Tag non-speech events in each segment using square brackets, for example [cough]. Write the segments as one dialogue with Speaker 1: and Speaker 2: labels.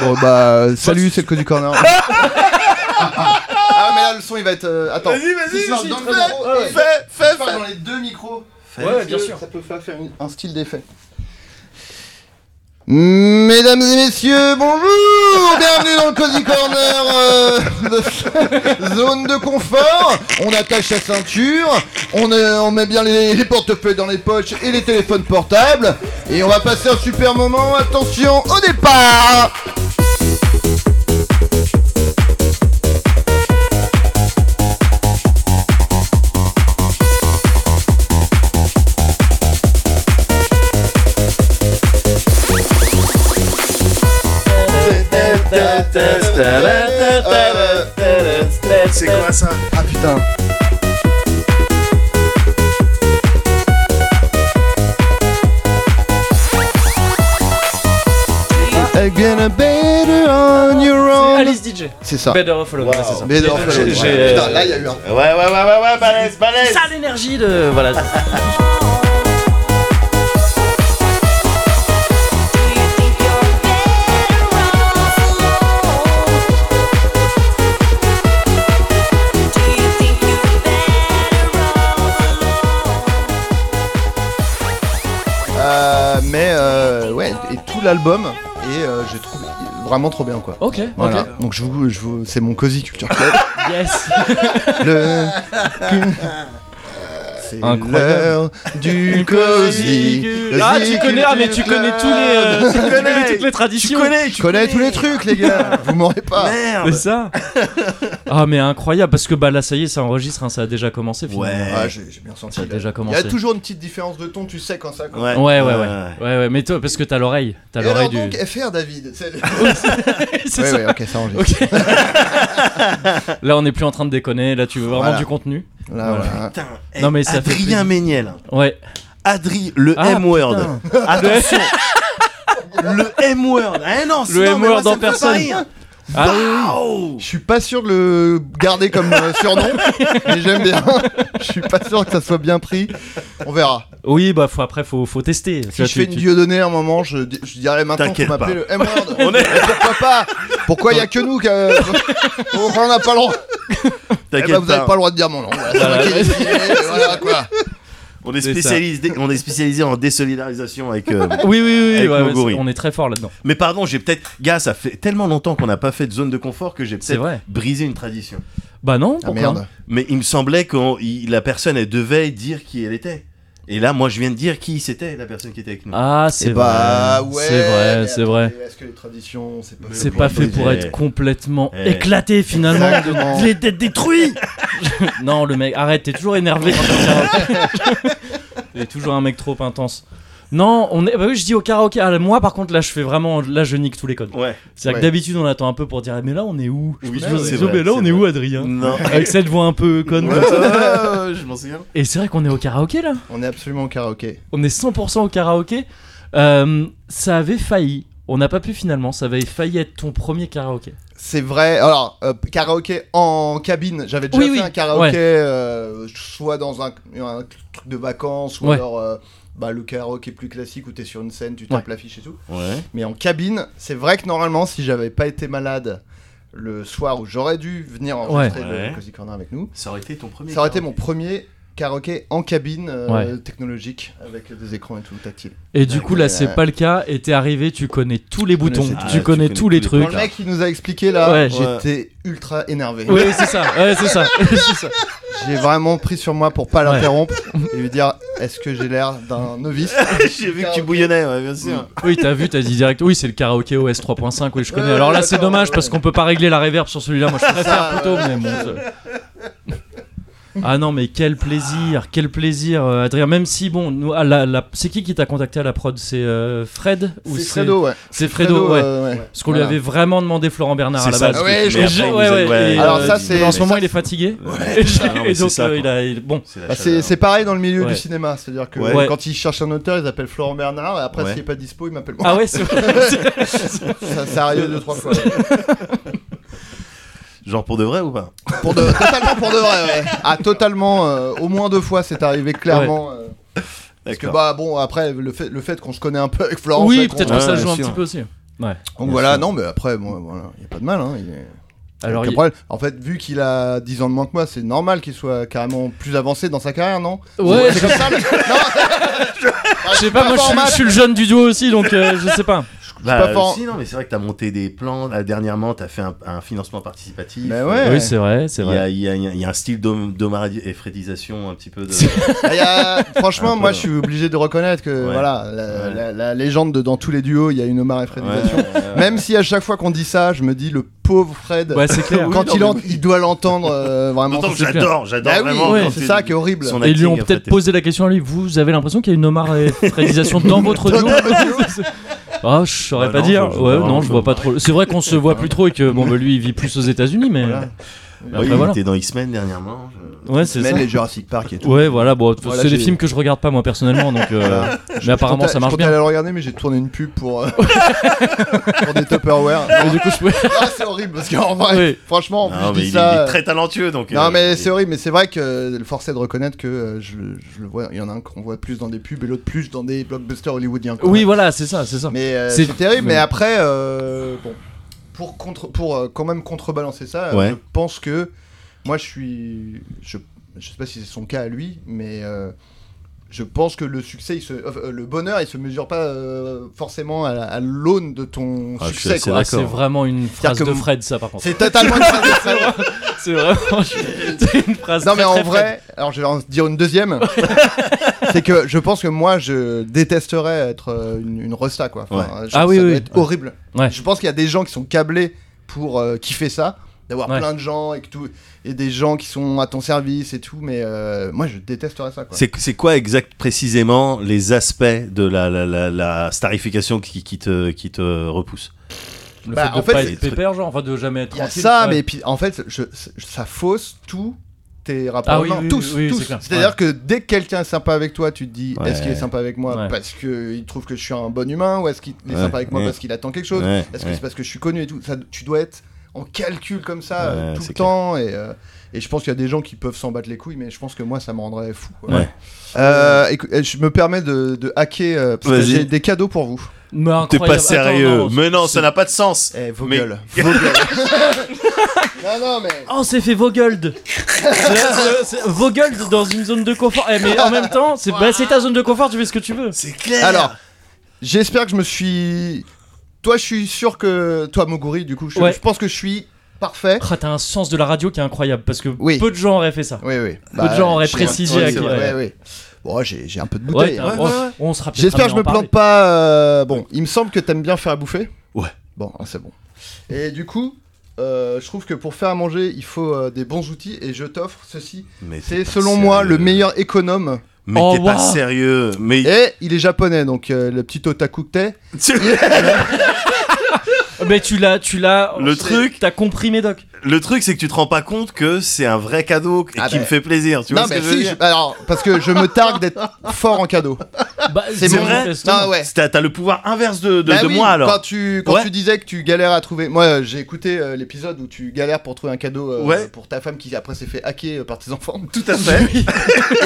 Speaker 1: Bon bah salut, c'est le code du
Speaker 2: [laughs]
Speaker 1: corner. Ah mais là le son il va être euh, attends.
Speaker 2: Vas-y, vas-y,
Speaker 1: Si tu parles
Speaker 2: vas-y,
Speaker 1: dans le
Speaker 2: très
Speaker 1: micro,
Speaker 2: bien. Ouais,
Speaker 1: et-
Speaker 2: fais, fais,
Speaker 1: tu parles
Speaker 2: fais.
Speaker 1: dans les deux micros.
Speaker 2: Ouais, bien
Speaker 1: que
Speaker 2: sûr.
Speaker 1: Ça peut faire faire une- un style d'effet. Mesdames et messieurs, bonjour Bienvenue dans le Cozy Corner euh, de- [laughs] Zone de confort, on attache sa ceinture, on, euh, on met bien les, les portefeuilles dans les poches et les téléphones portables, et on va passer un super moment, attention au départ
Speaker 2: C'est quoi ça
Speaker 1: Ah putain I'm gonna bet on your own.
Speaker 3: Alice DJ.
Speaker 1: C'est ça.
Speaker 3: Better Off Alone. ouais, c'est ça.
Speaker 1: Mais non, Fallon,
Speaker 3: J'ai- j'ai-
Speaker 1: ouais.
Speaker 3: j'ai-
Speaker 1: Putain, là il y a eu un.
Speaker 2: Ouais, ouais, ouais, ouais, ouais, balèze, balèze
Speaker 3: Ça l'énergie de voilà.
Speaker 1: Euh, mais euh, ouais, et tout l'album et euh, je trouve vraiment trop bien quoi.
Speaker 3: ok.
Speaker 1: Voilà. Donc je vous, je vous, c'est mon cosy culture
Speaker 3: [laughs]
Speaker 1: club.
Speaker 3: Ok. Yes.
Speaker 1: Le- C'est l'heure
Speaker 3: Incroyable.
Speaker 1: du cosy.
Speaker 3: [laughs] Ah
Speaker 1: Cosy
Speaker 3: tu connais ah mais tu
Speaker 1: culture
Speaker 3: connais tous les
Speaker 1: club.
Speaker 3: euh, tu
Speaker 2: connais.
Speaker 3: connais toutes les
Speaker 2: Tu
Speaker 3: traditions.
Speaker 2: connais,
Speaker 1: Je
Speaker 2: tu
Speaker 1: connais tous les trucs les gars. Vous m'aurez pas.
Speaker 3: C'est
Speaker 2: Merde
Speaker 3: ça. [laughs] Ah mais incroyable parce que bah là ça y est ça enregistre hein, ça a déjà commencé. finalement.
Speaker 1: Ah,
Speaker 2: Ouais.
Speaker 1: j'ai j'ai bien senti.
Speaker 3: Ça a
Speaker 1: là. Il y
Speaker 3: déjà
Speaker 1: a
Speaker 3: commencé.
Speaker 1: toujours une petite différence de ton, tu sais quand ça. quoi.
Speaker 2: Ouais,
Speaker 3: Ouais ouais ouais. Ouais ouais mais toi parce que t'as l'oreille t'as
Speaker 1: Et alors
Speaker 3: l'oreille du.
Speaker 1: donc FR David. c'est-
Speaker 3: [laughs] C'est
Speaker 1: Ouais
Speaker 3: ça.
Speaker 1: ouais ok ça enregistre.
Speaker 3: [laughs] Ok. là on n'est plus en train de déconner là tu veux vraiment
Speaker 1: Voilà.
Speaker 3: du contenu.
Speaker 1: Là,
Speaker 3: Voilà.
Speaker 1: voilà.
Speaker 2: Putain,
Speaker 3: Non,
Speaker 2: non,
Speaker 3: mais
Speaker 2: mais
Speaker 3: ça fait
Speaker 2: Adrien
Speaker 3: plaisir.
Speaker 2: Méniel.
Speaker 3: Ouais.
Speaker 2: Adri, le
Speaker 3: Ah,
Speaker 2: M-word. Attention Le M-word. Eh non, sinon, mais
Speaker 3: M-word
Speaker 2: moi, ça
Speaker 3: en
Speaker 2: me fait pas
Speaker 3: personne.
Speaker 2: rire.
Speaker 3: Ah oui.
Speaker 2: Waouh
Speaker 1: Je suis pas sûr de le garder comme euh,
Speaker 3: [laughs]
Speaker 1: surnom, mais j'aime bien. Je suis pas sûr que ça soit bien pris. On verra.
Speaker 3: Oui, bah faut, après faut, faut tester.
Speaker 1: Si
Speaker 3: Ça,
Speaker 1: je
Speaker 3: tu-
Speaker 1: fais une
Speaker 3: tu-
Speaker 1: Dieudonné à un moment, je, di- je dirais maintenant qu'on
Speaker 2: T'inquiète
Speaker 1: m'appelait le
Speaker 2: pas.
Speaker 1: M-word.
Speaker 2: [laughs] On est-
Speaker 1: Mais Pourquoi pas Pourquoi il y a que nous qui, euh,
Speaker 2: [laughs]
Speaker 1: On n'a pas le droit. Eh ben,
Speaker 2: T'inquiète
Speaker 1: vous n'avez
Speaker 2: pas,
Speaker 1: pas le droit de dire mon nom. Voilà, c'est
Speaker 3: Voilà.
Speaker 1: moi qui ai décidé, et voilà, quoi.
Speaker 2: on est,
Speaker 3: C'est ça.
Speaker 2: spécialisé, on est spécialisé en désolidarisation avec. [laughs] euh,
Speaker 3: Oui, oui, oui,
Speaker 2: Avec
Speaker 3: ouais,
Speaker 2: Moguri.
Speaker 3: ouais, c'est- on est très fort là-dedans.
Speaker 2: Mais pardon, j'ai peut-être. Gars, ça fait tellement longtemps qu'on n'a pas fait de zone de confort que j'ai
Speaker 3: C'est
Speaker 2: peut-être
Speaker 3: vrai.
Speaker 2: brisé une tradition.
Speaker 3: Bah non,
Speaker 1: Ah
Speaker 3: pourquoi
Speaker 1: merde.
Speaker 2: Mais il me semblait que la personne, elle devait dire qui elle était. Et là, moi, je viens de dire qui c'était la personne qui était avec nous.
Speaker 3: Ah,
Speaker 1: Eh
Speaker 3: c'est
Speaker 1: bah,
Speaker 3: vrai.
Speaker 1: ouais,
Speaker 3: c'est
Speaker 1: mais
Speaker 3: vrai, c'est
Speaker 1: attendez,
Speaker 3: vrai.
Speaker 1: Est-ce que les traditions, c'est pas.
Speaker 3: C'est pas fait pour
Speaker 2: Eh.
Speaker 3: être complètement
Speaker 2: Eh.
Speaker 3: éclaté finalement.
Speaker 1: Exactement.
Speaker 3: Les d'être détruit. [laughs] non, le mec, arrête, t'es toujours énervé quand t'es T'es toujours un mec trop intense. Non, on est. Bah oui, je dis au karaoké. Ah, moi, par contre, là, je fais vraiment. Là, je nique tous les codes.
Speaker 2: Ouais.
Speaker 3: C'est-à-dire
Speaker 1: Ouais.
Speaker 3: que d'habitude, on attend un peu pour dire. Mais là, on est où
Speaker 2: Oui,
Speaker 3: Je
Speaker 2: c'est
Speaker 3: me dis,
Speaker 2: vrai,
Speaker 3: mais là,
Speaker 2: c'est
Speaker 3: on est où,
Speaker 2: vrai. Mm.
Speaker 3: hein Adrien
Speaker 2: Non.
Speaker 1: [laughs]
Speaker 3: Avec cette voix un peu conne. comme ça.
Speaker 2: je m'en souviens.
Speaker 3: Et c'est vrai qu'on est au karaoké là.
Speaker 1: On est absolument au karaoké.
Speaker 3: on est 100% au karaoké. Euh, ça avait failli. On n'a pas pu finalement. Ça avait failli être ton premier karaoké.
Speaker 1: C'est vrai. Alors, euh, karaoké en cabine. J'avais déjà
Speaker 3: Oui,
Speaker 1: fait
Speaker 3: oui.
Speaker 1: un karaoké,
Speaker 3: Ouais.
Speaker 1: euh, soit dans un, un truc de vacances, ou
Speaker 3: Ouais.
Speaker 1: alors euh, bah, le karaoké plus classique où t'es sur une scène, tu tapes l'affiche et tout.
Speaker 2: Ouais.
Speaker 1: Mais en cabine, c'est vrai que normalement, si j'avais pas été malade le soir où j'aurais dû venir enregistrer
Speaker 2: Ouais. Ouais.
Speaker 1: le Cozy Corner avec nous,
Speaker 2: Ça aurait été ton premier.
Speaker 1: ça aurait été mon premier karaoké en cabine euh,
Speaker 3: Ouais.
Speaker 1: technologique avec des écrans et tout tactile.
Speaker 3: Et du
Speaker 1: Ouais,
Speaker 3: coup là,
Speaker 1: ouais,
Speaker 3: c'est
Speaker 1: ouais.
Speaker 3: pas le cas. Et t'es arrivé, tu connais tous les
Speaker 1: connais
Speaker 3: boutons,
Speaker 1: ces trucs.
Speaker 3: tu
Speaker 2: Ah,
Speaker 3: connais tous les trucs.
Speaker 1: Quand le mec il nous a expliqué là,
Speaker 3: Ouais.
Speaker 1: j'étais ultra énervé.
Speaker 3: Oui, c'est ça. Ouais, c'est ça. [laughs] C'est ça.
Speaker 1: J'ai vraiment pris sur moi pour pas l'interrompre et lui dire est-ce que j'ai l'air d'un novice
Speaker 2: [laughs] [laughs] J'ai vu que tu bouillonnais, ouais, bien sûr.
Speaker 3: Oui, t'as vu, t'as dit direct. Oui, c'est le karaoké OS 3.5. Oui, je connais.
Speaker 1: Ouais,
Speaker 3: Alors là,
Speaker 1: d'accord,
Speaker 3: c'est dommage
Speaker 1: ouais.
Speaker 3: parce qu'on peut pas régler la reverb sur celui-là. Moi, je préfère
Speaker 1: Ça,
Speaker 3: plutôt.
Speaker 1: ouais.
Speaker 3: Mais bon, ça- [laughs] Ah non, mais quel plaisir, quel plaisir, euh, Adrien. Même si bon, nous, ah, la- la- c'est qui qui t'a contacté à la prod C'est euh, Fred ou
Speaker 1: C'est Fredo, ouais.
Speaker 3: C'est Fredo, ouais.
Speaker 1: euh, ouais.
Speaker 3: Parce qu'on
Speaker 1: Voilà.
Speaker 3: lui avait vraiment demandé Florent Bernard
Speaker 2: C'est
Speaker 3: à la
Speaker 2: ça.
Speaker 3: base.
Speaker 1: Ah ouais, je-
Speaker 3: Et
Speaker 1: Mais
Speaker 3: je-
Speaker 2: après,
Speaker 3: ouais,
Speaker 2: vous
Speaker 3: ouais,
Speaker 2: êtes- ouais,
Speaker 3: et,
Speaker 1: Alors
Speaker 3: euh,
Speaker 1: ça, c'est-
Speaker 3: En ce
Speaker 1: mais
Speaker 3: moment,
Speaker 1: ça,
Speaker 3: il est fatigué.
Speaker 2: Ouais. Ah non, mais
Speaker 3: [laughs] et
Speaker 2: c'est
Speaker 3: donc,
Speaker 2: ça,
Speaker 3: euh,
Speaker 2: quoi.
Speaker 3: il a. il- Bon.
Speaker 2: C'est la
Speaker 1: Bah, c'est
Speaker 2: chaleur.
Speaker 1: c'est pareil dans le milieu
Speaker 3: Ouais.
Speaker 1: du cinéma, c'est-à-dire que
Speaker 2: Ouais.
Speaker 1: quand il cherche un auteur, ils appellent Florent Bernard et après
Speaker 2: Ouais.
Speaker 1: s'il est pas dispo, il m'appelle moi.
Speaker 3: Ah ouais, c'est vrai. Ah
Speaker 1: ça, ça arrive deux trois
Speaker 2: [laughs]
Speaker 1: fois. ouais.
Speaker 2: Genre pour de vrai ou pas
Speaker 1: Pour de, totalement pour de vrai. Ouais. Ah totalement, euh, au moins deux fois c'est arrivé clairement. euh, parce que bah bon après le fait, le fait qu'on se connaît un peu avec Florent.
Speaker 3: oui,
Speaker 1: fait qu'on-
Speaker 3: peut-être
Speaker 2: Ouais,
Speaker 3: que ça
Speaker 2: bien
Speaker 3: joue un
Speaker 2: sûr.
Speaker 3: petit peu aussi. Ouais.
Speaker 1: Donc voilà, non, mais après, bon, voilà, il n'y a pas de mal. Hein, il est-
Speaker 3: Alors,
Speaker 1: Aucun
Speaker 3: il-
Speaker 1: problème. En fait, vu qu'il a 10 ans de moins que moi, c'est normal qu'il soit carrément plus avancé dans sa carrière, non
Speaker 3: Ouais,
Speaker 1: [laughs] C'est comme ça le-
Speaker 3: [laughs] je sais pas, moi je suis-
Speaker 1: Pas
Speaker 3: je suis le jeune du duo aussi, donc euh, je sais pas.
Speaker 2: Bah,
Speaker 1: pas fort.
Speaker 2: si, non, mais c'est vrai que t'as monté des plans. Là, dernièrement, t'as fait un, un financement participatif.
Speaker 1: Bah ouais.
Speaker 3: Oui, c'est vrai, c'est
Speaker 2: Il y,
Speaker 3: vrai.
Speaker 2: a, il y a- il y a un style d'hom- d'homaradi- et frétisation un petit peu de.
Speaker 1: Ah, y a- Franchement,
Speaker 2: Un peu,
Speaker 1: moi,
Speaker 2: ouais.
Speaker 1: je suis obligé de reconnaître que
Speaker 2: Ouais.
Speaker 1: voilà, la,
Speaker 2: Ouais.
Speaker 1: la- la légende de dans tous les duos, il y a une Omar et Fred
Speaker 2: Ouais,
Speaker 1: Nisation.
Speaker 2: ouais, ouais.
Speaker 1: Même si à chaque fois qu'on dit ça, je me dis le pauvre Fred.
Speaker 3: Ouais, c'est clair.
Speaker 1: Quand il,
Speaker 2: Oui, non, mais
Speaker 1: en-
Speaker 2: oui.
Speaker 1: il doit l'entendre euh, vraiment.
Speaker 2: D'autant que
Speaker 3: c'est clair.
Speaker 2: j'adore, j'adore
Speaker 1: Bah oui,
Speaker 2: vraiment.
Speaker 3: ouais,
Speaker 2: quand
Speaker 1: c'est
Speaker 2: tu-
Speaker 1: ça qui est horrible.
Speaker 2: son
Speaker 3: Et ils lui ont
Speaker 2: acting, en
Speaker 3: peut-être
Speaker 2: fait,
Speaker 3: posé la question à lui. Vous avez l'impression qu'il y a une omar et frétisation dans votre duo [laughs] Ah, je saurais
Speaker 2: Bah
Speaker 3: pas
Speaker 2: non,
Speaker 3: dire.
Speaker 2: je- je-
Speaker 3: ouais,
Speaker 2: non,
Speaker 3: non, je
Speaker 2: je-
Speaker 3: vois pas trop. C'est vrai qu'on se voit plus trop et que bon, bah, lui, il vit plus aux États-Unis, mais
Speaker 1: Bah Voilà.
Speaker 2: est-
Speaker 3: Après,
Speaker 2: Bah Oui,
Speaker 3: voilà.
Speaker 2: il était dans X-Men dernièrement. je-
Speaker 3: ouais, c'est ça.
Speaker 1: Même les Jurassic Park et tout.
Speaker 3: Ouais, voilà. Bon, t-
Speaker 1: Voilà,
Speaker 3: c'est des
Speaker 1: j'ai-
Speaker 3: films que je regarde pas moi personnellement, donc. euh, [laughs]
Speaker 1: Voilà.
Speaker 3: Mais apparemment, ça marche
Speaker 1: Je comptais
Speaker 3: bien.
Speaker 1: aller le regarder, mais j'ai tourné une pub pour, euh, [laughs] pour des Tupperware.
Speaker 3: Et du coup, je pouvais-
Speaker 1: Ah, c'est horrible parce qu'en vrai,
Speaker 3: Oui.
Speaker 1: franchement, en plus,
Speaker 2: Non,
Speaker 1: je
Speaker 2: mais
Speaker 1: dis
Speaker 2: il,
Speaker 1: ça.
Speaker 2: est, il est
Speaker 1: euh,
Speaker 2: très talentueux donc.
Speaker 1: Non
Speaker 2: euh,
Speaker 1: mais
Speaker 2: il-
Speaker 1: c'est horrible, mais c'est vrai que euh, force est de reconnaître que euh, je, je le vois, il y en a un qu'on voit plus dans des pubs et l'autre plus dans des blockbusters hollywoodiens. quoi.
Speaker 3: Oui, voilà, c'est ça, c'est ça.
Speaker 1: Mais euh,
Speaker 3: C'est-
Speaker 1: c'est terrible. Mais
Speaker 3: mais-
Speaker 1: après, euh, bon, pour contre, pour euh, quand même contrebalancer ça, euh,
Speaker 2: Ouais.
Speaker 1: je pense que moi je suis, je, je sais pas si c'est son cas à lui, mais euh, je pense que le succès, il se, euh, le bonheur, il se mesure pas euh, forcément à, la- à l'aune de ton
Speaker 2: Ah, je suis
Speaker 1: succès.
Speaker 2: assez
Speaker 1: quoi.
Speaker 3: Ah, c'est vraiment une phrase
Speaker 1: que
Speaker 3: de
Speaker 1: vous-
Speaker 3: Fred, ça, par contre.
Speaker 1: C'est totalement
Speaker 3: [laughs]
Speaker 1: une phrase de Fred. [laughs]
Speaker 3: C'est vraiment c'est une phrase.
Speaker 1: Non
Speaker 3: très,
Speaker 1: mais en
Speaker 3: très Fred.
Speaker 1: vrai, alors je vais en dire une
Speaker 3: [laughs]
Speaker 1: deuxième. c'est que je pense que moi je détesterais être euh, une, une resta quoi. Enfin,
Speaker 2: Ouais.
Speaker 1: je pense
Speaker 3: Ah
Speaker 1: que
Speaker 3: oui,
Speaker 1: ça
Speaker 3: oui.
Speaker 1: doit être horrible.
Speaker 3: Ouais.
Speaker 1: Je pense qu'il y a des gens qui sont câblés pour euh, kiffer ça, d'avoir
Speaker 3: Ouais.
Speaker 1: plein de gens et que tout et des gens qui sont à ton service et tout. Mais euh, moi je détesterais ça quoi.
Speaker 2: C'est c'est quoi exact précisément les aspects de la, la, la, la starification qui, qui, te, qui te repousse
Speaker 3: Le
Speaker 1: Bah,
Speaker 3: fait de
Speaker 1: en fait,
Speaker 3: pas
Speaker 2: c'est-
Speaker 3: être pépère, genre, enfin de jamais être
Speaker 1: Il y a
Speaker 3: tranquille.
Speaker 1: ça,
Speaker 3: ouais.
Speaker 1: mais puis en fait je- ça fausse tout. Tes rapports
Speaker 3: Ah oui,
Speaker 1: humains.
Speaker 3: oui,
Speaker 1: tous,
Speaker 3: oui, oui,
Speaker 1: tous.
Speaker 3: c'est clair.
Speaker 1: C'est-à-dire que dès que quelqu'un est sympa avec toi, tu te dis
Speaker 2: Ouais.
Speaker 1: est-ce qu'il est sympa avec moi
Speaker 3: Ouais.
Speaker 1: parce qu'il trouve que je suis un bon humain ou est-ce qu'il est
Speaker 2: Ouais.
Speaker 1: sympa avec moi
Speaker 2: Ouais.
Speaker 1: parce qu'il attend quelque chose
Speaker 2: Ouais,
Speaker 1: Est-ce que
Speaker 2: ouais.
Speaker 1: c'est parce que je suis connu et tout ça, Tu dois être en calcul comme ça euh,
Speaker 2: Ouais,
Speaker 1: tout le
Speaker 2: c'est
Speaker 1: temps et, euh, et je pense qu'il y a des gens qui peuvent s'en battre les couilles, mais je pense que moi ça me rendrait fou. quoi.
Speaker 2: Ouais.
Speaker 1: Euh, écou- euh, je me permets de, de hacker euh, parce que
Speaker 2: Vas-y.
Speaker 1: j'ai des cadeaux pour vous.
Speaker 3: Mais
Speaker 2: T'es
Speaker 3: incroyable.
Speaker 2: pas
Speaker 3: Attends,
Speaker 2: sérieux
Speaker 3: non, non,
Speaker 2: Mais non, ça
Speaker 3: c'est-
Speaker 2: n'a pas de sens
Speaker 1: Eh, vos
Speaker 2: Mais- [laughs]
Speaker 1: gueules. vos gueules. non, non, mais.
Speaker 3: Oh, c'est fait Vogold Vogold dans une zone de confort. Eh, mais en même temps, c'est bah, c'est ta zone de confort, tu fais ce que tu veux.
Speaker 2: C'est clair
Speaker 1: Alors, j'espère que je me suis. Toi, je suis sûr que. Toi, Moguri, du coup, je,
Speaker 3: Ouais.
Speaker 1: je pense que je suis parfait.
Speaker 3: Ah, T'as un sens de la radio qui est incroyable parce que
Speaker 1: Oui.
Speaker 3: peu de gens auraient fait ça.
Speaker 1: Oui, Bah, oui.
Speaker 3: Peu de gens auraient
Speaker 1: j'ai-
Speaker 3: précisé
Speaker 1: ouais,
Speaker 2: à
Speaker 1: c'est
Speaker 2: qui-
Speaker 1: vrai,
Speaker 3: ouais.
Speaker 1: ouais, ouais. Bon, j'ai j'ai un peu de bouteille.
Speaker 3: t'as-
Speaker 1: hein.
Speaker 2: ouais, ouais, ouais.
Speaker 3: On se rappelle.
Speaker 1: J'espère que je me plante pas. euh, Bon, il me semble que t'aimes bien faire à bouffer.
Speaker 2: Ouais.
Speaker 1: Bon, ah, c'est bon. Et du coup, euh, je trouve que pour faire à manger, il faut euh, des bons outils et je t'offre ceci.
Speaker 2: Mais
Speaker 1: C'est
Speaker 2: t'es pas
Speaker 1: selon moi
Speaker 2: sérieux.
Speaker 1: le meilleur économe.
Speaker 2: Mais
Speaker 3: Oh,
Speaker 2: t'es pas
Speaker 3: waouh.
Speaker 2: sérieux Mais
Speaker 1: Et il est japonais, donc euh, le petit otaku que t'es.
Speaker 3: Mais tu l'as, tu l'as.
Speaker 2: Le
Speaker 3: c'est-
Speaker 2: truc-
Speaker 3: T'as compris, Médoc.
Speaker 2: le truc, c'est que tu te rends pas compte que c'est un vrai cadeau et
Speaker 1: Ah
Speaker 2: qui
Speaker 1: bah.
Speaker 2: me fait plaisir. Tu
Speaker 1: non,
Speaker 2: vois ce
Speaker 1: mais
Speaker 2: que je veux
Speaker 1: si,
Speaker 2: dire
Speaker 1: je- alors, parce que je me targue d'être fort en cadeau.
Speaker 3: Bah,
Speaker 1: C'est
Speaker 2: mon-
Speaker 3: vrai.
Speaker 1: Non, ouais.
Speaker 2: C'est- T'as t'as le pouvoir inverse de, de,
Speaker 1: Bah
Speaker 2: de
Speaker 1: oui,
Speaker 2: moi alors.
Speaker 1: Quand tu, quand
Speaker 2: Ouais.
Speaker 1: tu disais que tu galères à trouver. Moi, euh, j'ai écouté euh, l'épisode où tu galères pour trouver un cadeau euh,
Speaker 2: Ouais.
Speaker 1: pour ta femme qui après s'est fait hacker euh, par tes enfants.
Speaker 2: Tout à fait.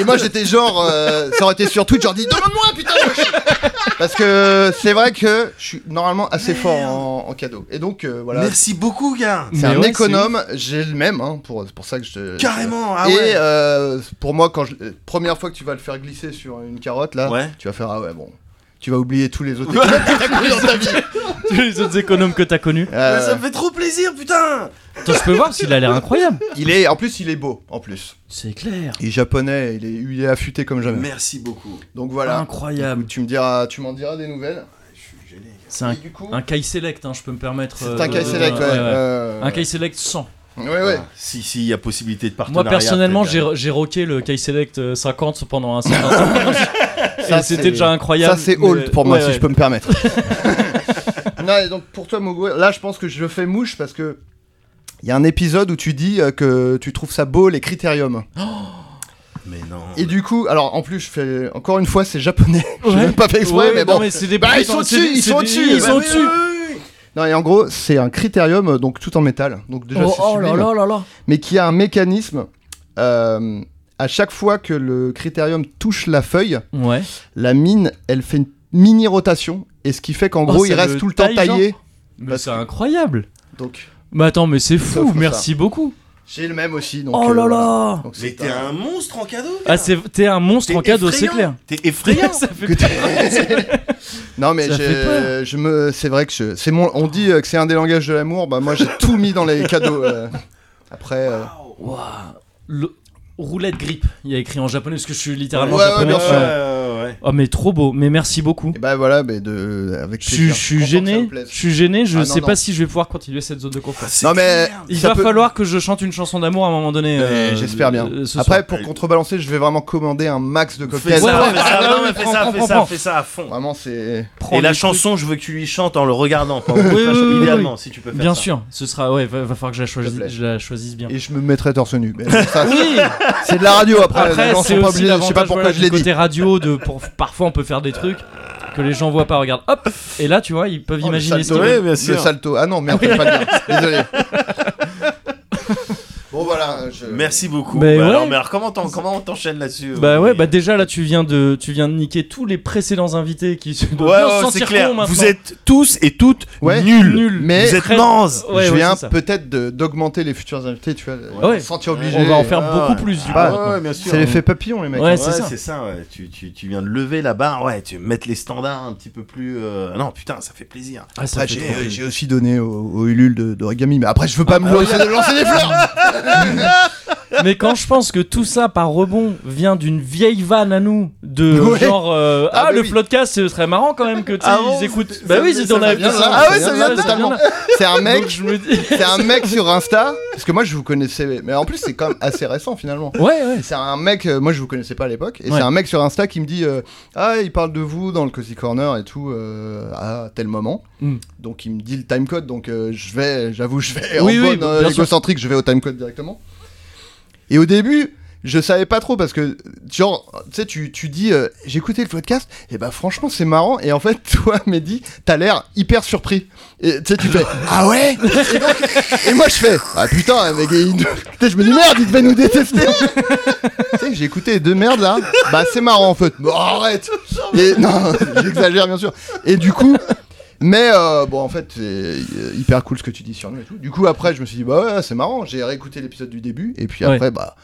Speaker 1: Et moi j'étais genre, euh, ça aurait été sur Twitch, j'aurais dit demande-moi putain
Speaker 2: [laughs]
Speaker 1: Parce que c'est vrai que je suis normalement assez fort
Speaker 2: euh,
Speaker 1: en, en cadeau. Et donc euh, voilà,
Speaker 2: Merci beaucoup, gars.
Speaker 1: c'est
Speaker 3: Mais
Speaker 1: un
Speaker 3: ouais,
Speaker 1: économe, j'ai le même, hein, pour, c'est pour ça que je te...
Speaker 2: Carrément. Ah
Speaker 1: Et
Speaker 2: ouais.
Speaker 1: euh, pour moi, quand je- euh, première fois que tu vas le faire glisser sur une carotte là,
Speaker 2: Ouais.
Speaker 1: tu vas faire ah ouais bon, tu vas oublier tous les autres économes
Speaker 2: [laughs]
Speaker 1: que t'as connus dans ta vie.
Speaker 3: Tous les autres économes que t'as connus.
Speaker 1: Euh,
Speaker 2: Mais Ça me fait trop plaisir, putain.
Speaker 3: Attends, je peux voir s'il a l'air incroyable.
Speaker 1: il est, en plus il est beau, en plus.
Speaker 3: C'est clair.
Speaker 1: Il est japonais, il est, il est affûté comme jamais.
Speaker 2: Merci beaucoup.
Speaker 1: Donc voilà.
Speaker 3: Incroyable.
Speaker 1: Tu me diras, tu m'en diras des nouvelles.
Speaker 2: Je suis gêné.
Speaker 3: C'est un,
Speaker 1: Et du coup,
Speaker 3: un caille select, hein, je peux me permettre.
Speaker 1: c'est
Speaker 3: euh,
Speaker 1: un cas
Speaker 3: de-
Speaker 1: select, ouais.
Speaker 3: ouais, ouais.
Speaker 1: euh,
Speaker 3: Un caille select 100.
Speaker 1: Ah Ouais, ouais.
Speaker 2: Ah, Si, si, il y a possibilité de partenariat.
Speaker 3: Moi personnellement, j'ai
Speaker 2: peut-être.
Speaker 3: j'ai roqué le Kai Select euh, 50 pendant
Speaker 1: [laughs]
Speaker 3: un certain temps.
Speaker 1: Ça, c'est-
Speaker 3: Et C'était déjà incroyable.
Speaker 1: Ça, c'est
Speaker 3: mais-
Speaker 1: old pour moi,
Speaker 3: ouais,
Speaker 1: si
Speaker 3: ouais.
Speaker 1: je peux me
Speaker 3: [laughs]
Speaker 1: permettre. non, et donc pour toi, Mogo, là, je pense que je fais mouche parce que il y a un épisode où tu dis euh, que tu trouves ça beau, les critériums.
Speaker 2: Mais non.
Speaker 1: Et du coup, alors en plus, je fais encore une fois, c'est japonais. [laughs] je l'ai
Speaker 3: Ouais.
Speaker 1: pas fait exprès,
Speaker 3: Ouais,
Speaker 1: mais
Speaker 3: non,
Speaker 1: bon.
Speaker 3: c'est des-
Speaker 1: Bah, ils
Speaker 3: dans-
Speaker 1: sont
Speaker 3: c'est
Speaker 1: dessus,
Speaker 3: des-
Speaker 1: ils
Speaker 3: c'est
Speaker 1: sont
Speaker 3: des-
Speaker 1: dessus,
Speaker 3: Ils
Speaker 1: bah
Speaker 3: sont
Speaker 2: oui,
Speaker 3: dessus.
Speaker 2: oui, oui.
Speaker 1: Non, et en gros, c'est un critérium, euh, donc tout en métal. Donc déjà,
Speaker 3: Oh
Speaker 1: c'est
Speaker 3: oh là
Speaker 1: sublime.
Speaker 3: là là là.
Speaker 1: mais qui a un mécanisme. euh, à chaque fois que le critérium touche la feuille,
Speaker 3: Ouais.
Speaker 1: la mine, elle fait une mini rotation et ce qui fait qu'en
Speaker 3: Oh,
Speaker 1: gros
Speaker 3: ça
Speaker 1: il reste
Speaker 3: le
Speaker 1: tout le temps
Speaker 3: taille, genre
Speaker 1: taillé.
Speaker 3: Mais
Speaker 1: Parce
Speaker 3: c'est
Speaker 1: que-
Speaker 3: incroyable.
Speaker 1: Donc
Speaker 3: Mais attends, mais c'est
Speaker 1: Ça, faut
Speaker 3: fou,
Speaker 1: ça.
Speaker 3: merci beaucoup.
Speaker 1: j'ai le même aussi. Donc,
Speaker 3: Oh
Speaker 1: euh,
Speaker 3: là
Speaker 1: voilà.
Speaker 3: là
Speaker 1: Donc,
Speaker 2: Mais
Speaker 1: c'est
Speaker 2: t'es
Speaker 1: un-
Speaker 2: un monstre en cadeau
Speaker 3: Ah,
Speaker 2: gars.
Speaker 3: c'est- t'es un monstre
Speaker 2: T'es
Speaker 3: en cadeau, c'est
Speaker 2: effrayant.
Speaker 3: clair.
Speaker 2: T'es effrayant
Speaker 3: [laughs] Ça fait
Speaker 1: que t'es- non mais
Speaker 3: Ça fait
Speaker 1: je,
Speaker 3: peur.
Speaker 1: je me c'est vrai que je- c'est mon on dit euh, que c'est un des langages de l'amour bah
Speaker 3: [laughs]
Speaker 1: moi j'ai tout mis dans les cadeaux euh. après euh,
Speaker 3: Waouh. Le- Roulette grippe, il y a écrit en japonais parce que je suis littéralement
Speaker 1: Ouais, ouais,
Speaker 3: japonais.
Speaker 1: bien sûr.
Speaker 3: Ouais. Oh, mais trop beau, mais merci beaucoup.
Speaker 1: et bah voilà mais de avec
Speaker 3: Je suis-
Speaker 1: plaisir.
Speaker 3: je suis
Speaker 1: Content que ça
Speaker 3: gêné,
Speaker 1: vous plaise.
Speaker 3: je suis gêné, je
Speaker 1: Ah, non,
Speaker 3: sais
Speaker 1: non.
Speaker 3: pas si je vais pouvoir continuer cette zone de confort.
Speaker 1: Non mais
Speaker 3: Il
Speaker 1: ça
Speaker 3: va
Speaker 1: peut-
Speaker 3: falloir que je chante une chanson d'amour à un moment donné.
Speaker 1: Mais
Speaker 3: euh,
Speaker 1: j'espère bien.
Speaker 3: euh, ce
Speaker 1: Après
Speaker 3: soir.
Speaker 1: pour contrebalancer, je vais vraiment commander un max de
Speaker 2: Fais
Speaker 1: cocktails.
Speaker 2: ça, fais
Speaker 3: Ouais,
Speaker 2: ça,
Speaker 3: ouais,
Speaker 2: non,
Speaker 3: ouais,
Speaker 2: mais fais
Speaker 3: prends,
Speaker 2: ça,
Speaker 3: prends,
Speaker 2: fais ça,
Speaker 3: prends.
Speaker 2: fais ça à fond.
Speaker 1: Vraiment c'est
Speaker 3: Prends
Speaker 2: Et la
Speaker 3: les trucs.
Speaker 2: chanson, je veux que tu lui chantes en le regardant. pendant que
Speaker 3: Oui,
Speaker 2: tu la
Speaker 3: oui,
Speaker 2: chantes,
Speaker 3: oui, oui.
Speaker 2: Idéalement, si tu peux faire
Speaker 3: Bien
Speaker 2: ça.
Speaker 3: sûr, ce sera. Ouais, va, va falloir que je la
Speaker 1: S'il te
Speaker 3: choisisse,
Speaker 1: plaît.
Speaker 3: je la choisisse bien.
Speaker 1: et je me mettrai torse nu. Mais
Speaker 3: [laughs]
Speaker 1: ça,
Speaker 3: Oui
Speaker 1: c'est de la radio après, les
Speaker 3: Après,
Speaker 1: gens
Speaker 3: c'est
Speaker 1: sont Ah, pas
Speaker 3: aussi
Speaker 1: obligés, je sais
Speaker 3: l'avantage
Speaker 1: pas pourquoi
Speaker 3: voilà,
Speaker 1: je l'ai
Speaker 3: du
Speaker 1: dit.
Speaker 3: côté radio. De, pour- parfois, on peut faire des trucs que les gens voient pas. Regarde, hop Et là, tu vois, ils peuvent
Speaker 1: Oh, le
Speaker 3: imaginer ce
Speaker 1: salto.
Speaker 3: qu'ils
Speaker 2: Ouais,
Speaker 3: veulent.
Speaker 2: bien
Speaker 1: Le
Speaker 2: sûr.
Speaker 1: salto. Ah non, merde, je peux pas le dire. [laughs] Désolé. Bon voilà, je...
Speaker 2: Merci beaucoup.
Speaker 3: Mais
Speaker 2: Bah
Speaker 3: Ben ouais.
Speaker 2: alors, mais alors, comment t'en- comment on t'enchaîne là-dessus
Speaker 3: Bah
Speaker 2: Olivier
Speaker 3: ouais, bah déjà là tu viens de tu viens de niquer tous les précédents invités qui se
Speaker 2: Ouais,
Speaker 3: doivent bien se
Speaker 2: ouais, c'est
Speaker 3: sentir
Speaker 2: clair.
Speaker 3: cons maintenant. Eh,
Speaker 2: Vous êtes tous et toutes
Speaker 1: Ouais.
Speaker 2: nuls.
Speaker 3: Nuls.
Speaker 1: Mais-
Speaker 2: vous êtes
Speaker 3: Très-
Speaker 2: nazes.
Speaker 3: Ouais,
Speaker 1: je
Speaker 3: ouais,
Speaker 1: viens
Speaker 3: c'est ça.
Speaker 1: peut-être de- d'augmenter les futurs invités, tu vois,
Speaker 3: Ouais.
Speaker 1: se sentir obligé.
Speaker 3: On va en faire
Speaker 2: Ah,
Speaker 3: beaucoup
Speaker 2: ouais.
Speaker 3: plus du
Speaker 1: Ah,
Speaker 3: coup,
Speaker 1: ouais,
Speaker 3: maintenant.
Speaker 2: bien
Speaker 1: C'est l'effet papillon les mecs.
Speaker 3: Ouais,
Speaker 2: Ouais,
Speaker 3: c'est ça.
Speaker 2: c'est ça. ouais. Tu, tu, tu viens de lever la barre, ouais, tu mettre les standards un petit peu plus. euh, Non, putain, ça fait plaisir.
Speaker 3: Ah, ça
Speaker 1: Après,
Speaker 3: fait
Speaker 1: j'ai
Speaker 3: trop
Speaker 1: euh,
Speaker 3: plaisir. Ah
Speaker 1: j'ai aussi donné au, au Ulule de- d'origami, mais après je veux pas me lancer, lancer des fleurs.
Speaker 3: Mais quand je pense que tout ça par rebond vient d'une vieille vanne à nous de
Speaker 1: [laughs] Ouais.
Speaker 3: genre euh,
Speaker 1: Ah,
Speaker 3: ah,
Speaker 1: bah
Speaker 3: le
Speaker 1: oui.
Speaker 3: podcast ce serait marrant quand même que tu sais,
Speaker 2: Ah bon,
Speaker 3: ils écoutent
Speaker 2: ça
Speaker 3: bah oui
Speaker 2: vient-
Speaker 3: c'est
Speaker 2: ça
Speaker 3: dans la
Speaker 1: vient de
Speaker 3: ça
Speaker 1: là.
Speaker 3: vient
Speaker 1: Ah
Speaker 3: de
Speaker 1: ouais, ça
Speaker 3: là,
Speaker 1: vient
Speaker 3: de
Speaker 1: totalement.
Speaker 3: là.
Speaker 1: C'est un mec,
Speaker 3: [laughs] Donc, je me dis
Speaker 1: c'est un mec sur Insta, parce que moi je vous connaissais, mais en plus c'est quand même assez récent finalement.
Speaker 3: ouais ouais
Speaker 1: C'est un mec, euh, moi je vous connaissais pas à l'époque, et
Speaker 3: Ouais.
Speaker 1: c'est un mec sur Insta qui me dit euh, Ah, il parle de vous dans le Cozy Corner et tout euh, à tel moment.
Speaker 3: Mm.
Speaker 1: Donc il me dit le timecode, donc euh, je vais, j'avoue, je vais
Speaker 3: Oui,
Speaker 1: en
Speaker 3: oui,
Speaker 1: bonne euh,
Speaker 3: bien sûr.
Speaker 1: égocentrique, je vais au timecode directement. Et au début. Je savais pas trop parce que, genre, tu sais, tu, tu dis, euh, j'ai écouté le podcast, et bah franchement, c'est marrant. Et en fait, [laughs] toi, Mehdi, t'as l'air hyper surpris. Et tu sais, tu
Speaker 3: [laughs]
Speaker 1: fais, ah ouais et, donc- et moi, je fais, ah putain, mec, il nous- [laughs] tu sais, je me dis, merde, il devait nous détester. [laughs] Tu sais que j'ai écouté les deux merdes là. Bah c'est marrant en fait. Bon
Speaker 3: [laughs]
Speaker 1: arrête. Et non, [laughs] j'exagère bien sûr. Et du coup, mais euh, bon en fait c'est euh, hyper cool ce que tu dis sur nous et tout. Du coup après je me suis dit bah ouais c'est marrant. J'ai réécouté l'épisode du début et puis
Speaker 3: Ouais.
Speaker 1: après bah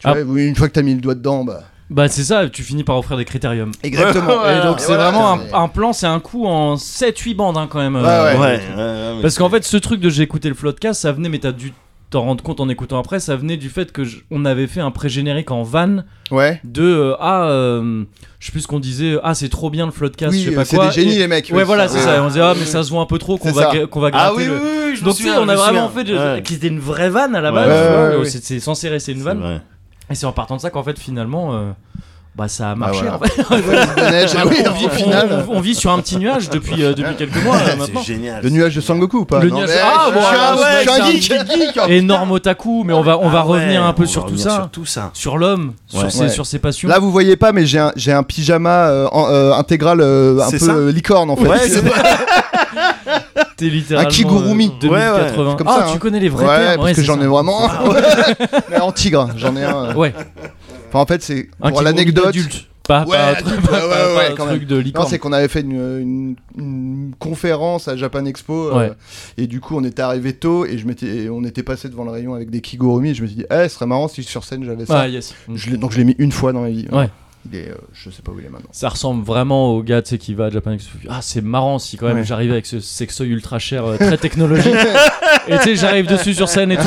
Speaker 1: tu
Speaker 3: Ah.
Speaker 1: vois une fois que t'as mis le doigt dedans
Speaker 2: [laughs]
Speaker 1: bah
Speaker 3: bah c'est ça tu finis par offrir des critériums
Speaker 1: exactement.
Speaker 2: Ouais,
Speaker 3: et donc
Speaker 1: Et
Speaker 3: c'est
Speaker 1: Ah, voilà,
Speaker 3: vraiment
Speaker 1: c'est-
Speaker 3: un, un plan c'est un coup en 7 8 bandes hein, quand même
Speaker 1: Ouais, ouais.
Speaker 2: Ouais, ouais, ouais,
Speaker 3: parce qu'en fait ce truc de j'ai écouté le podcast ça venait mais t'as dû t'en rendre compte en écoutant après ça venait du fait que je- on avait fait un pré-générique en van
Speaker 1: Ouais.
Speaker 3: de euh, ah euh, je sais plus ce qu'on disait ah c'est trop bien le podcast je
Speaker 1: Oui,
Speaker 3: sais
Speaker 1: euh,
Speaker 3: pas
Speaker 1: c'est
Speaker 3: quoi
Speaker 1: des génies
Speaker 3: Et-
Speaker 1: les mecs.
Speaker 3: ouais voilà c'est ça
Speaker 1: Ouais.
Speaker 3: on disait ah mais ça se voit un peu trop qu'on
Speaker 1: C'est
Speaker 3: va
Speaker 1: ça.
Speaker 3: gra- qu'on va gratter
Speaker 2: Ah oui,
Speaker 3: le-
Speaker 2: oui, oui, je me
Speaker 3: donc tu sais
Speaker 2: souviens,
Speaker 3: on
Speaker 2: je
Speaker 3: a
Speaker 2: me
Speaker 3: vraiment
Speaker 2: souviens.
Speaker 3: fait de...
Speaker 2: Ouais.
Speaker 3: qui était une vraie vanne à la
Speaker 2: Ouais.
Speaker 3: base
Speaker 1: Ouais,
Speaker 3: tu vois,
Speaker 1: ouais,
Speaker 3: euh,
Speaker 1: ouais.
Speaker 3: c'est c'est censé rester une
Speaker 2: C'est
Speaker 3: vanne
Speaker 2: vrai.
Speaker 3: et c'est en partant de ça qu'en fait finalement euh, bah ça a
Speaker 1: Bah,
Speaker 3: marché
Speaker 1: voilà.
Speaker 3: en fait.
Speaker 1: [laughs] De neige. Ah oui,
Speaker 3: on,
Speaker 1: au
Speaker 3: vit,
Speaker 1: final.
Speaker 3: on- on vit sur un petit nuage depuis euh, depuis quelques mois euh,
Speaker 2: C'est
Speaker 3: maintenant
Speaker 2: génial.
Speaker 1: Le nuage de Sangoku ou pas
Speaker 3: Le
Speaker 1: Non,
Speaker 3: nuage-
Speaker 1: mais,
Speaker 3: Ah,
Speaker 1: je
Speaker 3: bon,
Speaker 1: suis un-
Speaker 3: ah ouais,
Speaker 1: je suis un
Speaker 3: c'est un
Speaker 1: geek. [laughs]
Speaker 3: énorme otaku mais on va on va
Speaker 2: Ah ouais,
Speaker 3: revenir un peu
Speaker 2: on
Speaker 3: sur
Speaker 2: va
Speaker 3: tout
Speaker 2: revenir
Speaker 3: ça
Speaker 2: Sur tout ça.
Speaker 3: sur l'homme sur
Speaker 2: Ouais.
Speaker 3: ses
Speaker 1: Ouais.
Speaker 3: sur ses passions
Speaker 1: Là, vous voyez pas, mais j'ai un, j'ai un pyjama euh, en- euh, intégral euh, un
Speaker 2: C'est
Speaker 1: peu
Speaker 2: ça
Speaker 1: euh, licorne en fait.
Speaker 2: Ouais, c'est
Speaker 3: t'es littéralement
Speaker 1: Kigurumi.
Speaker 3: euh,
Speaker 2: Ouais, ouais.
Speaker 3: 2080
Speaker 1: C'est comme
Speaker 3: ah
Speaker 1: ça, hein.
Speaker 3: tu connais les vrais
Speaker 1: Ouais,
Speaker 3: termes
Speaker 1: parce que
Speaker 3: c'est
Speaker 1: j'en
Speaker 3: ça. Ah,
Speaker 1: ai vraiment. un. [laughs] mais en tigre, j'en ai un. euh.
Speaker 3: ouais
Speaker 1: Enfin, en fait, c'est
Speaker 3: Un
Speaker 1: pour
Speaker 3: kigurumi
Speaker 1: l'anecdote.
Speaker 3: d'adulte. Pas,
Speaker 1: Ouais,
Speaker 3: pas un truc,
Speaker 1: adulte,
Speaker 3: pas-
Speaker 1: ouais,
Speaker 3: pas-
Speaker 1: ouais,
Speaker 3: pas
Speaker 1: ouais,
Speaker 3: un
Speaker 1: quand
Speaker 3: truc de
Speaker 1: Non,
Speaker 3: licorne.
Speaker 1: c'est qu'on avait fait une, une- une conférence à Japan Expo euh,
Speaker 3: Ouais.
Speaker 1: et du coup on était arrivé tôt et je m'étais, on était passé devant le rayon avec des kigurumi et je me suis dit, eh, ce serait marrant si sur scène j'avais ça.
Speaker 3: Ah, yes.
Speaker 1: Je l'ai- donc je l'ai mis une fois dans ma vie.
Speaker 3: Ouais.
Speaker 1: Il est, euh, je sais pas où il est maintenant.
Speaker 3: Ça ressemble vraiment au gars tu sais, qui va à Japan Expo. Ah, c'est marrant si quand même
Speaker 1: Ouais.
Speaker 3: j'arrivais avec ce sextoy ultra cher, euh, très technologique. et tu sais, j'arrive dessus sur scène et tout.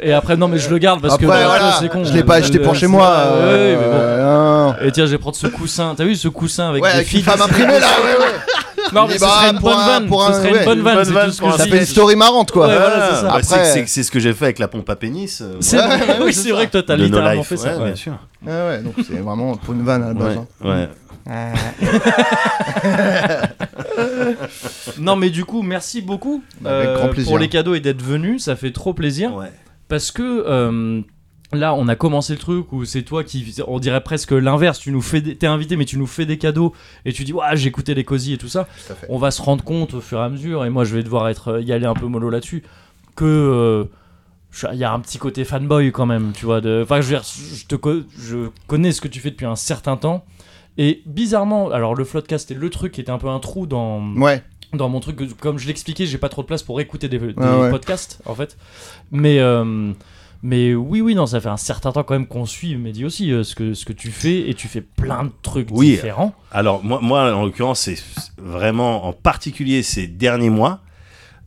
Speaker 3: Et après, non, mais je le garde parce que
Speaker 1: Après,
Speaker 3: bah,
Speaker 1: voilà,
Speaker 3: c'est con.
Speaker 1: je l'ai pas acheté pour
Speaker 3: Euh,
Speaker 1: chez moi.
Speaker 3: ouais,
Speaker 1: euh,
Speaker 3: mais bon.
Speaker 1: euh, non.
Speaker 3: Et tiens, je vais prendre ce coussin. T'as vu ce coussin avec
Speaker 1: Ouais,
Speaker 3: des
Speaker 1: avec une
Speaker 3: fils
Speaker 1: femme imprimée là, ouais,
Speaker 3: [laughs]
Speaker 1: ouais.
Speaker 3: Non, mais
Speaker 1: Il
Speaker 3: ce
Speaker 1: est
Speaker 3: serait une
Speaker 1: pour
Speaker 3: bonne
Speaker 1: un-
Speaker 3: vanne.
Speaker 1: pour
Speaker 3: Ce
Speaker 1: un-
Speaker 3: serait
Speaker 1: ouais.
Speaker 3: une bonne vanne.
Speaker 2: Bonne
Speaker 3: C'est
Speaker 2: vanne
Speaker 3: tout ce
Speaker 2: pour
Speaker 3: que
Speaker 2: un
Speaker 1: Ça
Speaker 3: je
Speaker 1: fait
Speaker 3: dis.
Speaker 1: une story marrante quoi.
Speaker 3: Ouais, voilà, c'est ça.
Speaker 2: Bah,
Speaker 1: Après-
Speaker 2: c'est- c'est- C'est ce que j'ai fait avec la pompe à pénis. euh,
Speaker 3: C'est
Speaker 2: voilà.
Speaker 1: Ouais,
Speaker 3: vrai,
Speaker 1: ouais,
Speaker 3: oui,
Speaker 1: c'est
Speaker 3: c'est
Speaker 1: ça.
Speaker 3: vrai que toi, t'as
Speaker 2: De No
Speaker 3: littéralement
Speaker 2: Life,
Speaker 3: fait ça.
Speaker 2: ouais,
Speaker 3: ouais.
Speaker 2: bien sûr.
Speaker 1: Ah ouais, donc c'est vraiment pour une vanne à la base.
Speaker 2: Ouais,
Speaker 1: hein.
Speaker 2: ouais.
Speaker 3: Non, mais du coup, merci beaucoup
Speaker 1: Bah, avec
Speaker 3: euh,
Speaker 1: grand plaisir.
Speaker 3: pour les cadeaux et d'être venu. Ça fait trop plaisir.
Speaker 2: Ouais.
Speaker 3: Parce que euh, là, on a commencé le truc où c'est toi qui, on dirait presque l'inverse. Tu nous fais, des- t'es invité, mais tu nous fais des cadeaux et tu dis, ouais, j'ai écouté les cosy et tout ça.
Speaker 1: Tout à fait.
Speaker 3: On va se rendre compte au fur et à mesure. Et moi, je vais devoir être, euh, y aller un peu mollo là-dessus que. euh, je- il y a un petit côté fanboy quand même, tu vois. de- Enfin, je, veux dire, je, te co- je connais ce que tu fais depuis un certain temps Et bizarrement, alors le Floodcast est le truc qui était un peu un trou dans,
Speaker 1: hein. Ouais.
Speaker 3: dans mon truc. que- Comme je l'expliquais, j'ai pas trop de place pour écouter des, des
Speaker 1: Ah ouais.
Speaker 3: podcasts, en fait. Mais, euh, mais oui, oui, non, ça fait un certain temps quand même qu'on suit, mais dis aussi euh, ce, que, ce que tu fais, et tu fais plein de trucs
Speaker 2: Oui.
Speaker 3: différents.
Speaker 2: Alors moi, moi en l'occurrence, c'est vraiment en particulier ces derniers mois.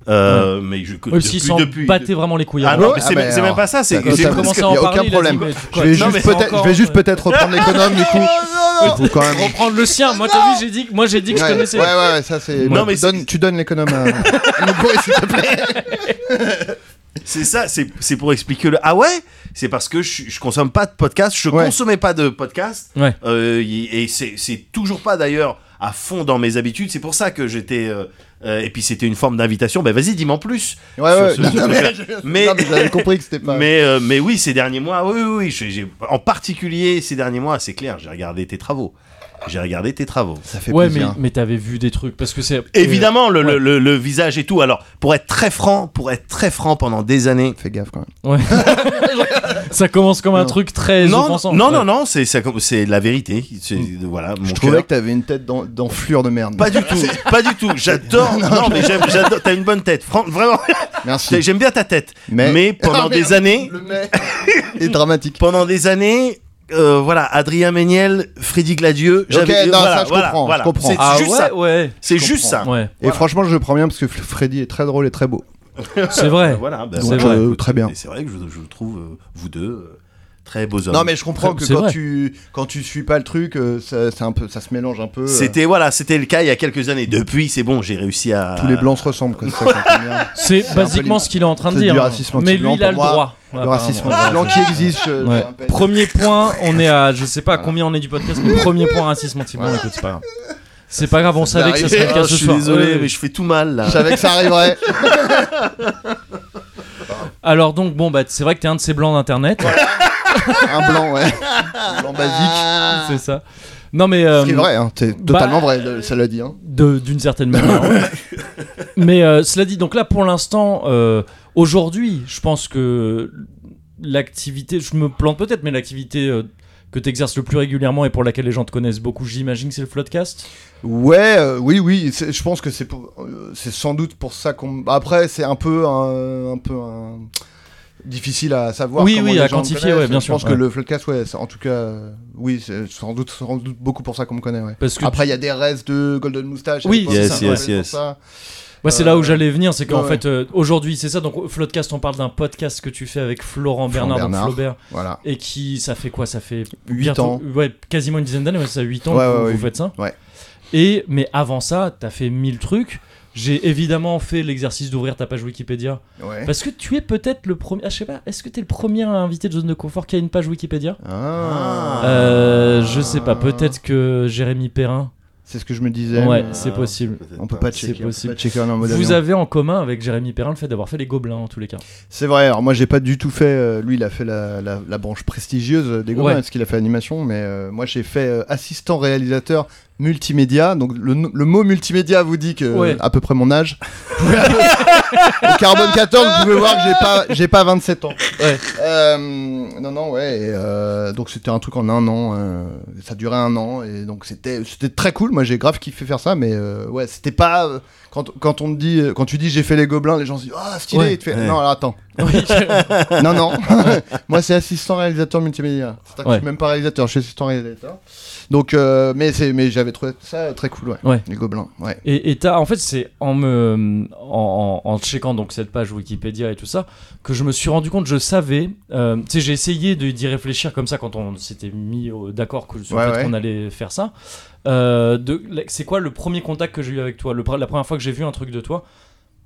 Speaker 2: Euh, Mais je
Speaker 3: Même s'ils s'en battaient vraiment les couilles. hein.
Speaker 2: Ah
Speaker 3: avant.
Speaker 2: non,
Speaker 1: Ouais,
Speaker 2: mais
Speaker 1: ah
Speaker 2: c'est
Speaker 1: bah
Speaker 2: c'est même
Speaker 1: alors,
Speaker 2: pas ça.
Speaker 1: ça-
Speaker 2: C'est j'ai
Speaker 1: ça-
Speaker 2: commencé-
Speaker 1: y a aucun problème. Je vais
Speaker 3: Non, mais
Speaker 1: juste
Speaker 3: c'est
Speaker 1: peut-être,
Speaker 3: encore- euh,
Speaker 1: je vais juste peut-être reprendre l'économe du
Speaker 3: [laughs]
Speaker 1: coup. Ou quand même.
Speaker 3: reprendre le sien. Moi, t'as vu, j'ai dit, moi, j'ai dit que je
Speaker 1: ouais,
Speaker 3: connaissais.
Speaker 1: ouais, ouais, ouais, ça c'est.
Speaker 2: Non,
Speaker 1: Bon,
Speaker 2: mais c'est-
Speaker 1: donne- tu donnes l'économe
Speaker 2: [laughs]
Speaker 1: à. [laughs] à mon boy, s'il te plaît.
Speaker 2: C'est ça, c'est c'est pour expliquer le. Ah ouais C'est parce que je, je consomme pas de podcast, je
Speaker 1: Ouais.
Speaker 2: consommais pas de podcast.
Speaker 3: Ouais.
Speaker 2: Euh, y- et c'est c'est toujours pas d'ailleurs à fond dans mes habitudes. C'est pour ça que j'étais. euh, euh, et puis c'était une forme d'invitation. Ben vas-y, dis-moi en plus.
Speaker 1: Ouais, ouais.
Speaker 2: Sur ce-
Speaker 1: non, mais, [laughs]
Speaker 2: mais-
Speaker 1: non, mais j'avais compris que c'était pas.
Speaker 2: Mais, euh, mais oui, ces derniers mois, oui, oui, oui, j'ai- j'ai- en particulier ces derniers mois, c'est clair, j'ai regardé tes travaux. J'ai regardé tes travaux.
Speaker 1: Ça fait
Speaker 3: Ouais, mais,
Speaker 1: plaisir.
Speaker 3: mais t'avais vu des trucs parce que c'est
Speaker 2: Évidemment, le,
Speaker 3: ouais.
Speaker 2: le- le- le visage et tout. Alors, pour être très franc, pour être très franc, pendant des années.
Speaker 1: Fais gaffe quand même.
Speaker 3: Ça commence comme un
Speaker 1: Non.
Speaker 3: truc très
Speaker 2: Non,
Speaker 3: offensant.
Speaker 2: non,
Speaker 3: Ouais.
Speaker 2: non, non, c'est ça- c'est la vérité. C'est- Voilà, mon
Speaker 1: Mm. Je trouvais
Speaker 2: cœur.
Speaker 1: que t'avais une tête d'en- d'enflure de merde.
Speaker 2: Pas du tout,
Speaker 1: [laughs]
Speaker 2: pas du tout. J'adore. Non, mais j'aime- j'adore. T'as une bonne tête, Fran-
Speaker 1: [laughs]
Speaker 2: vraiment.
Speaker 1: Merci.
Speaker 2: J'aime bien ta tête.
Speaker 1: Mais,
Speaker 2: Mais pendant
Speaker 1: Ah,
Speaker 2: des
Speaker 1: merde.
Speaker 2: années,
Speaker 1: le
Speaker 2: [laughs]
Speaker 1: mais est dramatique.
Speaker 2: pendant des années, euh, voilà, Adrien Méniel, Freddy Gladieux. j'avais-
Speaker 1: non, ça,
Speaker 2: voilà,
Speaker 1: je
Speaker 2: voilà,
Speaker 1: comprends, je
Speaker 2: voilà.
Speaker 1: comprends.
Speaker 2: C'est
Speaker 3: Ah
Speaker 2: juste
Speaker 3: ouais,
Speaker 2: ça.
Speaker 3: ouais,
Speaker 2: C'est
Speaker 1: Je
Speaker 2: juste ça.
Speaker 1: comprends.
Speaker 3: ouais.
Speaker 1: Et franchement, je le prends bien parce que F- Freddy est très drôle et très beau.
Speaker 3: C'est vrai.
Speaker 2: Voilà, bah,
Speaker 3: C'est
Speaker 2: voilà.
Speaker 3: vrai.
Speaker 2: Écoute,
Speaker 1: Très bien.
Speaker 2: et C'est vrai que je, je trouve euh, vous deux euh, très beaux hommes.
Speaker 1: Non, mais je comprends que
Speaker 3: C'est
Speaker 1: quand
Speaker 3: vrai.
Speaker 1: tu, quand tu suis pas le truc, euh, ça, c'est un peu, ça se mélange un peu. euh,
Speaker 2: c'était voilà, c'était le cas il y a quelques années. Depuis, c'est bon, j'ai réussi à.
Speaker 1: euh, Tous les
Speaker 3: Ah,
Speaker 1: blancs se ressemblent. quoi, c'est ça qu'on aime
Speaker 2: [laughs]
Speaker 1: bien.
Speaker 3: C'est
Speaker 1: C'est un peu
Speaker 3: basiquement
Speaker 1: lim-
Speaker 3: ce qu'il est en train de
Speaker 1: c'est du
Speaker 3: dire. hein.
Speaker 1: racisme
Speaker 3: Mais
Speaker 1: anti-blanc
Speaker 3: lui, il a le
Speaker 1: pour moi.
Speaker 3: droit.
Speaker 1: Le racisme
Speaker 3: apparemment.
Speaker 1: anti-blanc qui existe. je-
Speaker 3: Ouais.
Speaker 1: je rappelle.
Speaker 3: Premier point, on est à, je sais pas combien on est du podcast, mais premier point racisme anti-blanc, écoute, c'est pas grave. C'est pas grave, on
Speaker 1: Ça
Speaker 3: savait que ça serait le
Speaker 2: Ah,
Speaker 3: cas
Speaker 2: je
Speaker 3: ce
Speaker 2: suis
Speaker 3: soir. Euh, Ouais,
Speaker 2: désolé,
Speaker 3: ouais.
Speaker 2: mais je fais tout mal là.
Speaker 1: Je savais que ça arriverait.
Speaker 3: Alors donc, bon, bah, c'est vrai que t'es un de ces blancs d'internet,
Speaker 1: un blanc,
Speaker 2: [laughs]
Speaker 1: ouais. Un blanc basique.
Speaker 3: [laughs] c'est ça. Non mais euh,
Speaker 1: Ce qui est vrai, hein, c'est
Speaker 3: bah,
Speaker 1: totalement vrai, le- ça l'a dit. Hein.
Speaker 3: de- d'une certaine manière. ouais. Mais euh, cela dit, donc là pour l'instant, euh, aujourd'hui, je pense que l'activité, je me plante peut-être, mais l'activité euh, que t'exerces le plus régulièrement et pour laquelle les gens te connaissent beaucoup, j'imagine que c'est le Floodcast.
Speaker 1: Ouais, euh, oui, oui, c'est- je pense que c'est pour- euh, c'est sans doute pour ça qu'on. bah, Après, c'est un peu un, un peu un- difficile à savoir.
Speaker 3: Oui,
Speaker 1: comment
Speaker 3: oui,
Speaker 1: les
Speaker 3: à
Speaker 1: gens me
Speaker 3: quantifier,
Speaker 1: connaissent.
Speaker 3: ouais, bien
Speaker 1: Je pense
Speaker 3: sûr,
Speaker 1: que
Speaker 3: ouais.
Speaker 1: le Floodcast, ouais, c'est- en tout cas, euh, oui, c'est sans doute, sans doute beaucoup pour ça qu'on me connaît. Ouais.
Speaker 3: Parce que
Speaker 1: Après, il y a des restes de Golden Moustache. à
Speaker 3: Oui,
Speaker 1: l'époque,
Speaker 3: yes,
Speaker 1: ça,
Speaker 2: yes,
Speaker 1: ouais,
Speaker 2: yes.
Speaker 1: c'est pour ça.
Speaker 3: Ouais, c'est là
Speaker 1: Euh,
Speaker 3: où j'allais venir, c'est qu'en
Speaker 1: ouais,
Speaker 3: fait, euh, aujourd'hui, c'est ça. Donc, Floodcast, on parle d'un podcast que tu fais avec Florent Bernard, donc
Speaker 1: Bernard.
Speaker 3: Flaubert,
Speaker 1: Voilà.
Speaker 3: et qui, ça fait quoi Ça fait
Speaker 1: 8
Speaker 3: bientôt-
Speaker 1: ans.
Speaker 3: Ouais, quasiment une dizaine d'années, ouais, ça 8 ans
Speaker 1: Ouais,
Speaker 3: que
Speaker 1: ouais,
Speaker 3: vous,
Speaker 1: ouais,
Speaker 3: vous
Speaker 1: huit-
Speaker 3: faites ça.
Speaker 1: ouais.
Speaker 3: Et, mais avant ça, t'as fait 1000 trucs. J'ai évidemment fait l'exercice d'ouvrir ta page Wikipédia.
Speaker 1: Ouais.
Speaker 3: Parce que tu es peut-être le premier. Ah, je sais pas, est-ce que t'es le premier invité de zone de confort qui a une page Wikipédia
Speaker 1: Ah.
Speaker 3: euh, Je sais pas, peut-être que Jérémy Perrin.
Speaker 1: C'est ce que je me disais.
Speaker 3: Ouais,
Speaker 1: mais
Speaker 3: c'est possible.
Speaker 1: On peut pas
Speaker 3: C'est
Speaker 1: checker. on peut
Speaker 3: possible.
Speaker 1: pas checker en un mode
Speaker 3: Vous
Speaker 1: avion.
Speaker 3: avez en commun avec Jérémy Perrin le fait d'avoir fait les gobelins en tous les cas.
Speaker 1: C'est vrai, alors moi j'ai pas du tout fait. euh, lui il a fait la, la- la branche prestigieuse des Gobelins,
Speaker 3: Ouais.
Speaker 1: parce qu'il a fait animation, mais euh, moi j'ai fait euh, assistant réalisateur multimédia. Donc le, no- le mot multimédia vous dit que
Speaker 3: Ouais.
Speaker 1: à peu près mon âge. [laughs] Vous pouvez- Au carbone 14, vous pouvez voir que j'ai pas, j'ai pas 27 ans.
Speaker 3: Ouais.
Speaker 1: Euh, non, non, ouais. et, euh, donc c'était un truc en un an. euh, ça durait un an, et donc c'était c'était très cool. Moi j'ai grave kiffé faire ça, mais euh, ouais, c'était pas. euh, Quand, quand on te dit, euh, quand tu dis j'ai fait les Gobelins, les gens se disent ah stylé.
Speaker 3: Ouais.
Speaker 1: et tu fais,
Speaker 2: Ouais.
Speaker 1: Non, alors attends.
Speaker 3: [laughs] Oui.
Speaker 1: Non, non. [laughs] Moi, c'est assistant réalisateur multimédia. C'est-à-dire que
Speaker 3: Ouais.
Speaker 1: je suis même pas réalisateur, je suis assistant réalisateur. Donc, euh, mais, c'est- mais j'avais trouvé ça très cool, ouais.
Speaker 3: Ouais.
Speaker 1: Les gobelins, ouais.
Speaker 3: Et, et t'as- en fait, c'est en me, en, en, en checkant donc cette page Wikipédia et tout ça, que je me suis rendu compte, je savais, euh, tu sais, j'ai essayé de- d'y réfléchir comme ça quand on s'était mis au- d'accord que sur le
Speaker 1: Ouais,
Speaker 3: fait
Speaker 1: ouais.
Speaker 3: qu'on allait faire ça. Euh, de- la- c'est quoi le premier contact que j'ai eu avec toi, le pre- la première fois que j'ai vu un truc de toi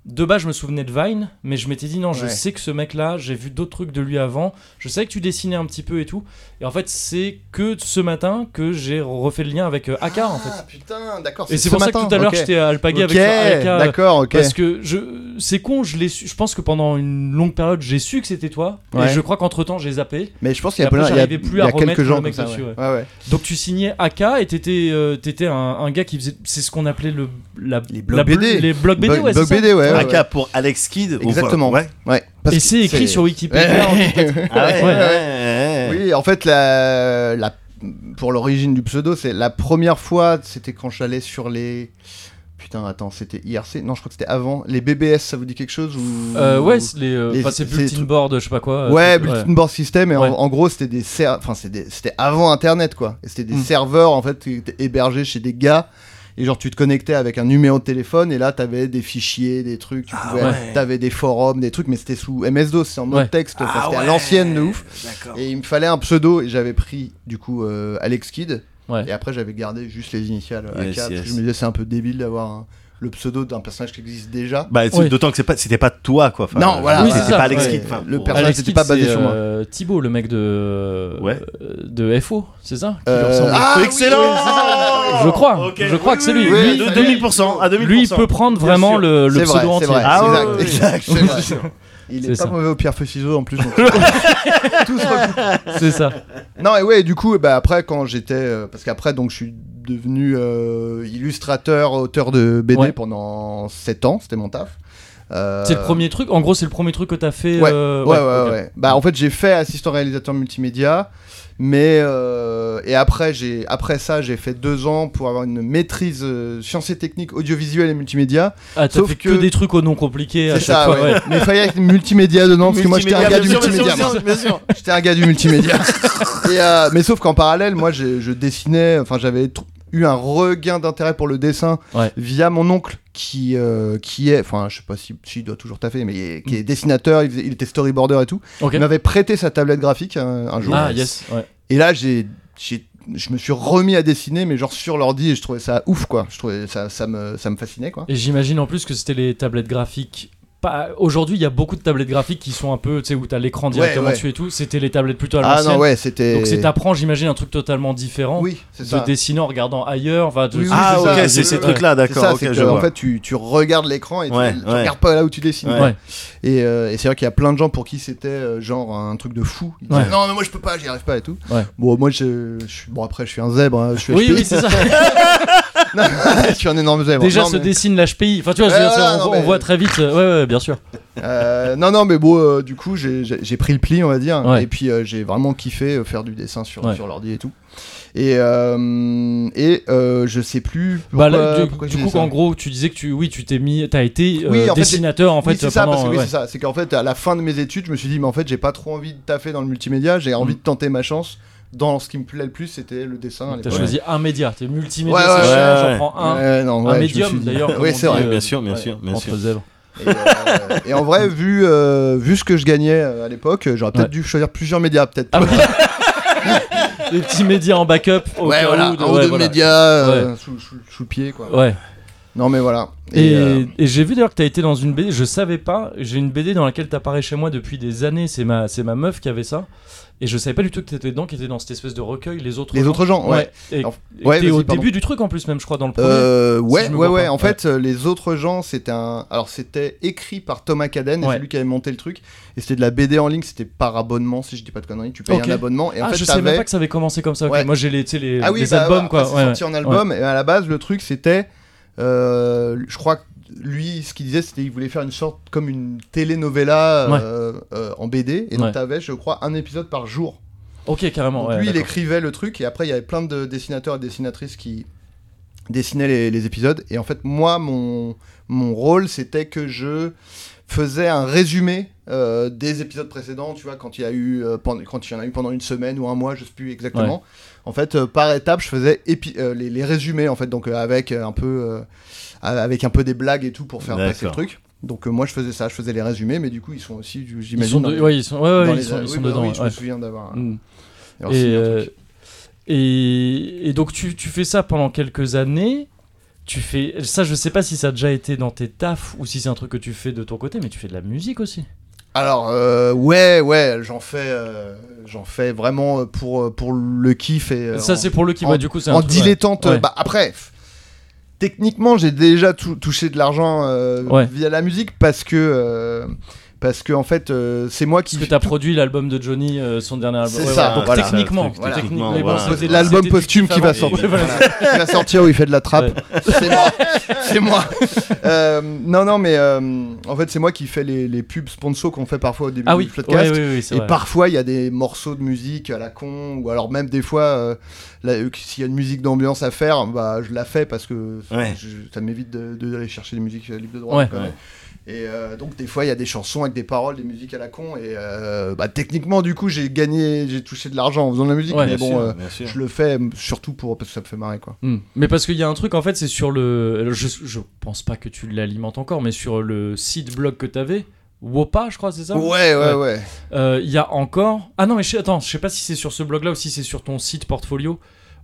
Speaker 3: de base, je me souvenais de Vine, mais je m'étais dit non, je
Speaker 1: Ouais.
Speaker 3: sais que ce mec-là, j'ai vu d'autres trucs de lui avant, je savais que tu dessinais un petit peu et tout. Et en fait, c'est que ce matin que j'ai refait le lien avec euh, Aka en fait.
Speaker 1: Ah putain, d'accord.
Speaker 3: Et c'est pour ça que tout à l'heure j'étais à alpaguer
Speaker 1: Ok,
Speaker 3: avec toi, Alka,
Speaker 1: d'accord, ok.
Speaker 3: Parce que je, c'est con, je l'ai su. Je pense que pendant une longue période, j'ai su que c'était toi.
Speaker 1: Ouais.
Speaker 3: Et je crois qu'entre temps, j'ai zappé.
Speaker 1: Mais je pense qu'il y a
Speaker 3: Après,
Speaker 1: plein, il y a,
Speaker 3: j'arrivais plus
Speaker 1: il y a
Speaker 3: à remettre
Speaker 1: quelques
Speaker 3: le
Speaker 1: gens comme
Speaker 3: mec
Speaker 1: ça.
Speaker 3: dessus,
Speaker 1: ouais.
Speaker 3: ouais.
Speaker 1: Ouais, ouais.
Speaker 3: Donc tu signais AK et t'étais, euh, t'étais un, un gars qui faisait. C'est ce qu'on appelait le, la,
Speaker 1: Les blogs
Speaker 3: la,
Speaker 1: BD.
Speaker 3: Les blogs BD,
Speaker 1: Bug-
Speaker 3: ouais,
Speaker 1: Bug
Speaker 3: c'est ça.
Speaker 1: BD, ouais. ouais,
Speaker 2: Un
Speaker 1: ouais.
Speaker 2: cas pour Alex Kidd. on va-
Speaker 1: Exactement. [laughs]
Speaker 2: Ouais.
Speaker 1: Ouais, parce
Speaker 3: Et
Speaker 1: que [laughs]
Speaker 3: c'est écrit sur Wikipédia. en tout cas.
Speaker 2: Ah ouais,
Speaker 3: Ouais.
Speaker 2: ouais, ouais, ouais.
Speaker 1: Oui, en fait, la, la- pour l'origine du pseudo, c'est la première fois, c'était quand j'allais sur les. Putain, attends, c'était IRC Non, je crois que c'était avant. Les BBS, ça vous dit quelque chose ou...
Speaker 3: Euh, ouais,
Speaker 1: ou-
Speaker 3: c'est les, euh,
Speaker 1: les-
Speaker 3: enfin, c'est
Speaker 1: c'est-
Speaker 3: bulletin board, je sais pas quoi. euh,
Speaker 1: Ouais,
Speaker 3: c'est-
Speaker 1: bulletin board system, et en-
Speaker 3: Ouais.
Speaker 1: en, gros, c'était des ser- enfin, c'était des- c'était avant Internet, quoi. Et C'était des
Speaker 3: Mm.
Speaker 1: serveurs, en fait, qui étaient hébergés chez des gars. Et genre, tu te connectais avec un numéro de téléphone, et là, t'avais des fichiers, des trucs, tu pouvais-
Speaker 2: Ah ouais.
Speaker 1: t'avais des forums, des trucs, mais c'était sous MS-DOS, c'est en mode
Speaker 3: Ouais.
Speaker 1: texte, enfin,
Speaker 2: Ah
Speaker 1: c'était à
Speaker 2: ouais,
Speaker 1: l'ancienne de ouf.
Speaker 2: D'accord.
Speaker 1: Et il me fallait un pseudo, et j'avais pris, du coup, euh, Alex Kidd.
Speaker 3: Ouais.
Speaker 1: Et après, j'avais gardé juste les initiales euh,
Speaker 2: Yes,
Speaker 1: A4.
Speaker 2: yes.
Speaker 1: Je me disais, c'est un peu débile d'avoir un- le pseudo d'un personnage qui existe déjà.
Speaker 2: Bah, c'est-
Speaker 3: Oui.
Speaker 2: d'autant que c'est pas- c'était pas toi, quoi. Enfin,
Speaker 1: Non,
Speaker 2: euh,
Speaker 1: voilà,
Speaker 3: Oui,
Speaker 2: c'était
Speaker 3: c'est ça,
Speaker 2: pas Alex
Speaker 3: ouais.
Speaker 2: Kidd. enfin,
Speaker 1: Le
Speaker 2: pour-
Speaker 1: personnage
Speaker 3: Alex
Speaker 1: n'était
Speaker 3: Kidd,
Speaker 1: pas basé
Speaker 3: c'est,
Speaker 1: sur moi.
Speaker 3: euh, Thibaut, le mec de.
Speaker 2: Ouais.
Speaker 3: euh, De FO, c'est ça Qui lui
Speaker 1: Euh,
Speaker 3: ressemble.
Speaker 1: ah, oui,
Speaker 2: Excellent
Speaker 1: oui, c'est ça.
Speaker 3: Je crois,
Speaker 2: Ok,
Speaker 3: je crois
Speaker 2: oui,
Speaker 3: que c'est
Speaker 2: oui,
Speaker 3: lui.
Speaker 2: oui,
Speaker 1: Lui,
Speaker 2: de
Speaker 1: il-
Speaker 2: 2000%, à 2000%.
Speaker 3: Lui, il peut prendre
Speaker 2: Bien
Speaker 3: vraiment
Speaker 2: sûr.
Speaker 3: le, le
Speaker 1: C'est vrai,
Speaker 3: pseudo
Speaker 1: c'est
Speaker 3: entier.
Speaker 1: vrai,
Speaker 2: Ah
Speaker 1: exact,
Speaker 2: ouais, ouais,
Speaker 1: exact,
Speaker 2: ouais.
Speaker 1: c'est vrai.
Speaker 2: Bien sûr.
Speaker 1: Il
Speaker 3: C'est
Speaker 1: est pas
Speaker 3: ça.
Speaker 1: mauvais au pierre feu ciseaux en plus. donc- euh, [laughs] Tous recoupent.
Speaker 3: C'est ça.
Speaker 1: Euh. non et ouais, et du coup, bah après quand j'étais, euh, parce qu'après donc je suis devenu euh, illustrateur, auteur de BD
Speaker 3: Ouais.
Speaker 1: pendant 7 ans, c'était mon taf. Euh,
Speaker 3: C'est le premier truc. En gros, c'est le premier truc que t'as fait.
Speaker 1: Ouais,
Speaker 3: euh,
Speaker 1: Ouais, ouais, ouais,
Speaker 3: ok.
Speaker 1: Bah en fait j'ai fait assistant réalisateur multimédia, mais euh, et après j'ai après ça j'ai fait deux ans pour avoir une maîtrise euh, sciences et techniques audiovisuelles et multimédia.
Speaker 3: Ah, t'as
Speaker 1: Sauf
Speaker 3: fait que...
Speaker 1: que-
Speaker 3: des trucs au nom compliqué à
Speaker 1: C'est
Speaker 3: chaque
Speaker 1: ça,
Speaker 3: fois.
Speaker 1: ouais.
Speaker 3: ouais.
Speaker 1: [laughs] Mais il fallait avec multimédia dedans parce que moi j'étais un gars du
Speaker 2: Multimédia, bien sûr, bien
Speaker 1: multimédia.
Speaker 2: sûr, bien sûr.
Speaker 1: J'étais un gars du multimédia. Et, euh, mais sauf qu'en parallèle, moi, je, je dessinais. Enfin, j'avais tr- eu un regain d'intérêt pour le dessin
Speaker 3: Ouais.
Speaker 1: via mon oncle qui euh, qui est. Enfin, je sais pas si, si il doit toujours taffer, mais qui est dessinateur. Il, faisait- il était storyboarder et tout.
Speaker 3: Ok.
Speaker 1: Il m'avait prêté sa tablette graphique euh, un jour.
Speaker 3: Ah, yes. ouais.
Speaker 1: Et là, j'ai j'ai- je me suis remis à dessiner, mais genre sur l'ordi, et je trouvais ça ouf, quoi. Je trouvais ça, ça me, ça me fascinait, quoi.
Speaker 3: Et j'imagine en plus que c'était les tablettes graphiques. Pas... Aujourd'hui, il y a beaucoup de tablettes graphiques qui sont un peu, tu sais, où t'as l'écran directement
Speaker 1: ouais.
Speaker 3: dessus et tout. C'était les tablettes plutôt à
Speaker 1: Ah
Speaker 3: l'ancienne.
Speaker 1: non, ouais, c'était.
Speaker 3: Donc, c'est t'apprends, j'imagine, un truc totalement différent
Speaker 1: Oui, c'est
Speaker 3: de
Speaker 1: ça.
Speaker 3: dessiner en regardant ailleurs. Enfin, de...
Speaker 1: Oui, oui,
Speaker 2: Ah,
Speaker 1: c'est ça,
Speaker 2: ok,
Speaker 1: c'est-
Speaker 2: c'est ces
Speaker 1: ouais.
Speaker 2: trucs-là,
Speaker 1: C'est ça,
Speaker 2: d'accord.
Speaker 1: c'est
Speaker 2: Ok,
Speaker 1: que,
Speaker 2: je
Speaker 1: en
Speaker 2: vois.
Speaker 1: fait, tu, tu regardes l'écran et tu-
Speaker 2: Ouais,
Speaker 1: tu,
Speaker 2: ouais.
Speaker 1: regardes pas là où tu dessines.
Speaker 2: Ouais.
Speaker 3: Ouais.
Speaker 1: Et, euh, et c'est vrai qu'il y a plein de gens pour qui c'était euh, genre un truc de fou. Ils disaient,
Speaker 3: Ouais.
Speaker 1: non, mais moi je peux pas, j'y arrive pas et tout.
Speaker 3: Ouais.
Speaker 1: Bon, moi je, je suis. Bon, après, je suis un zèbre, hein, je suis
Speaker 3: Oui,
Speaker 1: HPI.
Speaker 3: oui, c'est ça.
Speaker 1: [laughs] Non, je suis un énorme zèbre.
Speaker 3: Déjà
Speaker 1: non,
Speaker 3: se
Speaker 1: mais,
Speaker 3: dessine l'HPI. Enfin, tu vois, je veux
Speaker 1: Ouais,
Speaker 3: dire,
Speaker 1: voilà,
Speaker 3: on,
Speaker 1: non,
Speaker 3: voit, on
Speaker 1: mais-
Speaker 3: voit très vite. euh, Ouais, ouais, bien sûr.
Speaker 1: euh, non, non, mais bon, euh, du coup, j'ai- j'ai j'ai pris le pli, on va dire.
Speaker 3: Ouais.
Speaker 1: Et puis, euh, j'ai vraiment kiffé euh, faire du dessin sur,
Speaker 3: Ouais.
Speaker 1: sur l'ordi et tout. Et, euh, et euh, je sais plus.
Speaker 3: Bah,
Speaker 1: Pourquoi,
Speaker 3: là, du,
Speaker 1: pourquoi
Speaker 3: du
Speaker 1: je disais
Speaker 3: coup,
Speaker 1: ça.
Speaker 3: en gros, tu disais que tu, oui, tu t'es mis, t'as été euh,
Speaker 1: Oui, en fait,
Speaker 3: dessinateur en fait.
Speaker 1: oui, c'est ça,
Speaker 3: pendant,
Speaker 1: parce que oui,
Speaker 3: ouais.
Speaker 1: c'est ça. C'est qu'en fait, à la fin de mes études, je me suis dit, mais en fait, j'ai pas trop envie de taffer dans le multimédia, j'ai envie de tenter ma chance. Dans ce qui me plaît le plus, c'était le dessin. à
Speaker 3: Mm. T'as
Speaker 1: l'époque.
Speaker 3: choisi un média, t'es multimédia,
Speaker 1: Ouais,
Speaker 3: c'est
Speaker 1: ouais,
Speaker 3: chiant,
Speaker 2: ouais, ouais.
Speaker 3: j'en prends un.
Speaker 1: Ouais, non,
Speaker 3: un
Speaker 1: ouais, je me suis
Speaker 3: médium
Speaker 1: dit- [laughs]
Speaker 3: d'ailleurs.
Speaker 1: oui,
Speaker 3: comme
Speaker 1: c'est
Speaker 3: on dit,
Speaker 1: vrai.
Speaker 2: Bien sûr, bien
Speaker 3: ouais,
Speaker 2: sûr, bien
Speaker 3: entre
Speaker 2: sûr.
Speaker 3: zèbres.
Speaker 1: Et, euh, et en vrai, vu, euh, vu ce que je gagnais euh, à l'époque, j'aurais peut-être
Speaker 3: Ouais.
Speaker 1: dû choisir plusieurs médias, peut-être.
Speaker 3: Ah oui. [laughs] Les petits médias en backup. Au
Speaker 1: ouais,
Speaker 3: cas
Speaker 1: voilà,
Speaker 3: où, de-
Speaker 1: un ou
Speaker 3: ouais,
Speaker 1: deux
Speaker 3: voilà.
Speaker 1: médias euh, sous, sous- sous le pied, quoi.
Speaker 3: Ouais.
Speaker 1: Non, mais voilà.
Speaker 3: Et,
Speaker 1: euh,
Speaker 3: et j'ai vu d'ailleurs que t'as été dans une BD, je savais pas, j'ai une BD dans laquelle t'apparais chez moi depuis des années, c'est ma, c'est ma meuf qui avait ça, et je savais pas du tout que t'étais dedans, qui était dans cette espèce de recueil, les autres
Speaker 1: les
Speaker 3: gens.
Speaker 1: autres gens, ouais.
Speaker 3: Ouais. Et,
Speaker 1: Alors,
Speaker 3: et
Speaker 1: ouais,
Speaker 3: t'es au
Speaker 1: vas-y, pardon.
Speaker 3: début du truc en plus, même je crois, dans le premier.
Speaker 1: Euh, ouais,
Speaker 3: je me
Speaker 1: ouais,
Speaker 3: vois
Speaker 1: ouais.
Speaker 3: pas.
Speaker 1: En fait, euh, les autres gens, c'était un. Alors, c'était écrit par Thomas Caden, et
Speaker 3: Ouais.
Speaker 1: c'est lui qui avait monté le truc. Et c'était de la BD en ligne, c'était par abonnement, si je dis pas de conneries. Tu payes
Speaker 3: Ok.
Speaker 1: un abonnement. Et en
Speaker 3: ah,
Speaker 1: fait,
Speaker 3: je savais même
Speaker 1: t'avais-
Speaker 3: pas que ça avait commencé comme ça. ok.
Speaker 1: Ouais.
Speaker 3: Moi, j'ai les, tu sais, les,
Speaker 1: Ah oui,
Speaker 3: les
Speaker 1: bah,
Speaker 3: albums,
Speaker 1: ouais,
Speaker 3: quoi.
Speaker 1: après,
Speaker 3: Ouais,
Speaker 1: C'est sorti en album. Et à la base, le truc, c'était. euh, je crois que lui, ce qu'il disait, c'était qu'il voulait faire une sorte comme une telenovela euh, euh, en BD. Et donc,
Speaker 3: Ouais.
Speaker 1: t'avais, je crois, un épisode par jour.
Speaker 3: Ok, carrément.
Speaker 1: Donc,
Speaker 3: ouais,
Speaker 1: lui, il
Speaker 3: d'accord.
Speaker 1: écrivait le truc, et après, il y avait plein de dessinateurs et dessinatrices qui dessinaient les, les épisodes. Et en fait, moi, mon, mon rôle, c'était que je faisais un résumé euh, des épisodes précédents, tu vois, quand il y, a eu, euh, pendant- quand il y en a eu pendant une semaine ou un mois, je sais plus exactement. En fait, euh, par étape, je faisais épi- euh, les, les résumés, en fait, donc euh, avec, euh, un peu, euh, avec un peu des blagues et tout pour faire passer le
Speaker 2: D'accord.
Speaker 1: truc. Donc euh, moi, je faisais ça, je faisais les résumés, mais du coup, ils sont aussi,
Speaker 3: Ils
Speaker 1: j'imagine...
Speaker 3: sont,
Speaker 1: dans
Speaker 3: de-
Speaker 1: les-
Speaker 3: ouais, ils sont, ouais, ouais,
Speaker 1: dans
Speaker 3: ils
Speaker 1: les-
Speaker 3: sont, ils
Speaker 1: oui,
Speaker 3: sont
Speaker 1: bah
Speaker 3: dedans.
Speaker 1: oui, je
Speaker 3: ouais.
Speaker 1: me souviens d'avoir... euh,
Speaker 3: Mm.
Speaker 1: d'avoir
Speaker 3: Et,
Speaker 1: signé un truc.
Speaker 3: euh, et, et donc, tu, tu fais ça pendant quelques années. Tu fais ça, je sais pas si ça a déjà été dans tes tafs ou si c'est un truc que tu fais de ton côté, mais tu fais de la musique aussi.
Speaker 1: Alors euh, ouais ouais j'en fais euh, j'en fais vraiment euh, pour euh, pour le kiff et euh,
Speaker 3: ça, c'est pour le qui
Speaker 1: en-
Speaker 3: ouais, du coup, c'est
Speaker 1: en,
Speaker 3: un
Speaker 1: en
Speaker 3: truc,
Speaker 1: dilettante
Speaker 3: ouais.
Speaker 1: euh, bah après pff, techniquement j'ai déjà tou- touché de l'argent euh,
Speaker 3: Ouais.
Speaker 1: via la musique parce que euh, parce que en fait euh, c'est moi qui
Speaker 3: Parce que t'as produit l'album de Johnny, euh, son dernier album.
Speaker 1: C'est ça,
Speaker 3: donc
Speaker 1: voilà.
Speaker 3: techniquement,
Speaker 2: Voilà. Techniquement,
Speaker 3: techniquement, mais bon,
Speaker 2: voilà.
Speaker 3: c'était-
Speaker 1: l'album
Speaker 3: c'était
Speaker 1: posthume qui va
Speaker 3: avant.
Speaker 1: sortir
Speaker 3: Et voilà.
Speaker 1: [laughs] qui va sortir où il fait de la trappe c'est moi c'est moi Euh, non non mais euh, en fait c'est moi qui fais les, les pubs sponsors qu'on fait parfois au début
Speaker 3: Ah oui,
Speaker 1: du
Speaker 3: oui,
Speaker 1: podcast
Speaker 3: oui, oui, c'est
Speaker 1: Et
Speaker 3: vrai.
Speaker 1: parfois, il y a des morceaux de musique à la con, ou alors même des fois, euh, là, euh, s'il y a une musique d'ambiance à faire, bah, je la fais parce que
Speaker 2: Ouais.
Speaker 1: je- ça m'évite de- d'aller chercher des musiques euh, libres de droit.
Speaker 3: Ouais.
Speaker 1: quoi.
Speaker 2: Ouais.
Speaker 1: Et euh, donc, des fois, il y a des chansons avec des paroles, des musiques à la con, et euh, bah, techniquement, du coup, j'ai gagné, j'ai touché de l'argent en faisant de la musique,
Speaker 3: Ouais,
Speaker 1: mais
Speaker 2: Bien
Speaker 1: bon,
Speaker 2: sûr,
Speaker 1: euh,
Speaker 2: bien sûr.
Speaker 1: je le fais surtout pour, parce que ça me fait marrer, quoi.
Speaker 3: Hmm. Mais parce qu'il y a un truc, en fait, c'est sur le. Je, je pense pas que tu l'alimentes encore, mais sur le site blog que t'avais, Wopa, je crois, c'est ça
Speaker 1: Ouais, ouais,
Speaker 3: Ouais.
Speaker 1: ouais.
Speaker 3: Euh, Il y a encore. Ah non, mais je sais- attends, je sais pas si c'est sur ce blog-là ou si c'est sur ton site portfolio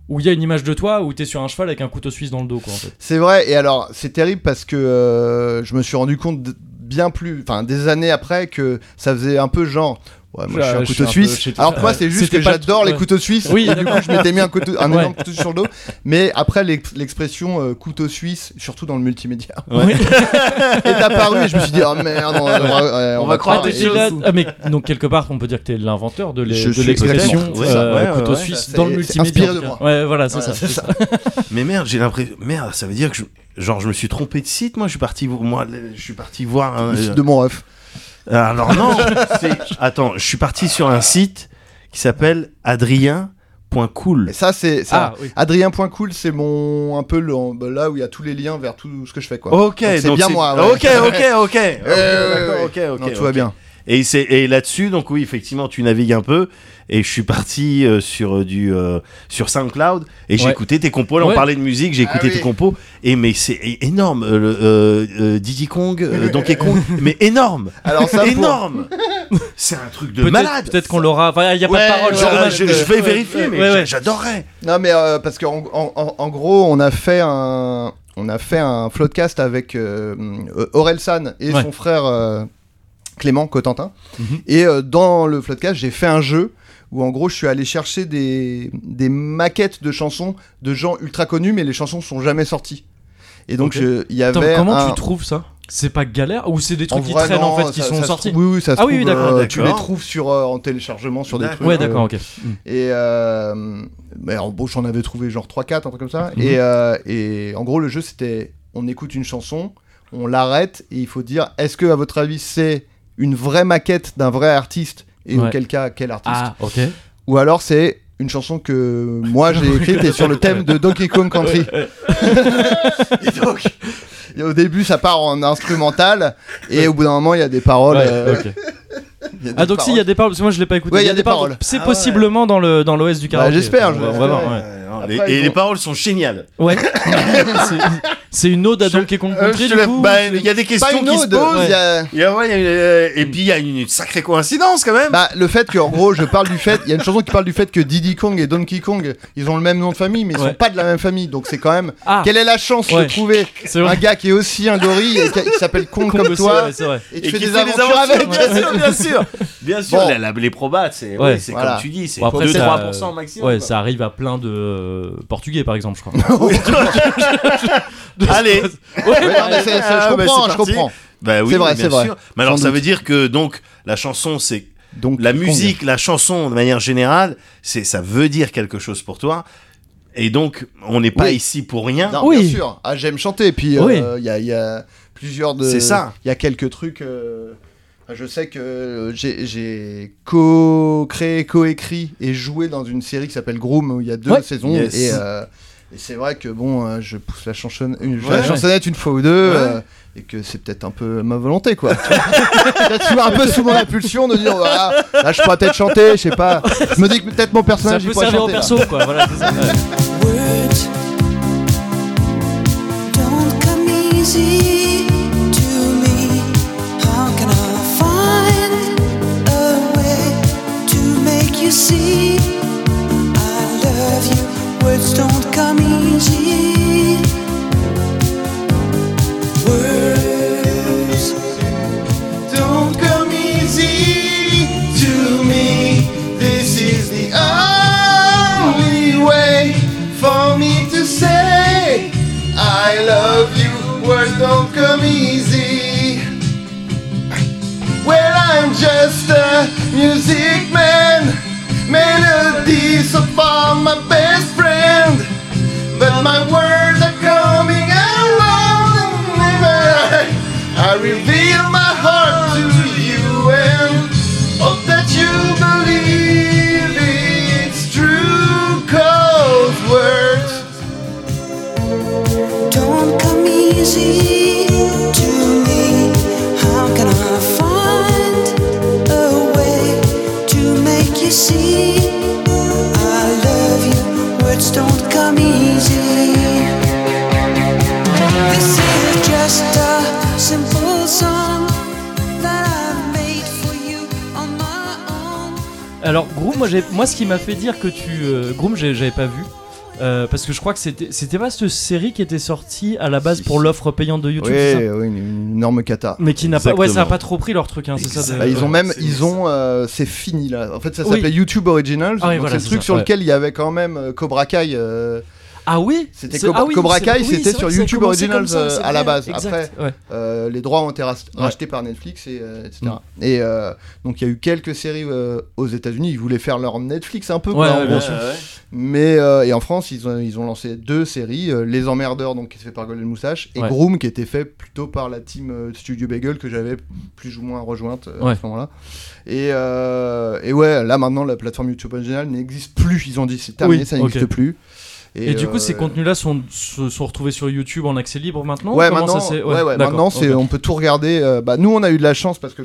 Speaker 3: où il y a une image de toi où t'es sur un cheval avec un couteau suisse dans le dos, quoi, en fait.
Speaker 1: C'est vrai, et alors c'est terrible parce que euh, je me suis rendu compte de- bien plus, enfin des années après, que ça faisait un peu genre. Ouais, moi je suis
Speaker 3: Ah,
Speaker 1: un
Speaker 3: je
Speaker 1: couteau
Speaker 3: suis un peu-
Speaker 1: suisse.
Speaker 3: j'étais-
Speaker 1: Alors que moi,
Speaker 3: ouais.
Speaker 1: c'est juste
Speaker 3: C'était
Speaker 1: que
Speaker 3: pas le
Speaker 1: j'adore
Speaker 3: truc,
Speaker 1: les
Speaker 3: ouais.
Speaker 1: couteaux suisses.
Speaker 3: Oui,
Speaker 1: et du coup,
Speaker 3: d'accord.
Speaker 1: je m'étais mis un, couteau, un
Speaker 3: Ouais.
Speaker 1: énorme couteau sur le dos. Mais après, l'ex- l'expression euh, couteau suisse, surtout dans le multimédia,
Speaker 2: Ouais.
Speaker 1: [laughs] est apparue et je me suis dit, oh merde, on, va- ouais,
Speaker 2: On va croire
Speaker 3: Ah,
Speaker 2: des
Speaker 3: t'es
Speaker 2: choses.
Speaker 3: là- ah, mais [laughs] donc quelque part, on peut dire que t'es l'inventeur de l'e-
Speaker 1: Je
Speaker 3: de
Speaker 1: suis
Speaker 3: l'expression
Speaker 1: exactement-
Speaker 2: ouais,
Speaker 3: euh,
Speaker 2: ouais, ouais,
Speaker 3: couteau
Speaker 2: ouais,
Speaker 3: suisse
Speaker 1: ça,
Speaker 3: dans le
Speaker 1: c'est-
Speaker 3: multimédia.
Speaker 1: c'est inspiré de
Speaker 3: en tout
Speaker 1: moi.
Speaker 3: cas. Ouais, voilà, c'est
Speaker 1: Voilà,
Speaker 3: ça.
Speaker 1: c'est ça.
Speaker 2: Mais merde, j'ai l'impression. Merde, ça veut dire que je. Genre, je me suis trompé de site, moi, je suis parti, vo- moi, je suis parti voir. un- euh,
Speaker 1: de mon ref.
Speaker 2: Alors, non, c'est- Attends, je suis parti sur un site qui s'appelle adrien.cool.
Speaker 1: Et ça, c'est ça.
Speaker 3: Ah, oui.
Speaker 1: Adrien.cool, c'est mon un peu le- bah, là où il y a tous les liens vers tout ce que je fais,
Speaker 3: Oh.
Speaker 1: quoi.
Speaker 2: Ok,
Speaker 1: c'est
Speaker 2: donc Ah,
Speaker 1: bien moi, [laughs] ouais.
Speaker 2: Ok, ok, ok. Ok, d'accord,
Speaker 1: ouais,
Speaker 2: ok, ok,
Speaker 1: non, tout
Speaker 2: ok.
Speaker 1: va bien.
Speaker 2: Et, c'est- et là-dessus, donc oui, effectivement, tu navigues un peu. Et je suis parti euh, sur euh, du euh, sur SoundCloud et j'ai
Speaker 3: Ouais.
Speaker 2: écouté tes compos. Là, on
Speaker 3: Ouais.
Speaker 2: parlait de musique, j'ai
Speaker 1: Ah
Speaker 2: écouté
Speaker 1: oui.
Speaker 2: tes compos. Et mais c'est é- énorme, euh, le, euh, euh, Diddy Kong, euh, Donkey Kong,
Speaker 3: [laughs]
Speaker 2: mais énorme,
Speaker 1: Alors ça, pour-
Speaker 2: énorme. c'est un truc de
Speaker 3: Peut-être-
Speaker 2: malade.
Speaker 3: Peut-être qu'on l'aura. Enfin, il y a
Speaker 2: Ouais,
Speaker 3: pas de parole.
Speaker 2: genre,
Speaker 3: sur
Speaker 2: bah,
Speaker 3: le-
Speaker 2: je, je vais
Speaker 3: Ouais,
Speaker 2: vérifier,
Speaker 3: ouais,
Speaker 2: mais
Speaker 3: ouais,
Speaker 2: j'a-
Speaker 3: ouais.
Speaker 2: j'adorerais.
Speaker 1: Non mais euh, parce qu'en en, en- en gros on a fait un on a fait un floodcast avec euh, euh, Aurel San et
Speaker 3: Ouais.
Speaker 1: son frère euh, Clément Cotentin
Speaker 3: Mhm.
Speaker 1: et euh, dans le floodcast j'ai fait un jeu où en gros je suis allé chercher des, des maquettes de chansons de gens ultra connus mais les chansons sont jamais sorties et donc
Speaker 3: Ok.
Speaker 1: je- il y
Speaker 3: Attends,
Speaker 1: avait
Speaker 3: mais comment
Speaker 1: un-
Speaker 3: tu trouves ça C'est pas galère Ou c'est des
Speaker 1: en
Speaker 3: trucs qui
Speaker 1: vrai,
Speaker 3: traînent en
Speaker 1: non,
Speaker 3: fait qui
Speaker 1: ça-
Speaker 3: sont
Speaker 1: ça se
Speaker 3: sortis
Speaker 1: trouve- oui, oui, ça se
Speaker 3: Ah oui, oui,
Speaker 1: trouve,
Speaker 3: d'accord,
Speaker 1: euh, tu les
Speaker 2: d'accord.
Speaker 1: trouves sur, euh, en téléchargement sur des
Speaker 2: D'accord.
Speaker 1: trucs.
Speaker 3: Ouais,
Speaker 1: euh, [laughs]
Speaker 3: d'accord, ok.
Speaker 1: Et euh, mais en gros, j'en avais trouvé genre 3-4, un truc comme ça.
Speaker 3: Mhm.
Speaker 1: Et, euh, et en gros, le jeu, c'était on écoute une chanson, on l'arrête et il faut dire est-ce que, à votre avis, c'est une vraie maquette d'un vrai artiste Et
Speaker 3: Ouais.
Speaker 1: auquel cas, quel artiste
Speaker 3: Ah, ok.
Speaker 1: Ou alors, c'est une chanson que moi
Speaker 3: [laughs]
Speaker 1: j'ai écrite et sur le thème de Donkey Kong Country. et donc, et au début, ça part en instrumental et au bout d'un moment, il y a des paroles.
Speaker 3: Ouais,
Speaker 1: euh,
Speaker 3: ok.
Speaker 1: il y a des
Speaker 3: Ah, donc si, il y a des paroles, parce que moi je l'ai pas écouté.
Speaker 1: Ouais,
Speaker 3: Il y a des paroles. C'est
Speaker 2: Ah ouais.
Speaker 3: possiblement dans le dans l'OS du karaoké.
Speaker 1: Bah, j'espère,
Speaker 3: On va-
Speaker 1: j'espère.
Speaker 3: Vraiment, ouais.
Speaker 2: Et-
Speaker 1: Après,
Speaker 2: Euh, et
Speaker 1: ils
Speaker 2: les
Speaker 1: vont-
Speaker 2: paroles sont géniales.
Speaker 3: Ouais. [laughs] C'est- C'est une ode à Donkey Kong
Speaker 1: euh,
Speaker 3: Country,
Speaker 1: je te
Speaker 3: du
Speaker 1: la-
Speaker 3: coup
Speaker 2: Bah, il y a des
Speaker 1: Pas
Speaker 2: questions
Speaker 1: une
Speaker 2: qui se
Speaker 1: ode,
Speaker 2: posent.
Speaker 1: il y a-
Speaker 2: Il y a- ouais, il y a une- euh, et puis il y a une, une sacrée coïncidence quand même.
Speaker 1: Bah, le fait que, en gros, je parle du fait, il y a une chanson qui parle du fait que Diddy Kong et Donkey Kong, ils ont le même nom de famille, mais ils
Speaker 3: Ouais.
Speaker 1: sont pas de la même famille. Donc c'est quand même.
Speaker 3: Ah,
Speaker 1: Quelle est la chance de
Speaker 3: Ouais.
Speaker 1: trouver
Speaker 3: c'est
Speaker 1: un
Speaker 3: vrai.
Speaker 1: gars qui est aussi un gorille et qui, qui s'appelle Kong
Speaker 3: Kong
Speaker 1: comme
Speaker 3: aussi,
Speaker 1: toi
Speaker 3: ouais, c'est vrai.
Speaker 1: et tu
Speaker 2: Et
Speaker 1: fais
Speaker 2: qui
Speaker 1: des
Speaker 2: fait
Speaker 1: aventures avec
Speaker 2: bien sûr, bien sûr, bien sûr.
Speaker 1: Bon.
Speaker 2: La- la- les probates, c'est
Speaker 3: Ouais,
Speaker 2: oui, c'est
Speaker 1: voilà.
Speaker 2: comme tu dis, c'est
Speaker 3: Bon, après,
Speaker 2: 2-3% maximum.
Speaker 3: Ouais,
Speaker 2: quoi.
Speaker 3: ça arrive à plein de euh, portugais par exemple, je crois.
Speaker 2: [laughs]
Speaker 1: [laughs]
Speaker 2: Allez,
Speaker 1: Ouais, non, mais c'est- c'est-
Speaker 2: Ah,
Speaker 1: je
Speaker 2: bah,
Speaker 1: comprends,
Speaker 2: c'est
Speaker 1: je
Speaker 2: parti.
Speaker 1: comprends.
Speaker 2: bah oui,
Speaker 1: C'est vrai,
Speaker 2: bien
Speaker 1: c'est vrai.
Speaker 2: sûr. Mais alors,
Speaker 1: Sans
Speaker 2: ça
Speaker 1: doute.
Speaker 2: veut dire que donc la chanson, c'est
Speaker 1: Donc
Speaker 2: la
Speaker 1: Kong.
Speaker 2: musique, la chanson de manière générale, c'est ça veut dire quelque chose pour toi. Et donc, on n'est pas
Speaker 1: Oui.
Speaker 2: ici pour rien.
Speaker 1: Non,
Speaker 3: Oui.
Speaker 1: bien sûr. Ah, j'aime chanter. Et puis, euh,
Speaker 3: Oui.
Speaker 1: il y, a, il y a plusieurs de.
Speaker 2: C'est ça.
Speaker 1: Il y a quelques trucs. euh, enfin, Je sais que euh, j'ai- j'ai co-créé, co-écrit et joué dans une série qui s'appelle Groom où il y a deux
Speaker 3: Ouais.
Speaker 1: saisons.
Speaker 2: Yes.
Speaker 1: Et, euh, et c'est vrai que bon, euh, je pousse la, chanson... une-
Speaker 2: Ouais.
Speaker 1: la chansonnette une fois ou deux
Speaker 2: Ouais.
Speaker 1: euh, et que c'est peut-être un peu ma volonté quoi. [laughs] peut-être sous- un peu sous mon impulsion de dire voilà, là je pourrais peut-être chanter, je sais pas. Je me dis que peut-être mon
Speaker 3: Ça
Speaker 1: personnage il
Speaker 3: peut
Speaker 1: pourrait
Speaker 3: servir en
Speaker 1: chanter. là.
Speaker 3: perso quoi, voilà, c'est ça. ouais.
Speaker 4: Words don't come easy to me. How can I find a way to make you see I love you? Words don't come easy. Words
Speaker 1: Don't come easy to me. This is the only way for me to say I love you. Words don't come easy. Well, I'm just a music man. Melodies are for my best friend. But my words are coming out. I, I reveal my heart to you and hope that you believe it's true. Cause words
Speaker 4: Don't come easy to me. How can I find a way to make you see? I love you. Words don't come easy. This is just a simple song that I made for you on my own.
Speaker 3: Alors Groom, moi, j'ai- moi ce qui m'a fait dire que tu... euh, Groom, j'ai- j'avais pas vu. euh, parce que je crois que c'était c'était pas cette série qui était sortie à la base
Speaker 1: Si,
Speaker 3: pour
Speaker 1: si.
Speaker 3: l'offre payante de YouTube, c'est ça
Speaker 1: Oui, oui, une, une énorme cata.
Speaker 3: mais qui n'a pas, ouais, ça
Speaker 2: Exactement.
Speaker 3: a pas trop pris leur truc, hein, c'est ça. de-
Speaker 1: Bah, ils ont même,
Speaker 2: c'est-
Speaker 1: ils ont, euh, c'est fini là. En fait, ça
Speaker 3: Oui.
Speaker 1: s'appelait YouTube Originals.
Speaker 3: Ah oui,
Speaker 1: donc
Speaker 3: voilà,
Speaker 1: c'est
Speaker 3: c'est
Speaker 1: le truc
Speaker 3: ça,
Speaker 1: sur
Speaker 3: ouais.
Speaker 1: lequel il y avait quand même euh, Cobra Kai. euh,
Speaker 3: Ah oui,
Speaker 1: C'était
Speaker 3: c'est-
Speaker 1: Cobra-
Speaker 3: ah oui,
Speaker 1: Cobra
Speaker 3: c'est-
Speaker 1: Kai,
Speaker 3: oui,
Speaker 1: c'était
Speaker 3: c'est
Speaker 1: sur
Speaker 3: vrai que ça a
Speaker 1: YouTube
Speaker 3: commencé comme
Speaker 1: Originals,
Speaker 3: ça,
Speaker 1: euh,
Speaker 3: c'est
Speaker 1: à la
Speaker 3: vrai,
Speaker 1: bas,
Speaker 3: exact,
Speaker 1: après.
Speaker 3: ouais.
Speaker 1: euh, les droits ont été ras-
Speaker 3: Ouais.
Speaker 1: rachetés par Netflix et euh, etc.
Speaker 3: Mm.
Speaker 1: Et euh, donc il y a eu quelques séries euh, aux États-Unis. Ils voulaient faire leur Netflix un peu. quoi,
Speaker 3: Ouais,
Speaker 1: en
Speaker 3: ouais,
Speaker 1: gros.
Speaker 3: bien sûr.
Speaker 1: Mais euh, et en France, ils ont, ils ont lancé deux séries, euh, Les Emmerdeurs, donc qui est fait par Golden Moustache, et
Speaker 3: Ouais.
Speaker 1: Groom, qui était fait plutôt par la team euh, Studio Bagel que j'avais plus ou moins rejointe euh,
Speaker 3: Ouais.
Speaker 1: à ce moment-là. Et, euh, et ouais, là maintenant, la plateforme YouTube Original n'existe plus. Ils ont dit c'est terminé,
Speaker 3: Oui,
Speaker 1: ça n'existe
Speaker 3: ok.
Speaker 1: plus.
Speaker 3: Et, du coup,
Speaker 1: euh,
Speaker 3: ces contenus-là sont, se sont retrouvés sur YouTube en accès libre maintenant
Speaker 1: Ouais,
Speaker 3: Comment ça
Speaker 1: maintenant,
Speaker 3: s'est-
Speaker 1: ouais, ouais,
Speaker 3: d'accord,
Speaker 1: maintenant c'est,
Speaker 3: ok.
Speaker 1: on peut tout regarder. euh, bah, nous, on a eu de la chance parce que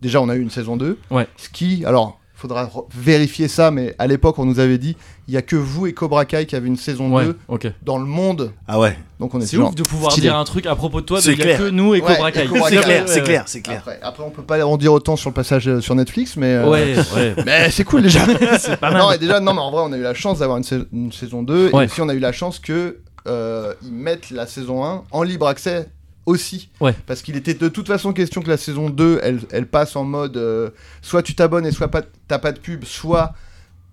Speaker 1: déjà, on a eu une saison 2.
Speaker 3: Ouais.
Speaker 1: Ce qui, alors, faudra re- vérifier ça, mais à l'époque, on nous avait dit il y a que vous et Cobra Kai qui avez une saison
Speaker 3: Ouais,
Speaker 1: 2
Speaker 3: ok.
Speaker 1: dans le monde.
Speaker 2: Ah ouais.
Speaker 1: Donc on est
Speaker 3: C'est
Speaker 1: genre-
Speaker 3: ouf de pouvoir
Speaker 1: stylé.
Speaker 3: dire un truc à propos de toi, de
Speaker 2: C'est
Speaker 3: il y a
Speaker 2: clair.
Speaker 3: que nous et
Speaker 1: Ouais,
Speaker 3: Cobra
Speaker 1: et
Speaker 3: Kai.
Speaker 1: Cobra
Speaker 2: C'est
Speaker 1: Kai,
Speaker 2: clair,
Speaker 1: ouais,
Speaker 2: c'est
Speaker 1: ouais.
Speaker 2: clair, c'est clair.
Speaker 1: Après, après, on peut pas en dire autant sur le passage euh, sur Netflix, mais. euh,
Speaker 3: Ouais, ouais.
Speaker 1: Mais c'est cool déjà.
Speaker 3: [laughs] c'est pas mal.
Speaker 1: non, et déjà, non, mais en vrai, on a eu la chance d'avoir une, sais- une saison 2.
Speaker 3: Ouais.
Speaker 1: Et aussi, on a eu la chance que euh, ils mettent la saison 1 en libre accès aussi.
Speaker 3: Ouais.
Speaker 1: Parce qu'il était de toute façon question que la saison 2, elle, elle passe en mode euh, soit tu t'abonnes et soit pas- t'as pas de pub, soit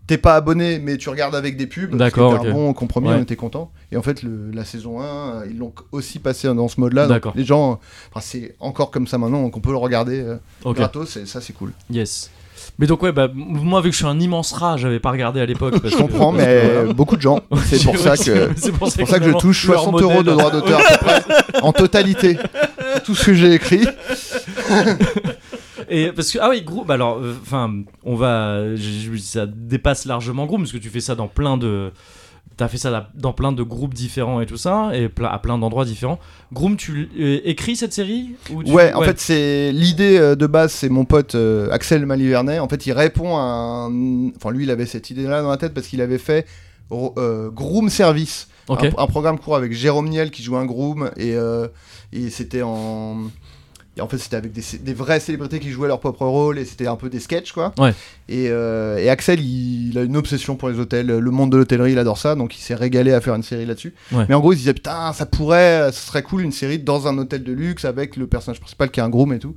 Speaker 1: t'es pas abonné mais tu regardes avec des pubs.
Speaker 3: D'accord,
Speaker 1: C'était un
Speaker 3: ok.
Speaker 1: bon compromis,
Speaker 3: Ouais.
Speaker 1: on était content. Et en fait, le- la saison 1, euh, ils l'ont aussi passé dans ce mode-là. Donc
Speaker 3: D'accord.
Speaker 1: Les gens, euh, enfin, c'est encore comme ça maintenant, donc on peut le regarder euh,
Speaker 3: Ok,
Speaker 1: gratos et ça, c'est cool.
Speaker 3: yes. Mais donc, ouais, bah, m- moi, vu que je suis un immense rat, j'avais pas regardé à l'époque. parce
Speaker 1: Je
Speaker 3: que- [laughs]
Speaker 1: comprends,
Speaker 3: parce
Speaker 1: mais
Speaker 3: que-
Speaker 1: beaucoup de gens. [laughs] C'est pour ça que.
Speaker 3: [laughs] c'est pour
Speaker 1: C'est pour ça que je
Speaker 3: finalement,
Speaker 1: touche
Speaker 3: leur
Speaker 1: 60 euros de
Speaker 3: modèle-
Speaker 1: droits d'auteur à peu près, en totalité. C'est Tout ce que j'ai écrit.
Speaker 3: Et parce que ah oui, Groom. Alors, enfin, on va. je- je- ça dépasse largement Groom parce que tu fais ça dans plein de. T'as fait ça da- dans plein de groupes différents et tout ça, et ple- à plein d'endroits différents. Groom, tu l- euh, écris cette série ou tu-
Speaker 1: Ouais, en fait, c'est l'idée euh, de base, c'est mon pote euh, Axel Malivernet. En fait, il répond à un. Enfin, lui, il avait cette idée-là dans la tête parce qu'il avait fait ro- euh, Groom Service,
Speaker 3: Ok.
Speaker 1: un, un programme court avec Jérôme Niel qui joue un groom et, euh, et c'était en. et en fait, c'était avec des, cé- des vraies célébrités qui jouaient leur propre rôle et c'était un peu des sketchs, quoi.
Speaker 3: Ouais.
Speaker 1: Et, euh, et Axel, il, il a une obsession pour les hôtels, le monde de l'hôtellerie, il adore ça, donc il s'est régalé à faire une série là-dessus.
Speaker 3: Ouais.
Speaker 1: Mais en gros, il se disait putain, ça pourrait, ce serait cool une série dans un hôtel de luxe avec le personnage principal qui est un groom et tout.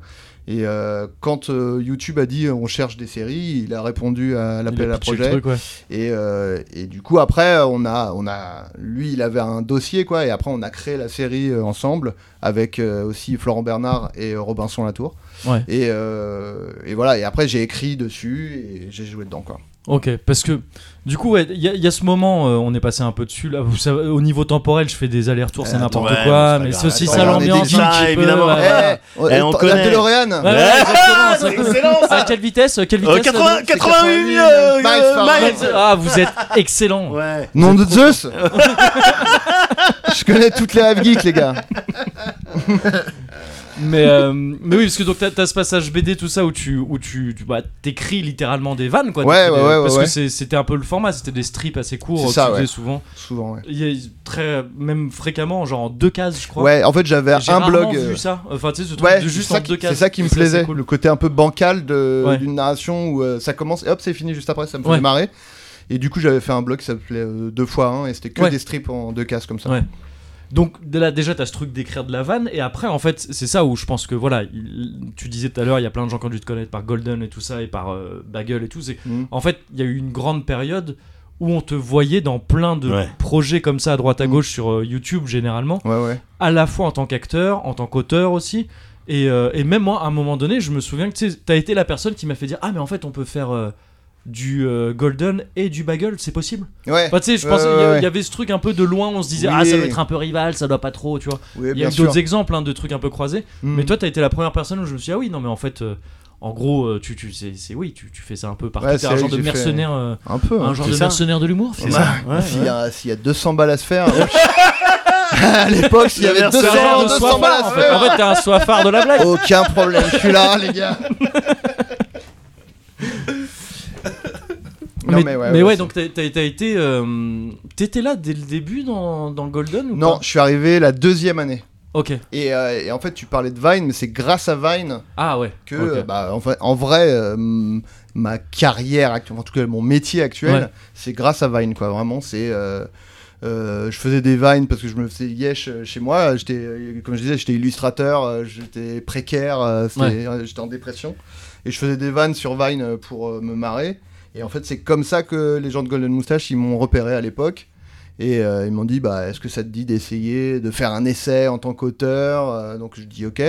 Speaker 1: Et euh, quand euh, YouTube a dit euh, on cherche des séries, il a répondu à
Speaker 3: Il a
Speaker 1: l'appel à
Speaker 3: pitché le
Speaker 1: projet.
Speaker 3: truc, ouais.
Speaker 1: Et, euh, et du coup, après, on a, on a, lui, il avait un dossier, quoi, et après, on a créé la série euh, ensemble, avec euh, aussi Florent Bernard et euh, Robinson Latour.
Speaker 3: Ouais.
Speaker 1: Et, euh, et voilà, et après, j'ai écrit dessus et j'ai joué dedans, quoi.
Speaker 3: Ok, parce que du coup, ouais, il y, a- il y a ce moment, euh, on est passé un peu dessus. Là, vous savez, au niveau temporel, je fais des allers-retours, c'est
Speaker 1: Euh,
Speaker 3: n'importe
Speaker 2: attends, ouais,
Speaker 3: quoi,
Speaker 2: mais
Speaker 3: mais
Speaker 2: c'est pas
Speaker 3: c'est aussi
Speaker 1: grave.
Speaker 3: ça
Speaker 1: Attends, on est
Speaker 3: l'ambiance.
Speaker 1: des
Speaker 3: un petit
Speaker 2: geeks,
Speaker 3: peu,
Speaker 2: évidemment.
Speaker 3: ouais, ouais.
Speaker 1: Eh, ouais,
Speaker 2: Eh, on
Speaker 1: la
Speaker 2: connaît.
Speaker 1: DeLorean
Speaker 3: Ouais, ouais, exactement.
Speaker 2: c'est excellent
Speaker 3: À
Speaker 2: ça.
Speaker 3: Ah, quelle vitesse Quelle
Speaker 2: Euh,
Speaker 3: vitesse
Speaker 2: 80, 81
Speaker 1: Miles
Speaker 2: euh,
Speaker 1: Farmer.
Speaker 2: euh, Miles.
Speaker 3: Ah, vous êtes excellent.
Speaker 2: Ouais.
Speaker 1: Nom de
Speaker 3: [laughs]
Speaker 1: Zeus Je connais toutes les Have Geeks, les gars.
Speaker 3: Mais, euh, mais oui, parce que donc t'as, t'as ce passage BD, tout ça, où tu, où tu, tu- bah, t'écris littéralement des vannes, quoi.
Speaker 1: Ouais,
Speaker 3: T'écris
Speaker 1: ouais,
Speaker 3: des-
Speaker 1: ouais,
Speaker 3: Parce
Speaker 1: ouais, ouais.
Speaker 3: que c'est- c'était un peu le format, c'était des strips assez courts,
Speaker 1: C'est
Speaker 3: euh, que
Speaker 1: ça,
Speaker 3: tu faisais
Speaker 1: ouais.
Speaker 3: souvent.
Speaker 1: Souvent, ouais.
Speaker 3: Il y a très, même fréquemment, genre en deux cases, je crois.
Speaker 1: Ouais, en fait, j'avais
Speaker 3: J'ai
Speaker 1: un
Speaker 3: rarement
Speaker 1: blog. euh,
Speaker 3: vu ça. Enfin, tu sais, ce truc
Speaker 1: Ouais,
Speaker 3: de juste
Speaker 1: c'est ça
Speaker 3: en
Speaker 1: qui-
Speaker 3: deux cases.
Speaker 1: C'est ça qui me
Speaker 3: Ça, c'est
Speaker 1: plaisait,
Speaker 3: cool.
Speaker 1: le côté un peu bancal de-
Speaker 3: Ouais.
Speaker 1: d'une narration où euh, ça commence et hop, c'est fini juste après, ça me fait
Speaker 3: Ouais.
Speaker 1: marrer. Et du coup, j'avais fait un blog qui s'appelait euh, 2 x 1 et c'était que
Speaker 3: Ouais.
Speaker 1: des strips en deux cases comme ça.
Speaker 3: Ouais. Donc de là déjà t'as ce truc d'écrire de la vanne et après en fait c'est ça où je pense que voilà il- tu disais tout à l'heure il y a plein de gens qui ont dû te connaître par Golden et tout ça et par euh, Bagel et tout c'est
Speaker 1: Mhm.
Speaker 3: en fait il y a eu une grande période où on te voyait dans plein de
Speaker 2: Ouais.
Speaker 3: projets comme ça à droite à
Speaker 1: Mhm.
Speaker 3: gauche sur euh, YouTube généralement
Speaker 1: Ouais, ouais.
Speaker 3: à la fois en tant qu'acteur en tant qu'auteur aussi Et, euh, et même moi, à un moment donné, je me souviens que tu sais, t'as été la personne qui m'a fait dire Ah, mais en fait, on peut faire euh, du euh, golden et du bagel, c'est possible.
Speaker 1: Ouais,
Speaker 3: Enfin, Bah, tu sais, je
Speaker 1: Ouais,
Speaker 3: pense qu'il y
Speaker 1: ouais,
Speaker 3: a-
Speaker 1: ouais.
Speaker 3: il y avait ce truc un peu de loin, on se disait
Speaker 1: Oui.
Speaker 3: Ah, ça doit être un peu rival, ça doit pas trop, tu vois.
Speaker 1: oui,
Speaker 3: Il y a
Speaker 1: bien
Speaker 3: eu d'autres
Speaker 1: sûr.
Speaker 3: exemples hein, de trucs un peu croisés.
Speaker 1: Mm.
Speaker 3: Mais toi, t'as été la première personne où je me suis dit Ah, oui, non, mais en fait, euh, en gros, euh, tu, tu, c'est, c'est- oui, tu, tu fais ça un peu par
Speaker 1: Ouais,
Speaker 3: t'es
Speaker 1: c'est
Speaker 3: un genre
Speaker 1: vrai
Speaker 3: de
Speaker 1: que j'ai fait-
Speaker 3: mercenaire. euh,
Speaker 1: Un peu. hein. Ah,
Speaker 3: un genre
Speaker 2: c'est
Speaker 3: de
Speaker 2: ça.
Speaker 3: mercenaire de l'humour,
Speaker 2: C'est
Speaker 3: frère.
Speaker 2: ça. Ouais,
Speaker 1: S'il
Speaker 2: ouais.
Speaker 1: y, a- s'il y a 200 balles à se faire. [laughs] à l'époque, s'il y
Speaker 2: Le
Speaker 1: avait
Speaker 2: mercenaire
Speaker 1: 200,
Speaker 2: de
Speaker 3: T'es un
Speaker 1: 200 balles
Speaker 3: soifard,
Speaker 1: à
Speaker 3: en
Speaker 1: se
Speaker 3: fait. En
Speaker 1: faire.
Speaker 3: fait, t'es un soifard de la blague.
Speaker 1: Aucun problème, je suis là, les
Speaker 3: [laughs]
Speaker 1: gars. Non, mais, ouais. ouais,
Speaker 3: donc t'as t'as- t'as été. euh, T'étais là dès le début dans, dans Golden ou
Speaker 1: Non,
Speaker 3: pas
Speaker 1: je suis arrivé la deuxième année.
Speaker 3: Ok.
Speaker 1: Et, euh, et en fait, tu parlais de Vine, mais c'est grâce à Vine
Speaker 3: Ah ouais.
Speaker 1: que,
Speaker 3: ok.
Speaker 1: euh, bah, en, fait- en vrai, euh, m- ma carrière actuelle, en tout cas mon métier actuel,
Speaker 3: Ouais.
Speaker 1: c'est grâce à Vine, quoi. Vraiment, c'est. euh, euh, je faisais des vines parce que je me faisais yesh euh, chez moi. J'étais, euh, comme je disais, j'étais illustrateur, euh, j'étais précaire, euh, c'était-
Speaker 3: Ouais.
Speaker 1: euh, j'étais en dépression. Et je faisais des vannes sur Vine euh, pour euh, me marrer. Et en fait, c'est comme ça que les gens de Golden Moustache, ils m'ont repéré à l'époque. Et euh, ils m'ont dit, bah, est-ce que ça te dit d'essayer de faire un essai en tant qu'auteur Euh, Donc je dis, ok.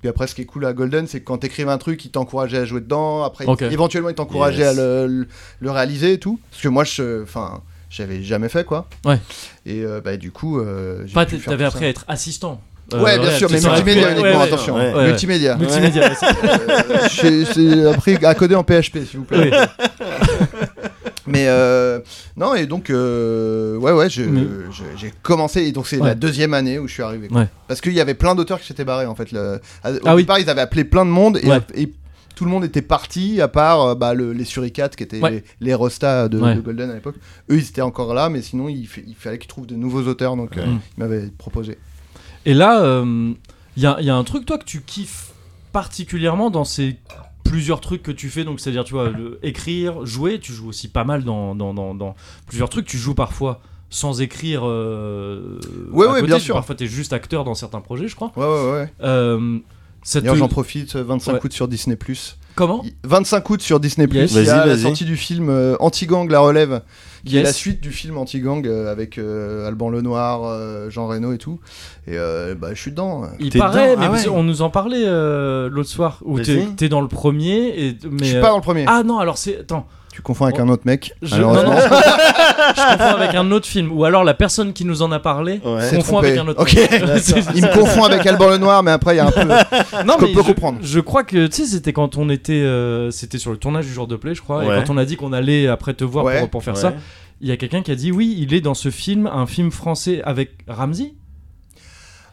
Speaker 1: Puis après, ce qui est cool à Golden, c'est que quand t'écrives un truc, ils t'encourageaient à jouer dedans. Après,
Speaker 3: Ok.
Speaker 1: éventuellement, ils t'encourageaient
Speaker 2: Yes.
Speaker 1: à le, le- le réaliser et tout. Parce que moi, je, enfin, j'avais jamais fait quoi.
Speaker 3: Ouais.
Speaker 1: Et euh, bah, du coup, euh, j'ai
Speaker 3: Pas
Speaker 1: pu
Speaker 3: t-
Speaker 1: faire
Speaker 3: t'avais
Speaker 1: tout
Speaker 3: appris à être assistant.
Speaker 1: ça.
Speaker 3: Euh,
Speaker 1: ouais, bien sûr, mais
Speaker 3: t'aurais pu-
Speaker 1: multimédia
Speaker 3: ouais,
Speaker 1: uniquement,
Speaker 3: ouais,
Speaker 1: attention.
Speaker 2: ouais.
Speaker 3: Ouais, ouais.
Speaker 1: Multimédia. [laughs]
Speaker 3: Multimédia, ouais, c'est-
Speaker 1: Euh, j'ai- j'ai appris à coder en PHP, s'il vous plaît.
Speaker 3: oui.
Speaker 1: Mais euh, non, et donc, euh, ouais, ouais, je-
Speaker 3: Mais-
Speaker 1: je- j'ai commencé, et donc c'est
Speaker 3: Ouais.
Speaker 1: la deuxième année où je suis arrivé. quoi.
Speaker 3: Ouais.
Speaker 1: Parce qu'il y avait plein d'auteurs qui s'étaient barrés en fait. Le, à- au
Speaker 3: Ah oui.
Speaker 1: départ, ils avaient appelé plein de monde et,
Speaker 3: Ouais.
Speaker 1: et tout le monde était parti, à part euh, bah, le- les Suricates qui étaient
Speaker 3: Ouais.
Speaker 1: les, les Rostas de,
Speaker 3: Ouais.
Speaker 1: de Golden à l'époque. Eux, ils étaient encore là, mais sinon, il, fa- il fallait qu'ils trouvent de nouveaux auteurs, donc euh,
Speaker 3: Mm.
Speaker 1: ils m'avaient proposé.
Speaker 3: Et là, il y, a, y a un truc, toi, que tu kiffes particulièrement dans ces plusieurs trucs que tu fais. Donc, c'est-à-dire, tu vois, le- écrire, jouer. Tu joues aussi pas mal dans, dans, dans, dans plusieurs trucs. Tu joues parfois sans écrire. Euh,
Speaker 1: Ouais,
Speaker 3: à
Speaker 1: ouais,
Speaker 3: côté.
Speaker 1: bien sûr.
Speaker 3: Parfois, t'es juste acteur dans certains projets, je crois.
Speaker 1: Ouais, ouais, ouais.
Speaker 3: Euh, ça
Speaker 1: D'ailleurs,
Speaker 3: te-
Speaker 1: j'en profite, euh, 25
Speaker 3: Ouais.
Speaker 1: août sur Disney.
Speaker 3: Comment
Speaker 1: 25 août sur Disney,
Speaker 3: Yes.
Speaker 1: il y a
Speaker 2: Vas-y,
Speaker 1: la
Speaker 2: vas-y.
Speaker 1: sortie du film euh, Anti-Gang, la relève. qui est
Speaker 3: Yes.
Speaker 1: la suite du film Anti-Gang euh, avec euh, Alban Lenoir, euh, Jean Reno et tout. Et euh, bah, je suis dedans.
Speaker 3: Il
Speaker 2: T'es
Speaker 3: paraît,
Speaker 2: dedans
Speaker 3: mais
Speaker 2: Ah
Speaker 3: parce
Speaker 2: ouais.
Speaker 3: on nous en parlait euh, l'autre soir où
Speaker 2: Vas-y.
Speaker 3: t'es t'es dans le premier. Et,
Speaker 1: je
Speaker 3: mais,
Speaker 1: suis
Speaker 3: euh,
Speaker 1: pas dans le premier.
Speaker 3: Ah non, alors c'est. Attends.
Speaker 1: tu confonds avec un autre mec.
Speaker 3: Je, non, non,
Speaker 1: malheureusement. [laughs]
Speaker 3: je, confonds, je confonds avec un autre film. Ou alors la personne qui nous en a parlé
Speaker 2: Ouais.
Speaker 1: S'est
Speaker 3: confond
Speaker 1: trompé.
Speaker 3: avec un autre
Speaker 1: Ok. [laughs]
Speaker 3: film. [laughs] C'est-
Speaker 1: Il me confond avec Alban Lenoir, mais après, il y a un peu.
Speaker 3: non,
Speaker 1: qu'on
Speaker 3: mais
Speaker 1: peut
Speaker 3: je,
Speaker 1: comprendre.
Speaker 3: je crois que tu sais, c'était quand on était. euh, c'était sur le tournage du jour de play, je crois.
Speaker 2: Ouais.
Speaker 3: Et quand on a dit qu'on allait après te voir
Speaker 1: Ouais.
Speaker 3: pour, pour faire ça, il y a quelqu'un qui a dit oui, il est dans ce film, un film français avec Ramsey.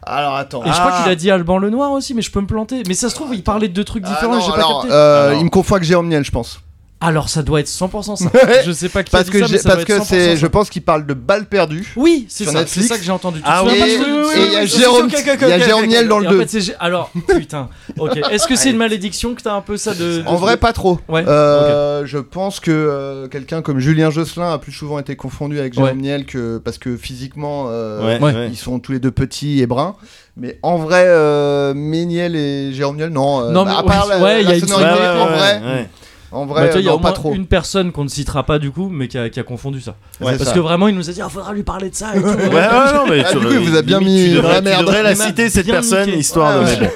Speaker 1: Alors, attends. Ah,
Speaker 3: Et je crois qu'il a dit Alban Lenoir aussi, mais je peux me planter. Mais ça se trouve, il parlait de deux trucs
Speaker 1: Ah,
Speaker 3: différents et
Speaker 1: non,
Speaker 3: j'ai pas
Speaker 1: alors,
Speaker 3: capté.
Speaker 1: euh,
Speaker 2: Alors.
Speaker 1: il me confond avec Jérôme Niel, je pense.
Speaker 3: Alors ça doit être 100%
Speaker 1: [laughs]
Speaker 3: ça. je sais pas qui
Speaker 1: Parce
Speaker 3: a dit
Speaker 1: que,
Speaker 3: ça, mais
Speaker 1: j'ai-
Speaker 3: ça doit
Speaker 1: parce
Speaker 3: être
Speaker 1: que
Speaker 3: 100%
Speaker 1: c'est,
Speaker 3: ça.
Speaker 1: je pense qu'il parle de balles perdues.
Speaker 3: Oui, c'est
Speaker 1: sur
Speaker 3: ça,
Speaker 1: Netflix.
Speaker 3: c'est ça que j'ai entendu. Tu te
Speaker 2: Ah
Speaker 3: souviens
Speaker 2: oui,
Speaker 3: pas
Speaker 1: et
Speaker 3: de ce-
Speaker 2: oui,
Speaker 1: et il y a
Speaker 2: oui,
Speaker 1: Jérôme,
Speaker 2: ok, ok, ok,
Speaker 1: il y a
Speaker 2: ok,
Speaker 1: Jérôme
Speaker 2: ok.
Speaker 1: Niel dans le
Speaker 3: Et en
Speaker 1: 2.
Speaker 3: fait, c'est gé-
Speaker 1: [laughs]
Speaker 3: alors putain. OK, est-ce que c'est une malédiction que t'as un peu ça de, de-
Speaker 1: En vrai, pas trop.
Speaker 3: Ouais,
Speaker 1: Euh, Je pense que euh, quelqu'un comme Julien Josselin a plus souvent été confondu avec Jérôme
Speaker 3: Ouais.
Speaker 1: Niel que parce que physiquement, euh,
Speaker 2: Ouais,
Speaker 3: Ouais.
Speaker 2: ouais.
Speaker 1: ils sont tous les deux petits et bruns. Mais en vrai, euh, Méniel et Jérôme Niel, non. euh,
Speaker 3: Non,
Speaker 1: bah,
Speaker 3: mais
Speaker 1: à part
Speaker 3: ouais,
Speaker 1: la,
Speaker 3: ouais,
Speaker 1: la
Speaker 3: il y a une-
Speaker 2: Ouais, ouais,
Speaker 1: sonorité, en
Speaker 2: ouais,
Speaker 1: vrai,
Speaker 2: ouais.
Speaker 1: en
Speaker 3: Bah,
Speaker 1: vrai,
Speaker 3: tu vois, il y a
Speaker 1: non,
Speaker 3: au moins
Speaker 1: pas trop.
Speaker 3: une personne qu'on ne citera pas du coup, mais qui a, qui a confondu ça.
Speaker 1: Ouais,
Speaker 3: Parce
Speaker 1: ça.
Speaker 3: que vraiment, il nous a dit, ah, faudra lui parler
Speaker 1: [laughs]
Speaker 3: de ça. Et tout.
Speaker 2: Ouais, ouais, non, mais
Speaker 1: Ah,
Speaker 2: tu-
Speaker 1: du coup, il vous a bien
Speaker 2: limite,
Speaker 1: mis
Speaker 2: tu
Speaker 1: dans la
Speaker 2: devrais, tu
Speaker 1: merde.
Speaker 2: devrais la
Speaker 3: Il m'a
Speaker 2: citer, cette
Speaker 3: bien
Speaker 2: personne,
Speaker 3: niqué.
Speaker 2: histoire
Speaker 1: Ah, Ouais,
Speaker 2: de.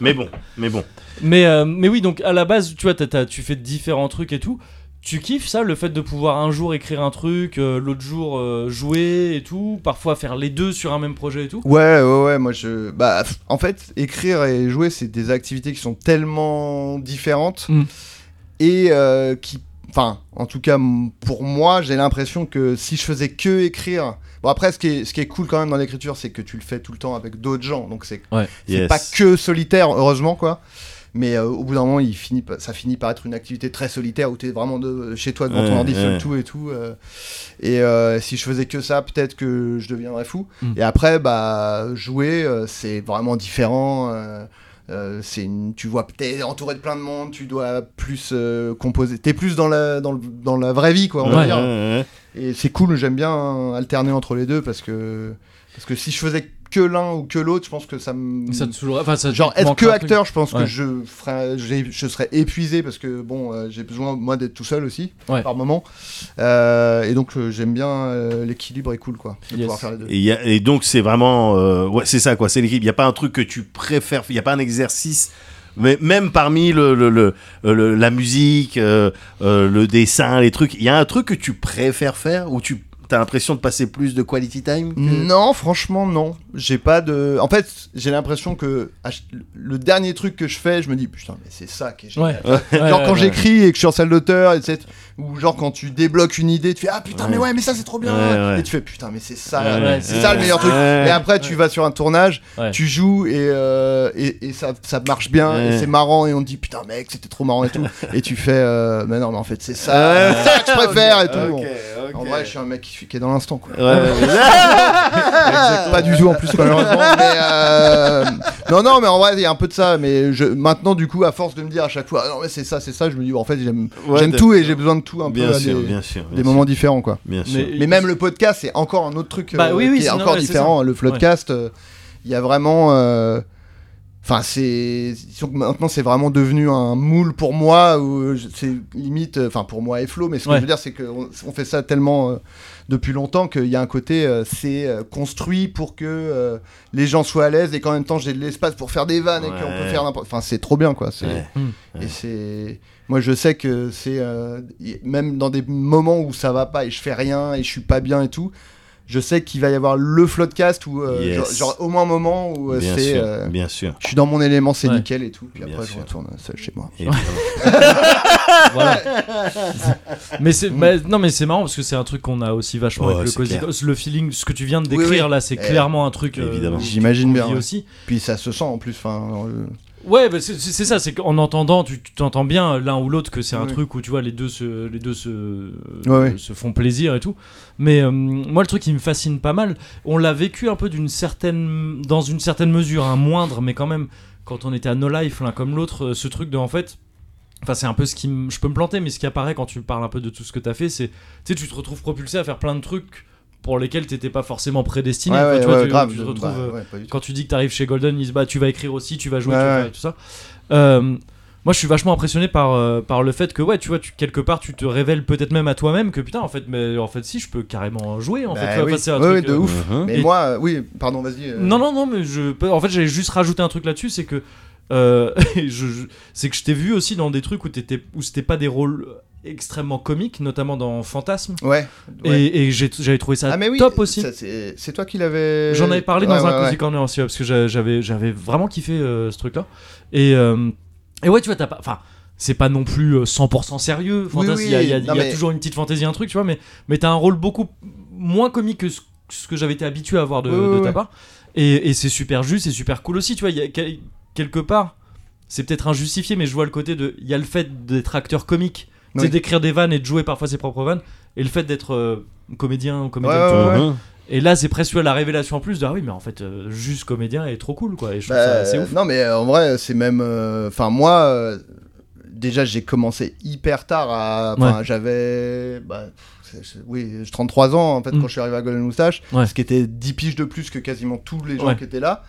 Speaker 2: Mais bon, mais bon.
Speaker 3: Mais, euh, mais oui, donc à la base, tu vois, t'as- t'as- tu fais différents trucs et tout. Tu kiffes ça, le fait de pouvoir un jour écrire un truc, euh, l'autre jour euh, jouer et tout, parfois faire les deux sur un même projet et tout.
Speaker 1: Ouais, ouais, ouais, moi je. Bah, f- en fait, écrire et jouer, c'est des activités qui sont tellement différentes
Speaker 3: Mm.
Speaker 1: et euh, qui. Enfin, en tout cas, m- pour moi, j'ai l'impression que si je faisais que écrire. Bon, après, ce qui est, ce qui est cool quand même dans l'écriture, c'est que tu le fais tout le temps avec d'autres gens, donc c'est c'est
Speaker 2: Yes.
Speaker 1: pas que solitaire, heureusement, quoi. Mais euh, au bout d'un moment, il finit, pa- ça finit par être une activité très solitaire où t'es vraiment de, chez toi devant ton
Speaker 2: Ouais,
Speaker 1: ordi, seul,
Speaker 2: ouais.
Speaker 1: tout et tout. euh. et euh, si je faisais que ça, peut-être que je deviendrais fou.
Speaker 3: Mm.
Speaker 1: Et après, bah, jouer, euh, c'est vraiment différent. euh, euh, c'est une, tu vois, t'es entouré de plein de monde, tu dois plus euh, composer. T'es plus dans la, dans, le- dans la vraie vie, quoi, on va
Speaker 3: Ouais,
Speaker 1: dire.
Speaker 2: Ouais, ouais, ouais.
Speaker 1: Et c'est cool, j'aime bien alterner entre les deux parce que, parce que si je faisais que l'un ou que l'autre, je pense que ça me.
Speaker 3: Ça te saoulerait- enfin, ça te
Speaker 1: Genre être que
Speaker 3: manquerait un truc.
Speaker 1: acteur, je pense
Speaker 3: Ouais.
Speaker 1: que je ferais, j'ai- je serais épuisé parce que bon, euh, j'ai besoin moi d'être tout seul aussi
Speaker 3: Ouais.
Speaker 1: par moment. Euh, et donc euh, j'aime bien euh, l'équilibre est cool quoi. De
Speaker 3: Yes.
Speaker 1: pouvoir faire les deux.
Speaker 2: Et, il y a- et donc c'est vraiment, euh, ouais, c'est ça quoi, c'est l'équipe. Il n'y a pas un truc que tu préfères, il n'y a pas un exercice. Mais même parmi le, le- le- euh, le- la musique, euh, euh, le dessin, les trucs, il y a un truc que tu préfères faire ou tu as l'impression de passer plus de quality time que-
Speaker 3: euh,
Speaker 1: Non, franchement non. J'ai pas de. En fait, j'ai l'impression que ach- le dernier truc que je fais, je me dis putain mais c'est ça qui est génial.
Speaker 3: Ouais. Ouais,
Speaker 1: Genre
Speaker 3: ouais,
Speaker 1: quand
Speaker 3: ouais.
Speaker 1: j'écris et que je suis en salle d'auteur, et c'est- ou genre quand tu débloques une idée, tu fais ah putain mais
Speaker 2: Ouais.
Speaker 1: ouais mais ça c'est trop bien
Speaker 2: Ouais, ouais.
Speaker 1: et tu fais putain mais c'est ça,
Speaker 3: Ouais, ouais,
Speaker 1: c'est
Speaker 3: ouais.
Speaker 1: ça le meilleur truc.
Speaker 2: Ouais.
Speaker 1: Et après tu vas sur un tournage,
Speaker 3: Ouais.
Speaker 1: tu joues et, euh, et, et ça, ça marche bien
Speaker 2: Ouais.
Speaker 1: et c'est marrant et on te dit putain mec c'était trop marrant et
Speaker 2: [laughs]
Speaker 1: tout et tu fais euh, mais non mais en fait c'est ça,
Speaker 2: [laughs] Ouais.
Speaker 1: c'est ça que je préfère et tout.
Speaker 2: Ok,
Speaker 1: Bon.
Speaker 2: ok.
Speaker 1: En vrai je suis un mec qui, qui est dans l'instant quoi.
Speaker 2: Ouais, ouais, ouais.
Speaker 1: Pas du tout en plus malheureusement. mais, euh, Non non mais en vrai il y a un peu de ça. Mais je... maintenant du coup à force de me dire à chaque fois Ah non mais c'est ça c'est ça je me dis en fait j'aime
Speaker 2: Ouais,
Speaker 1: j'aime
Speaker 2: t'as-
Speaker 1: tout et j'ai besoin de tout un
Speaker 2: Bien
Speaker 1: peu à
Speaker 2: sûr,
Speaker 1: des,
Speaker 2: bien sûr, bien
Speaker 1: des
Speaker 2: sûr,
Speaker 1: moments différents quoi.
Speaker 2: bien sûr.
Speaker 3: Mais-
Speaker 1: Mais même le podcast c'est encore un autre truc euh,
Speaker 3: Bah oui, oui,
Speaker 1: qui est
Speaker 3: sinon,
Speaker 1: encore
Speaker 3: ouais, c'est
Speaker 1: différent.
Speaker 3: ça.
Speaker 1: Le podcast, euh, il y a vraiment. euh, Enfin, c'est. disons que Maintenant, c'est vraiment devenu un moule pour moi, où euh, je- c'est limite. euh, Enfin, pour moi et Flo, mais ce que
Speaker 3: Ouais.
Speaker 1: je veux dire, c'est qu'on on fait ça tellement euh, depuis longtemps qu'il y a un côté. euh, c'est euh, construit pour que euh, les gens soient à l'aise et qu'en même temps, j'ai de l'espace pour faire des vannes et qu'on
Speaker 2: Ouais.
Speaker 1: peut faire n'importe. Enfin, c'est trop bien, quoi. C'est-
Speaker 2: Ouais.
Speaker 1: et c'est. Moi, je sais que c'est. euh, y- Même dans des moments où ça va pas et je fais rien et je suis pas bien et tout, je sais qu'il va y avoir le floodcast où. euh,
Speaker 2: Yes.
Speaker 1: genre, genre au moins un moment où euh,
Speaker 2: bien,
Speaker 1: c'est.
Speaker 2: sûr
Speaker 1: euh, [laughs]
Speaker 2: bien sûr,
Speaker 1: je suis dans mon élément, c'est
Speaker 3: Ouais.
Speaker 1: nickel et tout. Puis
Speaker 2: Bien
Speaker 1: après,
Speaker 2: sûr.
Speaker 1: je retourne seul chez moi.
Speaker 2: Évidemment.
Speaker 1: [laughs]
Speaker 3: Voilà. mais c'est mais- non mais c'est marrant parce que c'est un truc qu'on a aussi vachement
Speaker 2: Ouais,
Speaker 3: avec le
Speaker 2: c'est
Speaker 3: Cozy
Speaker 2: clair.
Speaker 3: Corner. le feeling ce que tu viens de
Speaker 1: Oui,
Speaker 3: décrire
Speaker 1: oui.
Speaker 3: là c'est
Speaker 1: Eh,
Speaker 3: clairement un truc euh,
Speaker 2: évidemment.
Speaker 3: qu'on
Speaker 1: J'imagine
Speaker 3: vit
Speaker 1: bien, ouais.
Speaker 3: aussi
Speaker 1: Puis ça se sent en plus. Enfin, euh,
Speaker 3: ouais bah, c'est c'est- c'est ça c'est qu'en entendant tu tu t'entends bien l'un ou l'autre que c'est un
Speaker 1: Oui.
Speaker 3: truc où tu vois les deux se les deux se
Speaker 1: Ouais, ouais.
Speaker 3: se font plaisir et tout mais euh, moi le truc qui me fascine pas mal on l'a vécu un peu d'une certaine dans une certaine mesure un moindre mais quand même quand on était à No Life l'un comme l'autre euh, ce truc de en fait Enfin, c'est un peu ce qui. m- Je peux me planter, mais ce qui apparaît quand tu parles un peu de tout ce que t'as fait, c'est. Tu sais, tu te retrouves propulsé à faire plein de trucs pour lesquels t'étais pas forcément prédestiné.
Speaker 1: ouais,
Speaker 3: Enfin,
Speaker 1: ouais,
Speaker 3: tu vois,
Speaker 1: ouais,
Speaker 3: tu,
Speaker 1: grave.
Speaker 3: tu te
Speaker 1: je-
Speaker 3: retrouves.
Speaker 1: bah,
Speaker 3: euh,
Speaker 1: ouais, pas du tout.
Speaker 3: Quand tu dis que t'arrives chez Golden, ils disent bah tu vas écrire aussi, tu vas jouer,
Speaker 1: Ouais,
Speaker 3: tu vas
Speaker 1: ouais.
Speaker 3: faire tout ça. Euh, moi, je suis vachement impressionné par, euh, par le fait que, ouais, tu vois, tu, quelque part, tu te révèles peut-être même à toi-même que putain, en fait, mais en fait, si, je peux carrément jouer, en
Speaker 1: Bah
Speaker 3: fait. tu vois.
Speaker 1: oui.
Speaker 3: Enfin, c'est un
Speaker 1: Ouais,
Speaker 3: truc,
Speaker 1: ouais, de
Speaker 3: euh,
Speaker 1: ouf.
Speaker 2: Mhm.
Speaker 1: Mais
Speaker 3: Et-
Speaker 1: moi, euh, oui, pardon, vas-y. euh,
Speaker 3: non, non, non, mais je. peux- En fait, j'allais juste rajouter un truc là-dessus, c'est que. euh, [laughs] je- je- c'est que je t'ai vu aussi dans des trucs où, t'étais- où c'était pas des rôles extrêmement comiques, notamment dans Fantasme.
Speaker 1: Ouais. ouais.
Speaker 3: Et, et j'ai- j'avais trouvé ça
Speaker 1: Ah, mais oui.
Speaker 3: top aussi.
Speaker 1: ça, c'est c'est toi qui l'avais.
Speaker 3: J'en avais parlé
Speaker 1: Ouais,
Speaker 3: dans un
Speaker 1: ouais,
Speaker 3: Cozy
Speaker 1: ouais.
Speaker 3: Corner aussi, ouais, parce que j'a- j'avais, j'avais vraiment kiffé euh, ce truc-là. Et, euh, et ouais, tu vois, t'as pas. Enfin, c'est pas non plus euh, 100% sérieux.
Speaker 1: Oui, oui,
Speaker 3: fantasy, Il y a, il y a-
Speaker 1: non,
Speaker 3: il y a
Speaker 1: mais-
Speaker 3: toujours une petite fantaisie, un truc, tu vois, mais, mais t'as un rôle beaucoup moins comique que ce, ce que j'avais été habitué à voir de,
Speaker 1: Oui,
Speaker 3: de
Speaker 1: oui,
Speaker 3: ta
Speaker 1: oui.
Speaker 3: part. Et, et c'est super juste, c'est super cool aussi, tu vois, il y a quel- quelque part. C'est peut-être injustifié, mais je vois le côté de. Il y a le fait d'être acteur comique, tu sais,
Speaker 1: Oui.
Speaker 3: d'écrire des vannes et de jouer parfois ses propres vannes, et le fait d'être euh, comédien ou comédien,
Speaker 1: Ouais, ouais,
Speaker 3: tu vois.
Speaker 1: Ah ouais.
Speaker 2: Mhm.
Speaker 3: Et là, c'est presque la révélation en plus de ah oui, mais en fait, euh, juste comédien est trop cool quoi. Et je trouve
Speaker 1: Bah,
Speaker 3: ça assez ouf.
Speaker 1: Non, mais euh, en vrai, c'est même. euh, Enfin, moi, euh, déjà, j'ai commencé hyper tard. à- Enfin, j'avais. bah, c'est- c'est- oui, j'ai 33 ans en fait
Speaker 3: Mm.
Speaker 1: quand je suis arrivé à Golden Moustache.
Speaker 3: Ouais.
Speaker 1: Ce qui était 10 piges de plus que quasiment tous les gens
Speaker 3: Ouais.
Speaker 1: qui étaient là.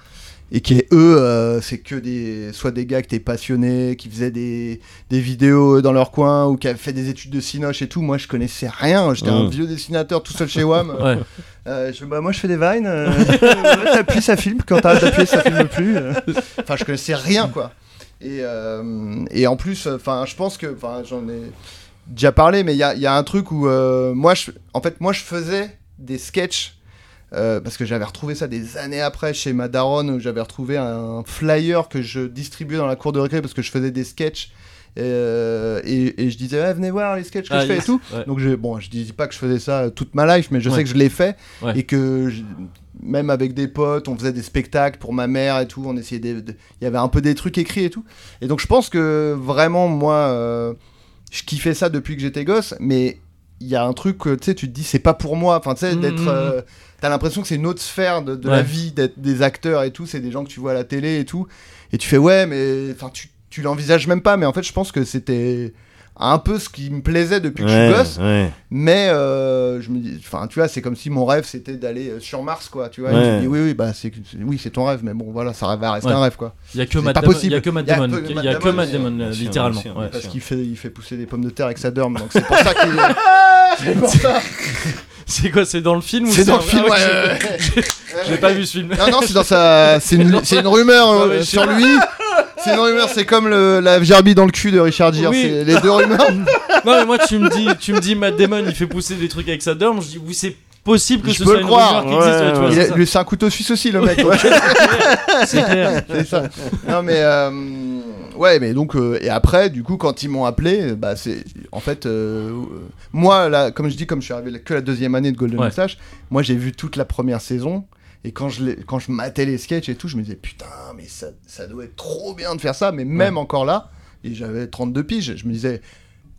Speaker 1: Et qui eux, euh, c'est que des soit des gars qui étaient passionnés, qui faisaient des, des vidéos dans leur coin ou qui avaient fait des études de cinoche et tout. Moi, je connaissais rien. J'étais un
Speaker 2: Mm.
Speaker 1: vieux dessinateur tout seul chez WAM.
Speaker 3: [laughs] Ouais.
Speaker 1: Euh, je- bah, moi je fais des vines, euh, [laughs] euh, t'appuies ça filme, quand t'arrêtes d'appuyer ça filme
Speaker 3: [laughs]
Speaker 1: plus. euh. Enfin je connaissais rien quoi. Et, euh, et en plus, enfin je pense que, enfin j'en ai déjà parlé, mais il y a, il y a un truc où euh, moi je, en fait moi je faisais des sketchs. euh, parce que j'avais retrouvé ça des années après chez ma daronne où j'avais retrouvé un flyer que je distribuais dans la cour de récré parce que je faisais des sketchs euh, et, et je disais Ouais, venez voir les sketchs que
Speaker 3: Ah,
Speaker 1: je fais
Speaker 3: yes.
Speaker 1: et tout
Speaker 3: Ouais.
Speaker 1: donc je, bon, je dis pas que je faisais ça toute ma life, mais je
Speaker 3: Ouais.
Speaker 1: sais que je l'ai fait
Speaker 3: Ouais.
Speaker 1: et que je- même avec des potes, on faisait des spectacles pour ma mère et tout. On essayait des, de- il y avait un peu des trucs écrits et tout. Et donc je pense que vraiment moi, euh, je kiffais ça depuis que j'étais gosse, mais il y a un truc, que, tu sais, tu te dis c'est pas pour moi. Enfin, tu sais,
Speaker 3: Mm, mm,
Speaker 1: d'être, euh, t'as l'impression que c'est une autre sphère de, de
Speaker 3: Ouais.
Speaker 1: la vie, d'être des acteurs et tout. C'est des gens que tu vois à la télé et tout, et tu fais ouais, mais enfin tu, tu l'envisages même pas. Mais en fait, je pense que c'était un peu ce qui me plaisait depuis que je
Speaker 2: Ouais,
Speaker 1: suis gosse.
Speaker 2: ouais.
Speaker 1: Mais euh, je me dis, enfin, tu vois, c'est comme si mon rêve c'était d'aller euh, sur Mars, quoi. Tu vois,
Speaker 2: Ouais.
Speaker 1: Et je me dis, oui, oui, bah, c'est, c'est- oui, c'est ton rêve, mais bon, voilà, ça va rester
Speaker 3: Ouais.
Speaker 1: un rêve, quoi.
Speaker 3: Il y a que
Speaker 1: C'est
Speaker 3: Matt
Speaker 1: pas
Speaker 3: Damon,
Speaker 1: possible.
Speaker 3: il y a que Matt
Speaker 1: Il y a
Speaker 3: Damon,
Speaker 1: peu-
Speaker 3: il y a
Speaker 1: Matt
Speaker 3: que Matt
Speaker 1: Damon, hein.
Speaker 3: Damon, euh,
Speaker 2: bien sûr,
Speaker 3: littéralement.
Speaker 2: bien sûr,
Speaker 3: ouais. [laughs]
Speaker 2: bien
Speaker 1: Parce
Speaker 2: sûr.
Speaker 1: qu'il fait, il fait pousser des pommes de terre avec sa derme, donc c'est pour ça qu'il. c'est pour ça.
Speaker 3: C'est quoi, c'est dans le film ou
Speaker 1: C'est dans le
Speaker 3: un-
Speaker 1: film,
Speaker 3: Ah,
Speaker 1: ouais.
Speaker 3: ok.
Speaker 1: ouais, ouais.
Speaker 3: J'ai pas vu ce film.
Speaker 1: [laughs] Non, non, c'est dans sa. C'est une, c'est une rumeur euh,
Speaker 3: Ouais, ouais, je
Speaker 1: sur
Speaker 3: sais.
Speaker 1: lui. C'est une rumeur, c'est comme le- la gerbie dans le cul de Richard Gere.
Speaker 3: Oui.
Speaker 1: C'est les deux rumeurs.
Speaker 3: Non mais moi tu me dis, tu me dis Matt Damon il fait pousser des trucs avec sa dorme, je dis oui c'est possible que
Speaker 1: Je
Speaker 3: ce
Speaker 1: peux
Speaker 3: soit
Speaker 1: le
Speaker 3: une
Speaker 1: croire.
Speaker 3: rumeur qui existe,
Speaker 2: Ouais,
Speaker 3: ouais, tu vois,
Speaker 1: Il
Speaker 3: c'est
Speaker 1: est-
Speaker 3: ça.
Speaker 1: lui, c'est un couteau suisse aussi, le mec. donc,
Speaker 3: c'est
Speaker 1: [laughs]
Speaker 3: clair.
Speaker 1: c'est ça. Non, mais. euh, Ouais, mais donc. euh, et après, du coup, quand ils m'ont appelé, bah, c'est. En fait, euh, euh, moi, là, comme je dis, comme je suis arrivé que la deuxième année de Golden
Speaker 3: Ouais.
Speaker 1: Moustache, moi, j'ai vu toute la première saison. Et quand je, l'ai- quand je matais les sketchs et tout, je me disais, putain, mais ça, ça doit être trop bien de faire ça. Mais même encore là, et j'avais 32 piges, je me disais,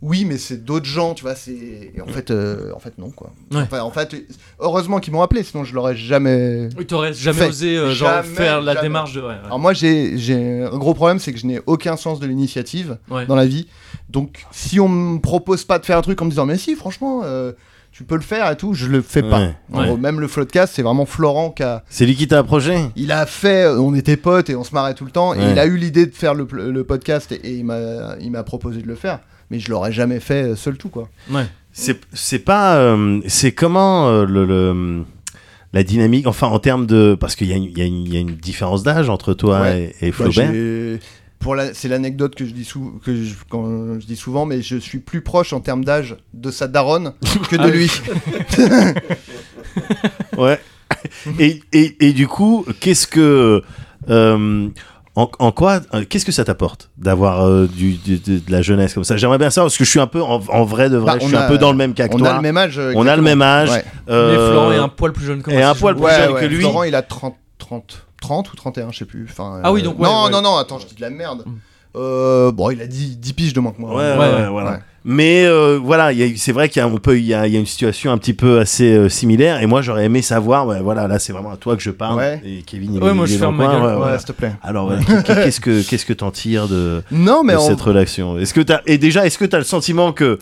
Speaker 1: oui, mais c'est d'autres gens, tu vois. C'est... Et en fait, euh, en fait, non, quoi.
Speaker 3: Mm. Ouais.
Speaker 1: Enfin, en fait, heureusement qu'ils m'ont appelé, sinon je l'aurais jamais.
Speaker 3: Oui, T'aurais jamais
Speaker 1: Fait.
Speaker 3: osé euh, genre,
Speaker 1: Jamais,
Speaker 3: faire la
Speaker 1: jamais.
Speaker 3: démarche de. Ouais, ouais.
Speaker 1: Alors moi j'ai j'ai un gros problème c'est que je n'ai aucun sens de l'initiative
Speaker 3: Ouais.
Speaker 1: dans la vie. Donc si on me propose pas de faire un truc en me disant mais si franchement euh, tu peux le faire et tout, je le fais pas.
Speaker 2: Ouais.
Speaker 1: En gros, même le floodcast c'est vraiment Florent qui a
Speaker 2: C'est lui qui t'a approché
Speaker 1: il a fait euh, on était potes et on se marrait tout le temps et
Speaker 2: Ouais.
Speaker 1: il a eu l'idée de faire le, pl- le podcast et, et il m'a il m'a proposé de le faire mais je l'aurais jamais fait euh, seul tout quoi.
Speaker 2: C'est c'est pas. euh, c'est comment euh, le, le- la dynamique, enfin en termes de. Parce qu'il y, a une- il y a une- il y a une différence d'âge entre toi
Speaker 1: Ouais.
Speaker 2: et, et
Speaker 1: Bah,
Speaker 2: Flaubert.
Speaker 1: j'ai- pour la, c'est l'anecdote que je dis sou- que je, quand je dis souvent, mais je suis plus proche en termes d'âge de sa daronne que de
Speaker 3: Ah oui.
Speaker 1: lui.
Speaker 2: Ouais. et, et, et du coup, qu'est-ce que. euh, en, en quoi, euh, qu'est-ce que ça t'apporte d'avoir euh, du, du- de, de la jeunesse comme ça J'aimerais bien ça parce que je suis un peu en, en vrai de vrai,
Speaker 1: Bah,
Speaker 2: je
Speaker 1: on
Speaker 2: suis
Speaker 1: a-
Speaker 2: un peu dans le même cas que
Speaker 1: On
Speaker 2: toi.
Speaker 1: a le même âge. euh,
Speaker 2: on a le même âge.
Speaker 1: Ouais.
Speaker 2: euh,
Speaker 3: Mais Florent est un poil plus jeune que
Speaker 2: et
Speaker 3: moi,
Speaker 2: un
Speaker 3: si
Speaker 2: poil
Speaker 3: je
Speaker 2: plus
Speaker 3: me trompe.
Speaker 2: jeune que lui.
Speaker 1: Florent, il a 30, 30, 30 ou 31, je sais plus. Enfin,
Speaker 3: Ah oui,
Speaker 1: euh,
Speaker 3: donc, ouais,
Speaker 1: non,
Speaker 3: ouais.
Speaker 1: non, non, attends, je dis de la merde.
Speaker 3: Mm.
Speaker 1: Euh, bon, il a 10, 10 piges de moins que moi. hein.
Speaker 2: Ouais, ouais,
Speaker 3: Ouais,
Speaker 2: ouais,
Speaker 3: ouais.
Speaker 2: voilà.
Speaker 1: Ouais.
Speaker 2: Mais euh, voilà, il y a- c'est vrai qu'il y a, on peut, il y a, il y a une situation un petit peu assez euh, similaire. Et moi, j'aurais aimé savoir. ouais, voilà, là, c'est vraiment à toi que je parle.
Speaker 1: Ouais.
Speaker 2: Et Kevin, il
Speaker 3: Ouais,
Speaker 2: est-
Speaker 3: moi,
Speaker 2: il
Speaker 3: je
Speaker 2: est dans
Speaker 3: ferme
Speaker 2: le
Speaker 3: ma
Speaker 2: coin,
Speaker 3: gueule.
Speaker 2: ouais, voilà.
Speaker 1: s'il te plaît.
Speaker 2: Alors, voilà, qu'est- qu'est-ce que, qu'est-ce que t'en tires de,
Speaker 1: Non, mais
Speaker 2: de
Speaker 1: en-
Speaker 2: cette relation Est-ce que t'as et déjà, est-ce que t'as le sentiment que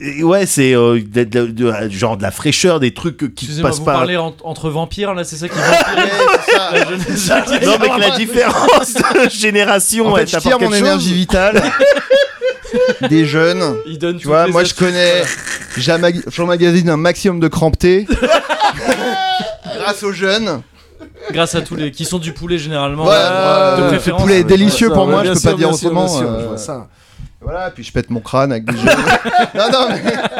Speaker 2: et ouais, c'est euh, d'être de- de- genre de la fraîcheur des trucs qui te
Speaker 3: Excusez-moi,
Speaker 2: passent
Speaker 3: vous
Speaker 2: pas. [laughs]
Speaker 3: parlez en- entre vampires là, c'est
Speaker 1: [laughs]
Speaker 3: ça qui
Speaker 1: Ouais, c'est ça.
Speaker 2: Non, mais
Speaker 1: [laughs]
Speaker 2: que la différence de génération,
Speaker 1: En
Speaker 2: ouais,
Speaker 1: fait, je
Speaker 2: t'apporte
Speaker 1: tire mon
Speaker 2: quelque chose
Speaker 1: énergie
Speaker 2: [laughs]
Speaker 1: vitale des jeunes.
Speaker 3: Il donne
Speaker 1: Tu vois, moi je connais, j'amag- j'emmagasine un maximum de
Speaker 2: [laughs]
Speaker 1: crampeté grâce aux jeunes.
Speaker 3: grâce à tous les qui sont du poulet généralement.
Speaker 1: Ouais,
Speaker 3: euh,
Speaker 1: ouais,
Speaker 3: de
Speaker 1: ouais.
Speaker 3: préférence.
Speaker 1: Le poulet est délicieux
Speaker 5: Ça,
Speaker 1: pour
Speaker 5: ouais,
Speaker 1: moi, je
Speaker 5: bien
Speaker 1: peux
Speaker 5: sûr,
Speaker 1: pas dire
Speaker 5: bien sûr,
Speaker 1: autrement.
Speaker 5: bien sûr, je
Speaker 1: euh,
Speaker 5: vois ça.
Speaker 1: Voilà, puis je pète mon crâne avec des jeux. non, non, mais,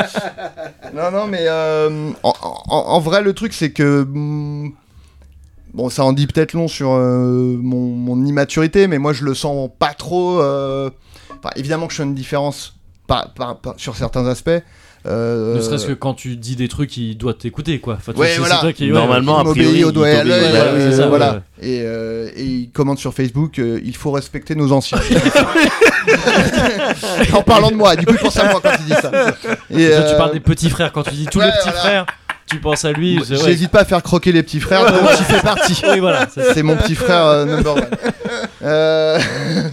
Speaker 1: non, non, mais euh, en, en- en vrai, le truc, c'est que. hmm, Bon, ça en dit peut-être long sur euh, mon, mon immaturité, mais moi, je le sens pas trop. euh, enfin, évidemment que je fais une différence par- par- par- sur certains aspects. euh,
Speaker 3: Ne serait-ce que quand tu dis des trucs, il doit t'écouter quoi. Enfin, tu
Speaker 1: Ouais,
Speaker 3: sais, c'est
Speaker 1: voilà.
Speaker 3: toi qui- ouais.
Speaker 2: Normalement,
Speaker 1: il
Speaker 2: a priori,
Speaker 1: m'obéit au doigt et à
Speaker 2: il t'obéit,
Speaker 1: l'œil.
Speaker 3: ouais,
Speaker 1: voilà,
Speaker 3: ouais,
Speaker 1: euh,
Speaker 3: c'est ça, ouais.
Speaker 1: voilà. Et, euh, et il commente sur Facebook euh, il faut respecter nos
Speaker 3: [laughs]
Speaker 1: anciens. en parlant de moi, du coup, il pense à moi quand il dit ça. Et,
Speaker 3: Toi, tu
Speaker 1: euh,
Speaker 3: parles des petits frères quand tu dis
Speaker 1: [laughs]
Speaker 3: tous
Speaker 1: ouais,
Speaker 3: les petits
Speaker 1: voilà.
Speaker 3: frères, tu penses à lui. c'est- ouais.
Speaker 1: J'hésite pas à faire croquer les petits frères, donc il fait partie.
Speaker 3: [laughs] Oui, voilà. c'est ça.
Speaker 1: C'est mon petit frère euh, number one. Euh,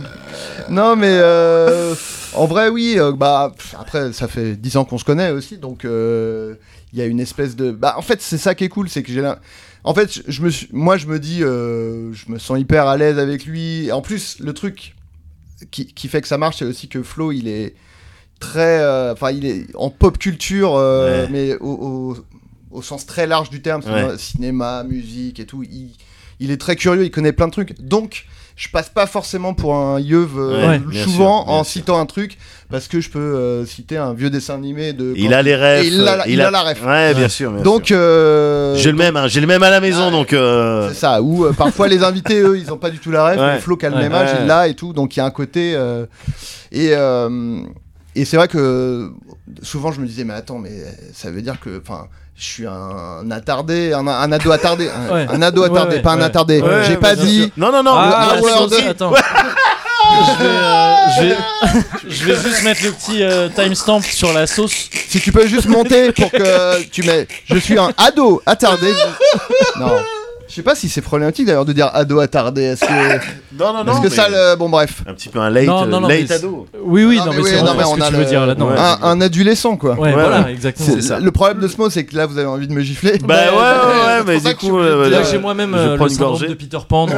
Speaker 1: [laughs] non, mais euh, en vrai, oui. euh, bah, pff, après, ça fait 10 ans qu'on se connaît aussi, donc euh, il y a une espèce de. Bah, en fait, c'est ça qui est cool, c'est que j'ai l'im- En fait, je- je me suis- moi, je me dis, euh, je me sens hyper à l'aise avec lui. Et en plus, le truc qui, qui fait que ça marche, c'est aussi que Flo, il est très, euh, enfin, il est en pop culture, euh,
Speaker 2: Ouais.
Speaker 1: mais au, au- au sens très large du terme, c'est-à-dire cinéma, musique et tout. Il, il est très curieux, il connaît plein de trucs. Donc, je passe pas forcément pour un yeuve euh,
Speaker 2: Ouais, bien
Speaker 1: souvent
Speaker 2: sûr, bien
Speaker 1: en
Speaker 2: sûr.
Speaker 1: citant un truc, parce que je peux euh, citer un vieux dessin animé de.
Speaker 2: Il a les rêves.
Speaker 1: Et il a la- il a la ref.
Speaker 2: Ouais, bien sûr. bien
Speaker 1: Donc. euh,
Speaker 2: sûr. j'ai le même, hein, j'ai le même à la maison,
Speaker 1: Ouais.
Speaker 2: donc. euh,
Speaker 1: C'est ça, ou euh, parfois les invités, eux, ils ont pas du tout la ref,
Speaker 2: Ouais.
Speaker 1: mais Flo qui a le
Speaker 3: Ouais.
Speaker 1: même âge,
Speaker 2: Ouais.
Speaker 1: il l'a et tout, donc il y a un côté. euh, et euh, et c'est vrai que souvent je me disais, mais attends, mais ça veut dire que. Enfin, je suis un attardé, un, un ado attardé, un,
Speaker 3: Ouais.
Speaker 1: un ado
Speaker 3: Ouais,
Speaker 1: attardé,
Speaker 3: ouais,
Speaker 1: pas un
Speaker 3: ouais.
Speaker 1: attardé.
Speaker 2: Ouais,
Speaker 1: J'ai
Speaker 2: ouais,
Speaker 1: pas
Speaker 2: bien
Speaker 1: dit.
Speaker 2: sûr. Non, non, non.
Speaker 3: Ah,
Speaker 1: le
Speaker 3: la
Speaker 1: Howard.
Speaker 3: seconde- attends. je, vais, euh, je, vais, [laughs] je vais juste mettre le petit euh, timestamp sur la sauce.
Speaker 1: Si tu peux juste monter pour que tu mets. Je suis un ado attardé. Non. Je sais pas si c'est problématique d'ailleurs de dire ado attardé. Est-ce que,
Speaker 2: Non, non, non.
Speaker 1: est-ce que
Speaker 2: mais
Speaker 1: ça, le... bon bref,
Speaker 2: Un petit peu un late, euh,
Speaker 3: Non, non, non,
Speaker 2: late
Speaker 3: mais-
Speaker 2: ado.
Speaker 3: Oui, oui,
Speaker 1: Non,
Speaker 3: non,
Speaker 1: Ah, mais
Speaker 3: mais
Speaker 1: oui,
Speaker 3: c'est
Speaker 1: non, mais
Speaker 3: vraiment ce
Speaker 1: on a
Speaker 3: que tu
Speaker 1: le-
Speaker 3: veux dire là. Non,
Speaker 2: Ouais.
Speaker 3: ouais,
Speaker 1: un, un adolescent quoi.
Speaker 2: Ouais,
Speaker 3: voilà,
Speaker 2: ouais.
Speaker 3: exactement.
Speaker 2: C'est ça.
Speaker 1: Le problème de ce mot, c'est que là, vous avez envie de me gifler.
Speaker 2: Bah ouais, ouais,
Speaker 1: c'est
Speaker 2: ouais,
Speaker 1: pour
Speaker 2: mais
Speaker 1: ça
Speaker 2: du
Speaker 1: que je
Speaker 2: coup.
Speaker 1: suis
Speaker 2: euh,
Speaker 1: obligé de
Speaker 3: Là,
Speaker 1: Ouais.
Speaker 3: j'ai moi-même
Speaker 2: Je
Speaker 3: euh,
Speaker 2: prends
Speaker 3: le
Speaker 2: une
Speaker 3: syndrome
Speaker 2: gorgée.
Speaker 3: de Peter Pan, donc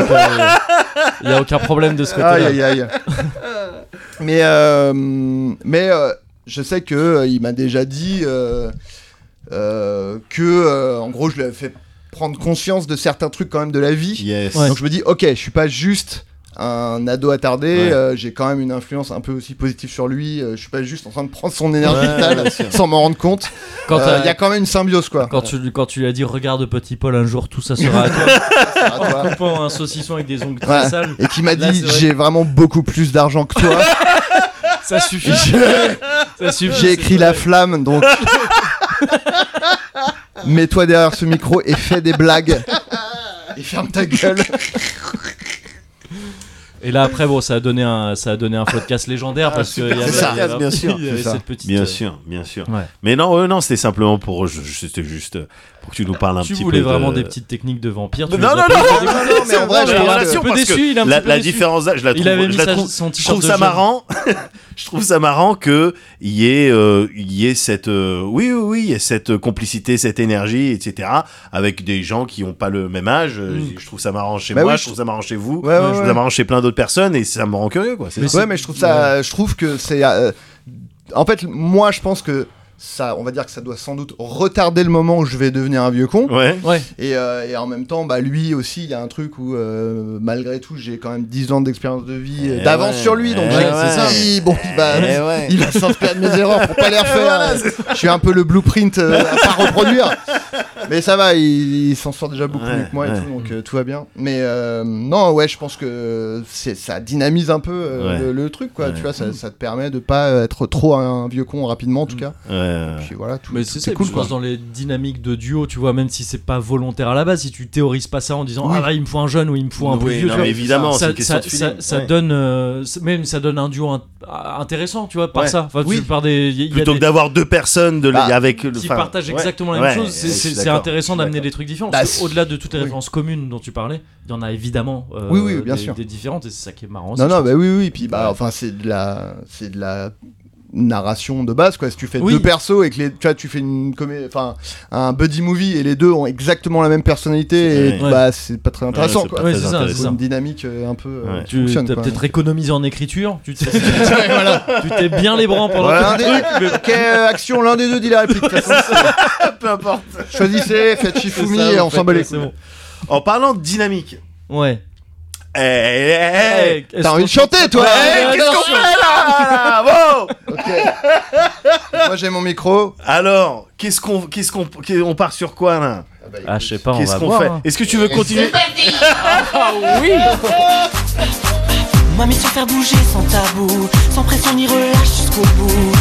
Speaker 3: il n'y a aucun problème de ce
Speaker 1: [laughs] Aïe
Speaker 3: côté-là.
Speaker 1: aïe
Speaker 2: [laughs]
Speaker 1: aïe. mais euh, mais euh, je sais que euh, il m'a déjà dit euh, euh, que euh, en gros je lui avais fait prendre conscience de certains trucs quand même de la vie.
Speaker 2: Yes.
Speaker 3: Ouais.
Speaker 1: Donc je me dis ok, je suis pas juste un ado attardé,
Speaker 2: Ouais.
Speaker 1: euh, j'ai quand même une influence un peu aussi positive sur lui, euh, je suis pas juste en train de prendre son énergie
Speaker 2: Ouais, bien
Speaker 1: vitale
Speaker 2: sûr.
Speaker 1: sans m'en rendre compte.
Speaker 3: Quand,
Speaker 1: Euh, Il
Speaker 3: t'as-
Speaker 1: y a quand même une symbiose quoi.
Speaker 3: quand tu, quand tu lui as dit regarde petit Paul un jour tout ça sera à toi
Speaker 1: Ah, tu vois.
Speaker 2: [laughs]
Speaker 3: en coupant un saucisson avec des ongles
Speaker 1: Ouais.
Speaker 3: très sales
Speaker 1: Et qui m'a
Speaker 3: Là,
Speaker 1: dit
Speaker 3: c'est vrai.
Speaker 1: j'ai vraiment beaucoup plus d'argent que toi.
Speaker 3: ça suffit
Speaker 1: Je-
Speaker 3: [laughs] ça
Speaker 2: Ah,
Speaker 3: suffit
Speaker 1: J'ai écrit la flamme,
Speaker 2: [laughs]
Speaker 1: donc. Mets-toi derrière ce micro et fais des blagues. Et ferme ta gueule.
Speaker 3: et là après bon ça a donné un ça a donné un podcast légendaire parce que il y avait,
Speaker 1: ça.
Speaker 3: il y avait-
Speaker 2: Bien sûr,
Speaker 3: il y avait
Speaker 1: c'est ça.
Speaker 3: cette petite
Speaker 2: Bien
Speaker 3: euh,
Speaker 2: sûr, bien sûr.
Speaker 3: ouais.
Speaker 2: Mais non, euh, non, c'était simplement pour. je- je- C'était juste euh, pour que tu nous parles un
Speaker 3: tu
Speaker 2: petit peu.
Speaker 3: voulais
Speaker 2: de-
Speaker 3: vraiment des petites techniques de vampire
Speaker 2: Non,
Speaker 3: tu les
Speaker 2: non,
Speaker 3: as
Speaker 2: non,
Speaker 3: pas-
Speaker 2: non,
Speaker 1: [laughs] non, mais en vrai, je
Speaker 2: la
Speaker 1: regarde-
Speaker 2: relation,
Speaker 3: Un peu
Speaker 2: parce que
Speaker 3: déçu, il est un
Speaker 2: la,
Speaker 3: petit peu
Speaker 2: la
Speaker 3: déçu.
Speaker 2: différence d'âge, je la trouve,
Speaker 3: il avait mis
Speaker 2: je la
Speaker 3: sa-
Speaker 2: trouve-
Speaker 3: son
Speaker 2: je
Speaker 3: t-shirt
Speaker 2: trouve ça
Speaker 3: de jeune.
Speaker 2: marrant. [laughs] je trouve ça marrant que il y ait, euh, il y ait cette, euh, oui, oui, oui, il y ait cette euh, complicité, cette énergie, etc. Avec des gens qui n'ont pas le même âge. Euh,
Speaker 3: Mm.
Speaker 2: Je trouve ça marrant chez
Speaker 1: Bah
Speaker 2: moi,
Speaker 1: oui,
Speaker 2: je
Speaker 1: je-
Speaker 2: trouve ça marrant chez vous,
Speaker 1: Ouais, ouais,
Speaker 2: je trouve
Speaker 1: ouais.
Speaker 2: ça marrant chez plein d'autres personnes, et ça me rend curieux, quoi. c'est
Speaker 3: Mais
Speaker 2: ça.
Speaker 1: Ouais, mais je trouve ça. Je trouve que c'est. euh, En fait, moi, je pense que ça. On va dire que ça doit sans doute retarder le moment où je vais devenir un vieux con.
Speaker 2: Ouais.
Speaker 3: [laughs] ouais
Speaker 1: Et, euh, et en même temps, bah, lui aussi, il y a un truc où, euh, malgré tout, j'ai quand même 10 ans d'expérience de vie euh,
Speaker 2: Eh
Speaker 1: d'avance
Speaker 2: ouais.
Speaker 1: sur lui. Donc,
Speaker 2: Eh
Speaker 1: j'ai
Speaker 2: ouais.
Speaker 1: dit, bon, bah, il va,
Speaker 2: Eh ouais.
Speaker 1: [laughs] il va s'inspirer de mes erreurs pour pas les refaire. je suis un peu le blueprint euh, à pas reproduire. Mais ça va, il, il s'en sort déjà beaucoup
Speaker 2: Ouais,
Speaker 1: mieux que moi
Speaker 2: ouais.
Speaker 1: et tout, donc euh, tout va bien. Mais euh, non, ouais, je pense que c'est, ça dynamise un peu euh,
Speaker 2: Ouais.
Speaker 1: le, le truc, quoi.
Speaker 2: Ouais.
Speaker 1: Tu vois, ça, ça te permet de pas être trop un vieux con rapidement, en tout cas.
Speaker 2: [laughs] Mmh. Ouais.
Speaker 1: Puis voilà, tout.
Speaker 3: mais
Speaker 1: tout
Speaker 3: c'est
Speaker 1: est
Speaker 3: ça, et puis
Speaker 1: cool,
Speaker 3: je
Speaker 1: quoi.
Speaker 3: pense dans les dynamiques de duo, tu vois, même si c'est pas volontaire à la base, si tu théorises pas ça en disant
Speaker 1: Oui.
Speaker 3: ah là il me faut un jeune ou il me faut un
Speaker 2: Oui,
Speaker 3: plus vieux,
Speaker 2: non,
Speaker 3: tu vois,
Speaker 2: mais évidemment, c'est
Speaker 3: ça,
Speaker 2: une question
Speaker 3: ça-
Speaker 2: de
Speaker 3: ça-
Speaker 2: feeling.
Speaker 3: ça
Speaker 2: Ouais.
Speaker 3: donne euh, ça- même ça donne un duo int- intéressant, tu vois, par
Speaker 2: Ouais.
Speaker 3: ça. Enfin,
Speaker 2: Oui.
Speaker 3: tu, par des, y- y a
Speaker 2: Plutôt
Speaker 3: des-
Speaker 2: que d'avoir deux personnes de,
Speaker 1: Bah,
Speaker 2: avec le.
Speaker 3: qui
Speaker 2: enfin,
Speaker 3: partagent
Speaker 2: ouais.
Speaker 3: exactement la même
Speaker 2: Ouais,
Speaker 3: chose. C'est-
Speaker 2: je suis
Speaker 3: C'est c'est
Speaker 2: d'accord,
Speaker 3: intéressant
Speaker 2: je
Speaker 1: [laughs]
Speaker 2: suis
Speaker 3: d'amener des trucs différents.
Speaker 1: Bah,
Speaker 3: parce que
Speaker 1: c'est-
Speaker 3: Au-delà de toutes les
Speaker 1: oui.
Speaker 3: références communes dont tu parlais, il y en a évidemment. euh,
Speaker 1: Oui, oui, bien
Speaker 3: des,
Speaker 1: sûr.
Speaker 3: Des différentes et c'est ça qui est marrant.
Speaker 1: Non,
Speaker 3: Oh, c'est
Speaker 1: non,
Speaker 3: que-
Speaker 1: bah oui, oui. Puis bah, enfin, c'est de la, c'est de la narration de base, quoi. Si tu fais
Speaker 3: Oui.
Speaker 1: deux persos et que les, tu vois, tu fais une comé- enfin, un buddy movie et les deux ont exactement la même personnalité, et
Speaker 2: Ouais.
Speaker 1: bah, c'est pas très intéressant,
Speaker 2: Ouais,
Speaker 1: quoi.
Speaker 3: Ouais,
Speaker 2: très
Speaker 3: c'est ça,
Speaker 2: intéressant.
Speaker 1: C'est une dynamique euh, un peu. euh,
Speaker 2: Ouais.
Speaker 1: qui
Speaker 3: Tu as
Speaker 1: fonctionne, quoi.
Speaker 3: peut-être économisé en écriture,
Speaker 2: [laughs]
Speaker 3: tu t'es [laughs] tu t'es bien les bras pendant
Speaker 1: Voilà,
Speaker 3: tout
Speaker 1: un
Speaker 3: le
Speaker 1: des-
Speaker 3: truc,
Speaker 1: [laughs]
Speaker 3: mais-
Speaker 1: Ok, euh, action, l'un des deux dit la réplique. de toute
Speaker 3: [laughs]
Speaker 1: façon.
Speaker 2: Peu importe.
Speaker 1: Choisissez, faites
Speaker 3: C'est
Speaker 1: chifoumi
Speaker 3: ça,
Speaker 1: et
Speaker 3: vous
Speaker 1: on
Speaker 3: faites-
Speaker 1: s'en bat les
Speaker 3: c'est bon.
Speaker 2: En parlant de dynamique.
Speaker 3: Ouais.
Speaker 2: Eh, eh, eh,
Speaker 3: Hey, est-ce
Speaker 1: T'as envie de
Speaker 3: qu'on-
Speaker 1: chanter, toi
Speaker 2: eh,
Speaker 3: ouais,
Speaker 2: qu'est-ce qu'on
Speaker 3: attention.
Speaker 2: fait là, là, wow
Speaker 1: hein Moi j'ai mon micro.
Speaker 2: Alors, qu'est-ce qu'on, qu'est-ce qu'on, qu'est- on part sur quoi là
Speaker 3: Ah, je sais pas, on
Speaker 2: Qu'est-ce
Speaker 3: va
Speaker 2: qu'on
Speaker 3: voir.
Speaker 2: fait
Speaker 3: hein.
Speaker 2: Est-ce que tu veux continuer
Speaker 5: On m'a mis sur faire bouger sans tabou, sans pression ni relâche jusqu'au bout.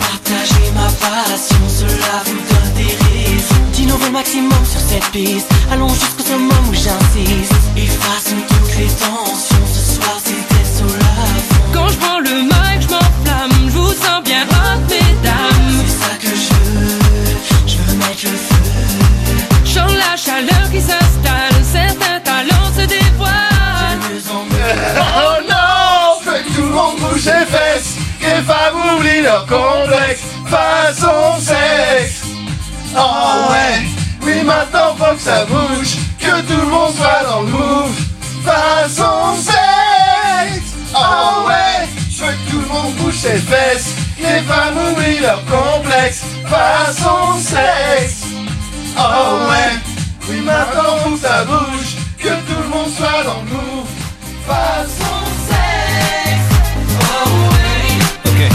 Speaker 5: Partager ma passion, cela vous donne des raisons. D'innover au maximum sur cette piste, allons jusqu'au summum où j'insiste. Efface toutes les tensions, ce soir c'est désolant.
Speaker 6: Quand je prends le mic, je m'enflamme, je vous sens bien hot, mesdames.
Speaker 5: C'est ça que je veux, je veux mettre le feu.
Speaker 6: Je sens la chaleur qui s'installe, certains talents se dévoilent.
Speaker 5: De mieux en mieux,
Speaker 1: Oh non Fais que tout le monde bouge les fesses Que les femmes oublient leur complexe Façon sexe Oh ouais Oui maintenant faut que ça bouge Que tout le monde soit dans le move Façon sexe Oh ouais Je veux que tout le monde bouge ses fesses Que les femmes oublient leur complexe Façon sexe Oh ouais Oui maintenant faut que ça bouge Que tout le monde soit dans le move Façon
Speaker 7: Okay.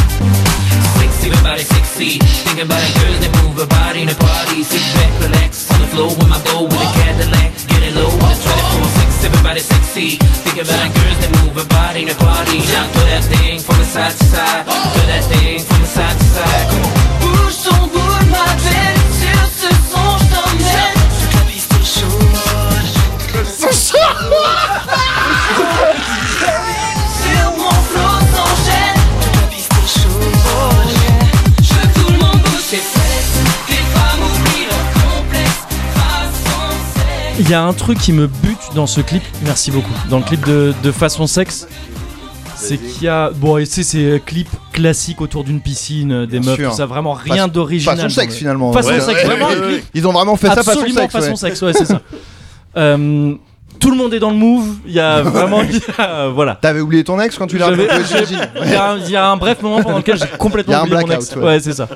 Speaker 7: Sexy, everybody sexy. Thinking about a girl that move her body in a party. Sit back, relax on the floor with my bow with a Cadillac. Get it low. Let's try to pull sexy, everybody sexy. Thinking about a girl that move her body in a party. Now throw that thing from the side to side. Throw that thing from the side to side. Come on.
Speaker 5: bouge ton boule, ma belle. Sur ce son, je t'emmène. Toute la piste est chaude. Sur mon flot s'enchaîne. Toute la piste est chaude.
Speaker 6: Je veux que tout le monde bouge ses fesses, les femmes oublient leur complexe. Façon sexe.
Speaker 3: Il y a un truc qui me bute dans ce clip, merci beaucoup. Dans le clip de, de Façon Sexe, c'est qu'il y a. Bon, et c'est c'est, euh, clip classique autour d'une piscine, euh, des
Speaker 1: Bien
Speaker 3: meufs,
Speaker 1: sûr.
Speaker 3: tout ça, vraiment rien
Speaker 1: Façon-
Speaker 3: d'original.
Speaker 1: Façon sexe
Speaker 3: dans
Speaker 1: finalement.
Speaker 3: le- Façon
Speaker 2: Ouais,
Speaker 3: Sexe,
Speaker 2: ouais,
Speaker 3: vraiment
Speaker 2: ouais,
Speaker 3: un
Speaker 2: ouais.
Speaker 3: clip
Speaker 1: Ils ont vraiment fait ça façon
Speaker 3: absolument
Speaker 1: sexe. ouais.
Speaker 3: façon sexe, ouais,
Speaker 1: [laughs]
Speaker 3: c'est ça. Euh, tout le monde est dans le move, il y a vraiment. il y a- euh, voilà.
Speaker 1: T'avais oublié ton ex quand tu l'as
Speaker 3: J'avais-
Speaker 1: retrouvé,
Speaker 3: j'ai-
Speaker 1: j'imagine.
Speaker 3: Il y, a un- il y a un bref moment pendant lequel j'ai
Speaker 1: Il y a
Speaker 3: complètement
Speaker 1: un
Speaker 3: oublié mon
Speaker 1: blackout,
Speaker 3: ex.
Speaker 1: ouais.
Speaker 3: Ouais, c'est ça.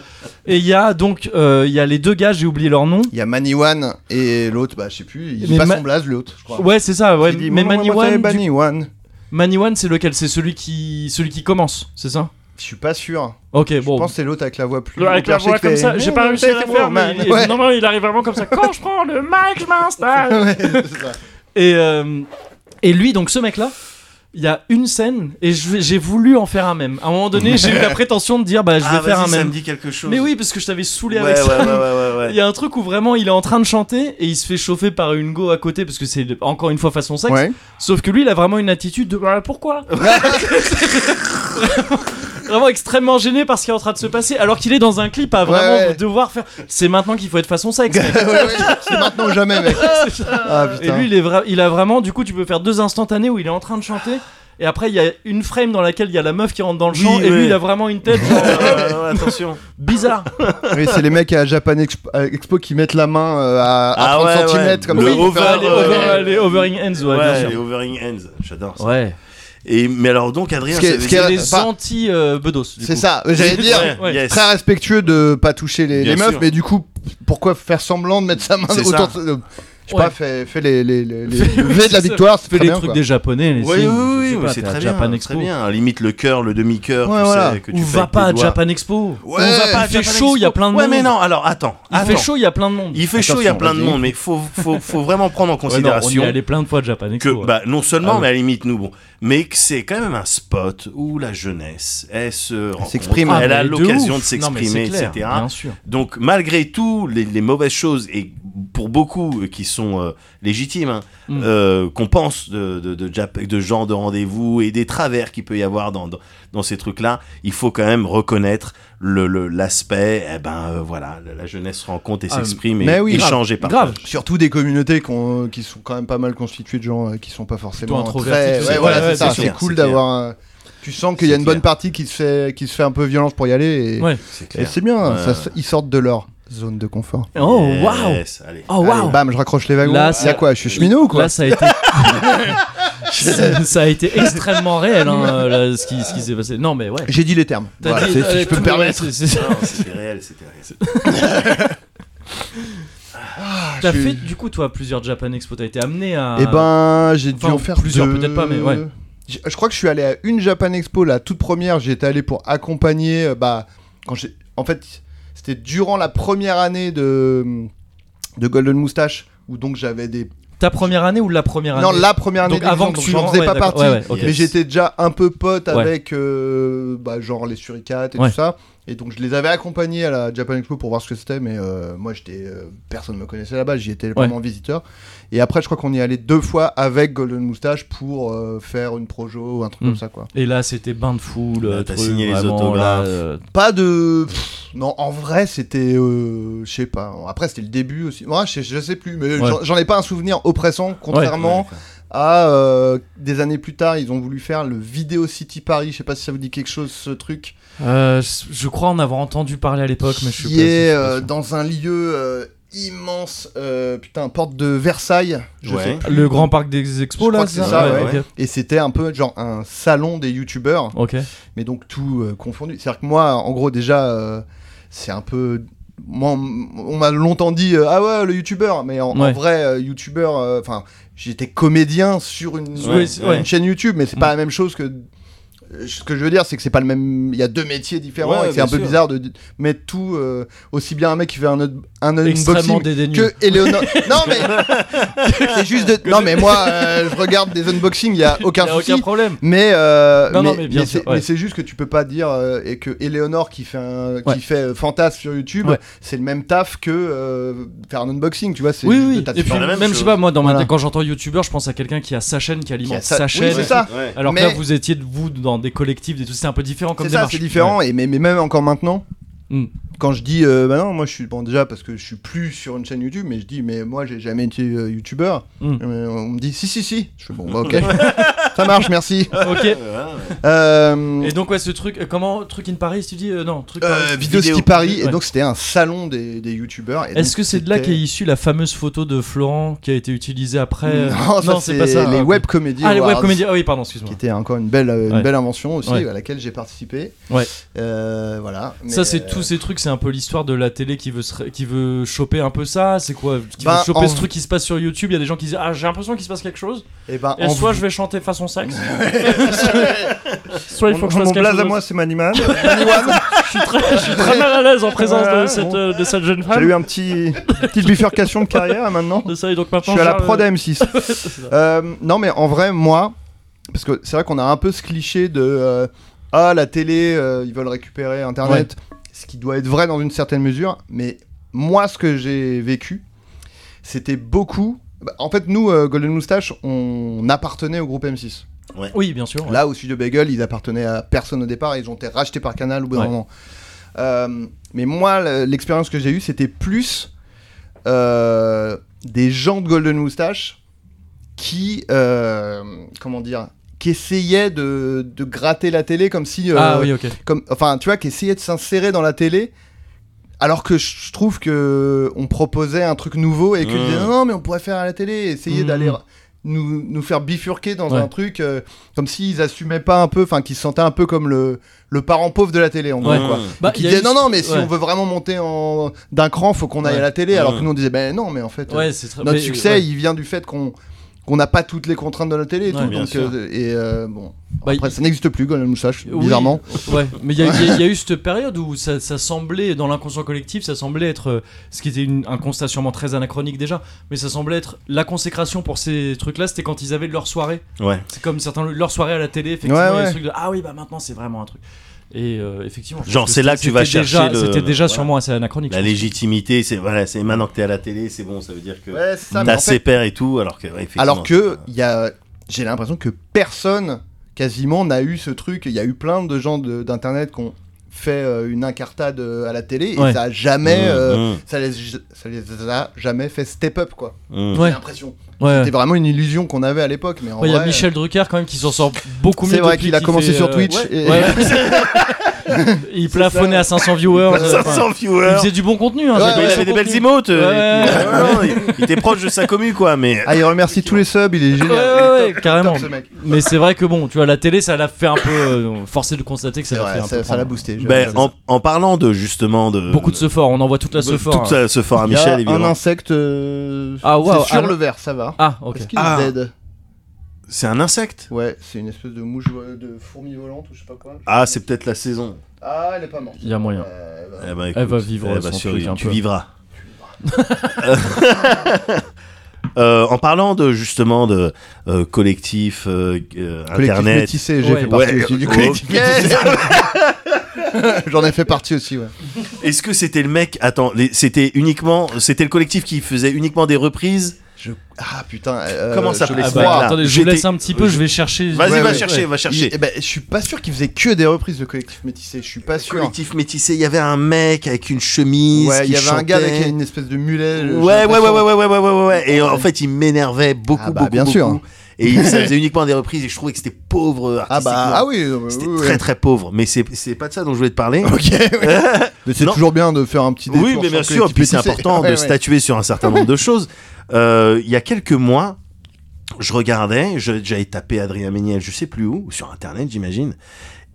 Speaker 3: Et il y a donc euh, il y a les deux gars, j'ai oublié leur nom.
Speaker 1: Il y a Maniwan et l'autre, bah je sais plus, il dit
Speaker 3: Mais
Speaker 1: pas
Speaker 3: Ma-
Speaker 1: son blaze l'autre, je crois.
Speaker 3: Ouais, c'est ça. Ouais.
Speaker 1: Il dit,
Speaker 3: Mais
Speaker 1: Mon nom, moi, c'est
Speaker 3: Maniwan, du-
Speaker 1: Maniwan.
Speaker 3: Maniwan, c'est lequel C'est celui qui celui qui commence, c'est ça
Speaker 1: Je suis pas sûr.
Speaker 3: Ok,
Speaker 1: Je
Speaker 3: bon.
Speaker 1: pense que c'est l'autre avec la voix plus.
Speaker 8: Avec la
Speaker 1: perchée
Speaker 8: voix
Speaker 1: qui fait,
Speaker 8: comme ça, j'ai pas
Speaker 1: Mon
Speaker 8: réussi à la
Speaker 1: c'est
Speaker 8: faire,
Speaker 1: mon man.
Speaker 8: mais il-
Speaker 1: Ouais.
Speaker 8: normalement il arrive vraiment comme ça. Quand je prends le mic, je m'installe.
Speaker 1: Ouais, c'est ça.
Speaker 3: Et euh, et lui, donc ce mec-là. Il y a une scène et je vais- j'ai voulu en faire un même. À un moment donné, j'ai eu la prétention de dire bah je vais
Speaker 2: Ah,
Speaker 3: faire
Speaker 2: vas-y,
Speaker 3: un
Speaker 2: Ça me
Speaker 3: même.
Speaker 2: dit quelque chose.
Speaker 3: Mais oui, parce que je t'avais saoulé
Speaker 2: Ouais, ouais,
Speaker 3: avec
Speaker 2: ouais,
Speaker 3: ça.
Speaker 2: ouais, ouais,
Speaker 3: [laughs] Il
Speaker 2: ouais.
Speaker 3: y a un truc où vraiment il est en train de chanter et il se fait chauffer par une go à côté parce que c'est encore une fois façon sexe.
Speaker 1: Ouais.
Speaker 3: Sauf que lui, il a vraiment une attitude de Bah,
Speaker 1: [laughs]
Speaker 3: pourquoi [laughs] Vraiment extrêmement gêné par ce qui est en train de se passer, alors qu'il est dans un clip à vraiment
Speaker 1: ouais.
Speaker 3: devoir faire. C'est maintenant qu'il faut être façon sexe. mec.
Speaker 1: Ouais, ouais, c'est maintenant ou jamais, mec.
Speaker 3: C'est ça.
Speaker 1: Ah
Speaker 3: et
Speaker 1: [laughs] putain.
Speaker 3: lui, il, est vra- il a vraiment. Du coup, tu peux faire deux instantanés où il est en train de chanter. Et après, il y a une frame dans laquelle il y a la meuf qui rentre dans le
Speaker 2: Oui,
Speaker 3: champ. Et
Speaker 2: ouais.
Speaker 3: lui, il a vraiment une tête genre,
Speaker 1: [laughs]
Speaker 3: euh, [laughs]
Speaker 2: Euh, attention.
Speaker 3: bizarre.
Speaker 1: Oui, c'est les mecs à Japan Expo, à Expo qui mettent la main euh, à, à
Speaker 2: Ah
Speaker 1: 30
Speaker 2: ouais,
Speaker 1: cm
Speaker 2: ouais.
Speaker 1: comme
Speaker 2: Le
Speaker 1: ça. pour faire
Speaker 2: ovale,
Speaker 1: un-
Speaker 3: les,
Speaker 2: euh,
Speaker 3: over- les overing ends, ouais, bien
Speaker 2: Ouais,
Speaker 3: sûr.
Speaker 2: les Overing Ends. J'adore ça.
Speaker 3: Ouais.
Speaker 2: Et, mais alors, donc, Adrien,
Speaker 1: Ce qui est-
Speaker 2: ça veut
Speaker 1: ce qui est-
Speaker 2: dire-
Speaker 3: C'est les euh,
Speaker 1: Enfin,
Speaker 3: anti-bedos.
Speaker 1: bah, C'est ça, j'allais dire.
Speaker 2: Ouais,
Speaker 3: Ouais.
Speaker 2: yes.
Speaker 1: Très respectueux de pas toucher les,
Speaker 2: Bien
Speaker 1: les meufs,
Speaker 2: sûr.
Speaker 1: mais du coup, pourquoi faire semblant de mettre sa main
Speaker 2: C'est
Speaker 1: autant.
Speaker 2: ça.
Speaker 1: euh, Je sais
Speaker 3: Ouais.
Speaker 1: pas, fais, fais les, les, les,
Speaker 3: [laughs]
Speaker 1: les
Speaker 3: Fais-
Speaker 1: levées de la
Speaker 3: c'est ça.
Speaker 1: victoire, c'est
Speaker 3: Fais
Speaker 1: très
Speaker 3: les
Speaker 1: bien.
Speaker 3: trucs
Speaker 1: quoi.
Speaker 3: des japonais, les
Speaker 2: Oui, oui,
Speaker 3: signes, je
Speaker 2: oui,
Speaker 3: sais
Speaker 2: oui,
Speaker 3: pas,
Speaker 2: c'est
Speaker 3: t'es à
Speaker 2: très
Speaker 3: Japan
Speaker 2: bien,
Speaker 3: Expo.
Speaker 2: très bien. Limite le cœur, le demi-cœur,
Speaker 1: Ouais,
Speaker 2: tu
Speaker 1: voilà.
Speaker 2: sais, que tu
Speaker 3: Ou
Speaker 2: fais
Speaker 3: va
Speaker 2: avec
Speaker 3: pas
Speaker 2: tes
Speaker 3: à
Speaker 2: doigts.
Speaker 3: Japan Expo.
Speaker 2: Ouais,
Speaker 3: Ou va pas à
Speaker 2: il
Speaker 3: Japan
Speaker 2: fait
Speaker 3: chaud, il y a plein de
Speaker 2: Ouais,
Speaker 3: monde.
Speaker 2: mais non, alors attends.
Speaker 3: Il
Speaker 2: attends.
Speaker 3: fait chaud, il y a plein de monde.
Speaker 2: Il fait chaud, il y a plein de
Speaker 1: vas-y.
Speaker 2: monde, mais faut, faut, faut vraiment prendre en
Speaker 3: Ouais, non, on y
Speaker 2: considération
Speaker 3: est allé plein de fois à Japan
Speaker 2: que,
Speaker 3: Expo. ouais.
Speaker 2: bah, non seulement,
Speaker 3: Ah ouais.
Speaker 2: mais à la limite, nous, bon, mais que c'est quand même un spot où la jeunesse, elle se rencontre,
Speaker 1: s'exprime.
Speaker 3: Ah,
Speaker 2: elle a
Speaker 3: mais de
Speaker 2: l'occasion
Speaker 3: ouf.
Speaker 2: de
Speaker 3: Non, mais
Speaker 2: s'exprimer,
Speaker 3: c'est
Speaker 2: etc.
Speaker 3: clair, Bien sûr.
Speaker 2: Donc, malgré tout, les, les mauvaises choses, et pour beaucoup euh, qui sont euh, légitimes, hein,
Speaker 3: Mm.
Speaker 2: euh, qu'on pense de, de, de, Jap- de genre de rendez-vous et des travers qu'il peut y avoir dans, dans, dans ces trucs-là, il faut quand même reconnaître le- le- l'aspect, eh ben euh, voilà, la, la jeunesse se rencontre et
Speaker 3: Ah,
Speaker 2: s'exprime
Speaker 1: mais
Speaker 2: et
Speaker 1: oui, grave,
Speaker 2: échange et partage.
Speaker 3: Grave.
Speaker 1: Surtout des communautés qu'on- qui sont quand même pas mal constituées de gens euh, qui sont pas forcément
Speaker 3: Plutôt
Speaker 1: très.
Speaker 3: introvertis,
Speaker 1: Ouais,
Speaker 3: tout ça.
Speaker 1: voilà,
Speaker 3: Ouais,
Speaker 1: c'est ça.
Speaker 2: c'est
Speaker 1: C'est
Speaker 2: clair,
Speaker 1: cool
Speaker 2: c'est clair.
Speaker 1: d'avoir. un- Tu sens qu'il y a
Speaker 2: C'est
Speaker 1: une bonne
Speaker 2: clair.
Speaker 1: partie qui se fait, qui se fait un peu violence pour y aller. Et,
Speaker 3: Ouais.
Speaker 2: C'est
Speaker 1: et
Speaker 2: clair.
Speaker 1: c'est bien.
Speaker 2: Ouais.
Speaker 1: ça s- ils sortent de leur zone de confort.
Speaker 3: Oh,
Speaker 2: euh,
Speaker 3: waouh.
Speaker 2: Yes, allez.
Speaker 3: Oh,
Speaker 1: Allez,
Speaker 3: waouh.
Speaker 1: bam, je raccroche les wagons.
Speaker 3: Là,
Speaker 1: Il y a
Speaker 3: ça-
Speaker 1: quoi Je suis cheminot ou quoi
Speaker 3: Là, ça
Speaker 1: [laughs]
Speaker 3: a été. ça, ça a été extrêmement réel, hein, euh, là, ce qui, ce qui s'est passé. Non, mais ouais.
Speaker 1: J'ai dit les termes.
Speaker 3: T'as
Speaker 1: Voilà,
Speaker 3: dit-
Speaker 1: c'est- si
Speaker 3: euh,
Speaker 1: je peux me
Speaker 3: ouais,
Speaker 1: permettre.
Speaker 3: c'est- c'est ça.
Speaker 2: Non, C'était réel, c'était réel.
Speaker 3: T'as
Speaker 1: Ah, je-
Speaker 3: fait, du coup, toi, plusieurs Japan Expo. T'as été amené à.
Speaker 1: Eh ben, j'ai dû
Speaker 3: Euh, Enfin,
Speaker 1: en faire
Speaker 3: plusieurs,
Speaker 1: deux.
Speaker 3: peut-être pas, mais ouais.
Speaker 1: J'ai- Je crois que je suis allé à une Japan Expo, la toute première. J'étais allé pour accompagner. euh, Bah, quand j'ai, en fait, c'était durant la première année de de Golden Moustache, où donc j'avais des.
Speaker 3: Ta première année ou la première année
Speaker 1: Non, la première année.
Speaker 3: Donc
Speaker 1: des
Speaker 3: avant
Speaker 1: gens,
Speaker 3: que
Speaker 1: donc
Speaker 3: tu
Speaker 1: j'en
Speaker 3: rentres,
Speaker 1: faisais
Speaker 3: ouais,
Speaker 1: pas
Speaker 3: d'accord,
Speaker 1: partie,
Speaker 3: ouais, ouais, ok.
Speaker 1: mais j'étais déjà un peu pote
Speaker 3: Ouais.
Speaker 1: avec, euh, bah, genre les suricates et
Speaker 3: Ouais.
Speaker 1: tout ça. Et donc je les avais accompagnés à la Japan Expo pour voir ce que c'était, mais euh, moi j'étais euh, personne me connaissait là-bas, j'y étais vraiment visiteur. Et après je crois qu'on y allait deux fois avec Golden Moustache pour euh, faire une projo ou un truc
Speaker 3: Mm.
Speaker 1: comme ça quoi.
Speaker 3: Et là, c'était bain de foule.
Speaker 2: Là,
Speaker 3: euh,
Speaker 2: Bah, t'as
Speaker 3: truc,
Speaker 2: signé les
Speaker 3: vraiment,
Speaker 2: autographes.
Speaker 3: là, euh,
Speaker 1: Pas de pff, non en vrai c'était euh, je sais pas. Après c'était le début aussi. Moi je, sais- je sais plus, mais
Speaker 3: Ouais.
Speaker 1: j'en- j'en ai pas un souvenir oppressant contrairement
Speaker 2: Ouais,
Speaker 1: à euh, des années plus tard ils ont voulu faire le Video City Paris. Je sais pas si ça vous dit quelque chose ce truc.
Speaker 3: Euh, je crois en avoir entendu parler à l'époque, mais je suis
Speaker 1: qui
Speaker 3: pas-
Speaker 1: est
Speaker 3: je suis pas
Speaker 1: euh,
Speaker 3: sûr.
Speaker 1: dans un lieu euh, immense, euh, putain, porte de Versailles, je
Speaker 2: Ouais.
Speaker 1: sais plus.
Speaker 3: le grand parc des
Speaker 1: Je
Speaker 3: expos
Speaker 1: crois
Speaker 3: là.
Speaker 1: que c'est ça,
Speaker 2: ouais,
Speaker 3: ok.
Speaker 1: Et c'était un peu genre un salon des youtubeurs,
Speaker 3: Ok.
Speaker 1: mais donc tout euh, confondu. C'est-à-dire que moi, en gros, déjà, euh, c'est un peu. Moi, on m- on m'a longtemps dit euh, ah ouais le youtubeur mais en, en
Speaker 3: Ouais.
Speaker 1: vrai euh, youtubeur euh, enfin j'étais comédien sur une,
Speaker 2: Ouais,
Speaker 1: sur
Speaker 3: ouais.
Speaker 1: une chaîne YouTube mais c'est
Speaker 3: Mm.
Speaker 1: pas la même chose que euh, ce que je veux dire c'est que c'est pas le même il y a deux métiers différents
Speaker 2: Ouais,
Speaker 1: et que c'est un
Speaker 2: bien
Speaker 1: peu
Speaker 2: sûr.
Speaker 1: bizarre de d- mettre tout euh, aussi bien un mec qui fait un, un
Speaker 3: Extrêmement
Speaker 1: unboxing
Speaker 3: dédaigneux.
Speaker 1: que Eleonore.
Speaker 3: [laughs]
Speaker 1: non mais [laughs] c'est juste de... non mais moi euh, je regarde des unboxings, il y a aucun
Speaker 3: Y a
Speaker 1: souci.
Speaker 3: aucun problème.
Speaker 1: Mais, euh,
Speaker 3: Non, non, mais bien sûr,
Speaker 1: c'est,
Speaker 3: ouais.
Speaker 1: mais c'est juste que tu peux pas dire euh, et que Eleonore qui fait un, qui
Speaker 3: Ouais.
Speaker 1: fait euh, fantasme sur YouTube,
Speaker 3: Ouais.
Speaker 1: c'est le même taf que euh, faire un unboxing, tu vois, c'est
Speaker 3: Oui,
Speaker 1: juste de
Speaker 3: oui.
Speaker 1: t'assurer.
Speaker 3: Et puis
Speaker 2: faire la
Speaker 3: même,
Speaker 2: même
Speaker 3: je sais
Speaker 2: chose.
Speaker 3: pas, moi, dans ma
Speaker 1: Voilà.
Speaker 3: tête, quand j'entends youtubeur, je pense à quelqu'un qui a sa chaîne, qui alimente
Speaker 1: a sa-
Speaker 3: sa
Speaker 1: Oui,
Speaker 3: chaîne.
Speaker 1: c'est ça.
Speaker 2: ouais.
Speaker 3: Alors que
Speaker 1: Mais-
Speaker 3: là, vous étiez vous dans des collectifs, des trucs, c'est un peu différent comme
Speaker 1: c'est ça,
Speaker 3: démarche.
Speaker 1: c'est différent et mais, mais même encore maintenant.
Speaker 3: Mm.
Speaker 1: quand je dis, euh, bah non, moi je suis, bon déjà parce que je suis plus sur une chaîne YouTube, mais je dis, mais moi j'ai jamais été euh, YouTubeur.
Speaker 3: Mm.
Speaker 1: Euh, on me dit, si, si, si. Je fais, bon, bah
Speaker 3: [laughs]
Speaker 1: ok. Ça marche, merci.
Speaker 3: Ok.
Speaker 1: [laughs] Euh,
Speaker 3: Et donc ouais, ce truc, euh, comment truc in Paris, tu dis euh, non, truc.
Speaker 1: euh,
Speaker 3: Paris.
Speaker 1: vidéo Ski
Speaker 3: Vidéo.
Speaker 1: Paris, et
Speaker 3: Ouais.
Speaker 1: donc c'était un salon des, des youtubeurs. et
Speaker 3: Est-ce
Speaker 1: donc,
Speaker 3: que c'est de là
Speaker 1: c'était-
Speaker 3: qu'est issue la fameuse photo de Florent qui a été utilisée après euh,
Speaker 1: [laughs] Non, ça, c'est pas ça. Les
Speaker 3: Ah,
Speaker 1: web comédies.
Speaker 3: Ah les web
Speaker 1: Awards.
Speaker 3: comédies. Ah oui, pardon,
Speaker 1: qui
Speaker 3: excuse-moi.
Speaker 1: était encore une belle, euh, une
Speaker 3: Ouais.
Speaker 1: belle invention aussi
Speaker 3: Ouais.
Speaker 1: à laquelle j'ai participé.
Speaker 3: Ouais.
Speaker 1: Euh, voilà. Mais,
Speaker 3: Ça c'est
Speaker 1: euh,
Speaker 3: tous ces trucs, c'est un peu l'histoire de la télé qui veut se ré- qui veut choper un peu ça. C'est quoi Qui
Speaker 1: Bah,
Speaker 3: veut choper
Speaker 1: en-
Speaker 3: ce truc qui se passe sur YouTube. Il y a des gens qui disent ah j'ai l'impression qu'il se passe quelque chose.
Speaker 1: Et ben,
Speaker 3: Et
Speaker 1: en
Speaker 3: soit je vais chanter façon
Speaker 1: [laughs]
Speaker 3: sax. [laughs] soit
Speaker 1: mon,
Speaker 3: il faut que je
Speaker 1: mon
Speaker 3: fasse quelque
Speaker 1: blaze
Speaker 3: chose.
Speaker 1: à moi, c'est Maniman.
Speaker 3: Je suis très, je suis très mal à l'aise en présence de cette euh, de cette jeune
Speaker 1: J'ai
Speaker 3: femme.
Speaker 1: eu un petit, petite bifurcation de carrière et maintenant.
Speaker 3: De ça et donc
Speaker 1: Je
Speaker 3: maintenant
Speaker 1: suis à la
Speaker 3: Charles-
Speaker 1: prod à M6. Euh, non, mais en vrai, moi, parce que c'est vrai qu'on a un peu ce cliché de euh, ah la télé, euh, ils veulent récupérer Internet, ce qui doit être vrai dans une certaine mesure. Mais moi, ce que j'ai vécu, c'était beaucoup. bah, en fait, nous, euh, Golden Moustache, on appartenait au groupe M6.
Speaker 3: Oui, bien sûr. ouais.
Speaker 1: Là, au studio Bagel, ils appartenaient à personne au départ, ils ont été rachetés par Canal au bout d'un
Speaker 3: Ouais.
Speaker 1: moment. Euh, mais moi, le- l'expérience que j'ai eue, c'était plus euh, des gens de Golden Moustache qui, euh, comment dire, qui essayaient de, de gratter la télé comme si, euh,
Speaker 3: Ah oui, ok.
Speaker 1: comme, enfin, tu vois, qui essayaient de s'insérer dans la télé. Alors que je trouve que on proposait un truc nouveau et que
Speaker 2: Mm.
Speaker 1: disaient non, non, mais on pourrait faire à la télé, essayer
Speaker 3: Mm.
Speaker 1: d'aller nous, nous faire bifurquer dans
Speaker 3: Ouais.
Speaker 1: un truc euh, comme s'ils assumaient pas un peu, enfin qu'ils se sentaient un peu comme le, le parent pauvre de la télé en gros
Speaker 3: Ouais.
Speaker 1: quoi.
Speaker 3: Bah,
Speaker 1: Qui
Speaker 3: il y a
Speaker 1: disaient
Speaker 3: eu-
Speaker 1: non non mais si
Speaker 3: ouais.
Speaker 1: on veut vraiment monter en d'un cran faut qu'on aille
Speaker 3: Ouais.
Speaker 1: à la télé alors
Speaker 2: Ouais.
Speaker 1: que nous on disait ben non mais en fait euh,
Speaker 3: Ouais, c'est très-
Speaker 1: notre
Speaker 3: mais-
Speaker 1: succès
Speaker 3: ouais.
Speaker 1: il vient du fait qu'on qu'on n'a pas toutes les contraintes de la télé et
Speaker 3: Ouais,
Speaker 1: tout,
Speaker 2: bien
Speaker 1: donc,
Speaker 2: sûr.
Speaker 1: euh, et euh, bon
Speaker 3: Bah,
Speaker 1: après
Speaker 3: il-
Speaker 1: ça n'existe plus Golden Moustache
Speaker 3: Oui,
Speaker 1: bizarrement
Speaker 3: Ouais, mais il y, a- il y a- il y a eu cette période où ça, ça semblait, dans l'inconscient collectif, ça semblait être, euh, ce qui était une- un constat sûrement très anachronique déjà, mais ça semblait être la consécration pour ces trucs-là, c'était quand ils avaient leur soirée.
Speaker 2: Ouais.
Speaker 3: C'est comme certains, leur soirée à la télé, effectivement,
Speaker 1: Ouais,
Speaker 3: il y a
Speaker 1: ouais.
Speaker 3: ce truc de ah oui, bah maintenant c'est vraiment un truc. Et euh, effectivement. je
Speaker 2: Genre,
Speaker 3: pense
Speaker 2: c'est là que tu
Speaker 3: c'était
Speaker 2: vas
Speaker 3: déjà-
Speaker 2: chercher le-
Speaker 3: C'était déjà
Speaker 2: voilà.
Speaker 3: sûrement assez anachronique.
Speaker 2: La
Speaker 3: je pense.
Speaker 2: légitimité, c'est voilà, c'est maintenant que t'es à la télé, c'est bon, ça veut dire que
Speaker 1: Ouais, c'est ça, mais
Speaker 2: t'as
Speaker 1: en fait,
Speaker 2: ses pairs et tout, alors que ouais, effectivement,
Speaker 1: Alors que il y a, j'ai l'impression que personne quasiment n'a eu ce truc. Il y a eu plein de gens de- d'internet qui ont fait euh, une incartade euh, à la télé et
Speaker 3: Ouais.
Speaker 1: ça a
Speaker 2: Mmh,
Speaker 1: jamais, euh,
Speaker 2: mmh,
Speaker 1: ça les, ça les a jamais fait step up quoi.
Speaker 2: mmh.
Speaker 1: J'ai
Speaker 3: Ouais,
Speaker 1: l'impression.
Speaker 3: ouais.
Speaker 1: C'était vraiment une illusion qu'on avait à l'époque, mais en
Speaker 3: Ouais, Il y a
Speaker 1: vrai, euh,
Speaker 3: Michel Drucker quand même qui s'en sort beaucoup mieux.
Speaker 1: C'est vrai
Speaker 3: depuis
Speaker 1: qu'il a commencé
Speaker 3: fait,
Speaker 1: sur
Speaker 3: euh,
Speaker 1: Twitch
Speaker 3: ouais,
Speaker 1: [laughs] et-
Speaker 3: ouais. [laughs] il plafonnait à 500 viewers. euh,
Speaker 2: 500
Speaker 3: enfin, il
Speaker 2: viewers.
Speaker 3: faisait du bon contenu. Hein,
Speaker 1: Ouais,
Speaker 3: j'avais
Speaker 2: Il
Speaker 1: ouais,
Speaker 3: son
Speaker 2: fait des
Speaker 3: contenu.
Speaker 2: belles emotes. euh,
Speaker 3: Ouais.
Speaker 2: non, non, [laughs] il- il était proche de sa commu, quoi, mais.
Speaker 1: Ah, il remercie tous les subs, il est
Speaker 3: Ouais,
Speaker 1: génial.
Speaker 3: ouais, ouais,
Speaker 1: Top,
Speaker 3: carrément.
Speaker 1: top, ce mec.
Speaker 3: Mais c'est vrai que bon, tu vois, la télé, ça l'a fait un peu. euh, forcé de constater que ça
Speaker 1: C'est
Speaker 3: l'a fait
Speaker 1: vrai,
Speaker 3: un
Speaker 1: ça-
Speaker 3: peu.
Speaker 1: ça l'a
Speaker 3: prendre.
Speaker 1: boosté. je-
Speaker 2: Ben,
Speaker 1: c'est
Speaker 2: en,
Speaker 1: ça.
Speaker 2: en parlant de justement de.
Speaker 3: Beaucoup de ce fort, on envoie Euh, toute la ce fort. hein.
Speaker 2: Tout ça, ce fort à
Speaker 1: Il y a
Speaker 2: Michel,
Speaker 1: un
Speaker 2: évidemment.
Speaker 1: insecte euh,
Speaker 3: Ah, waouh,
Speaker 1: c'est sur
Speaker 3: alors-
Speaker 1: le verre, ça va.
Speaker 3: Ah, ok.
Speaker 1: Est-ce qu'il
Speaker 2: Ah.
Speaker 1: est dead
Speaker 2: C'est un insecte
Speaker 1: Ouais, c'est une espèce de mouche, vo- de fourmi volante ou je sais pas quoi.
Speaker 2: Ah, c'est peut-être la saison.
Speaker 1: Ah, elle est pas morte.
Speaker 3: Il y a moyen.
Speaker 1: Euh, bah,
Speaker 2: Eh ben,
Speaker 3: Elle
Speaker 2: écoute,
Speaker 3: va vivre
Speaker 2: elle va
Speaker 3: son truc
Speaker 2: survivre,
Speaker 3: un
Speaker 2: tu
Speaker 3: peu.
Speaker 2: vivras. [laughs] Euh, en parlant de justement de euh, collectif, euh, euh,
Speaker 1: Collectif
Speaker 2: internet,
Speaker 1: métissé, j'ai
Speaker 3: Ouais.
Speaker 1: fait partie
Speaker 2: Ouais,
Speaker 1: aussi du
Speaker 2: ok.
Speaker 1: collectif [laughs] métissé. J'en ai fait partie aussi, ouais.
Speaker 2: Est-ce que c'était le mec Attends, les- c'était uniquement, c'était le collectif qui faisait uniquement des reprises.
Speaker 1: Ah putain. euh,
Speaker 2: Comment ça
Speaker 1: je
Speaker 2: peut
Speaker 1: les
Speaker 2: se
Speaker 3: Ah,
Speaker 1: crois.
Speaker 2: faire,
Speaker 3: bah,
Speaker 2: là
Speaker 3: attendez, je vous
Speaker 2: J'étais-
Speaker 3: laisse un petit peu, je vais chercher.
Speaker 2: Vas-y,
Speaker 1: Ouais,
Speaker 2: va
Speaker 1: ouais,
Speaker 2: chercher,
Speaker 3: ouais.
Speaker 2: va
Speaker 1: Il-
Speaker 2: chercher.
Speaker 1: eh ben, je suis pas sûr qu'ils faisaient que des reprises de collectif métissé. Je suis pas sûr.
Speaker 2: Collectif métissé, il y avait un mec avec une chemise.
Speaker 1: Ouais, il y
Speaker 2: qui
Speaker 1: avait un gars
Speaker 2: chantait.
Speaker 1: avec une espèce de mulet. je- j'ai
Speaker 2: Ouais, ouais, ouais, ouais,
Speaker 1: l'impression.
Speaker 2: ouais, ouais, ouais, ouais, ouais. Et en fait, il m'énervait beaucoup,
Speaker 1: Ah bah,
Speaker 2: beaucoup,
Speaker 1: bien
Speaker 2: beaucoup.
Speaker 1: sûr.
Speaker 2: Et
Speaker 1: [laughs]
Speaker 2: il- ça faisait uniquement des reprises. Et je trouvais que c'était pauvre
Speaker 1: Ah
Speaker 2: artistiquement.
Speaker 1: bah ah oui. euh,
Speaker 2: C'était
Speaker 1: oui,
Speaker 2: très
Speaker 1: oui.
Speaker 2: très pauvre, mais c'est c'est pas de ça dont je voulais te parler.
Speaker 1: [laughs] Ok. ouais. Mais c'est
Speaker 2: [laughs] Non.
Speaker 1: toujours bien de faire un petit détour.
Speaker 2: Oui, mais
Speaker 1: sur
Speaker 2: bien
Speaker 1: le
Speaker 2: sûr,
Speaker 1: collectif
Speaker 2: puis c'est
Speaker 1: métissé. [laughs]
Speaker 2: important
Speaker 1: Ouais,
Speaker 2: de
Speaker 1: ouais.
Speaker 2: statuer sur un certain nombre de choses. Euh, Il y a quelques mois, je regardais, je- j'avais tapé Adrien Méniel, je sais plus où, sur Internet, j'imagine.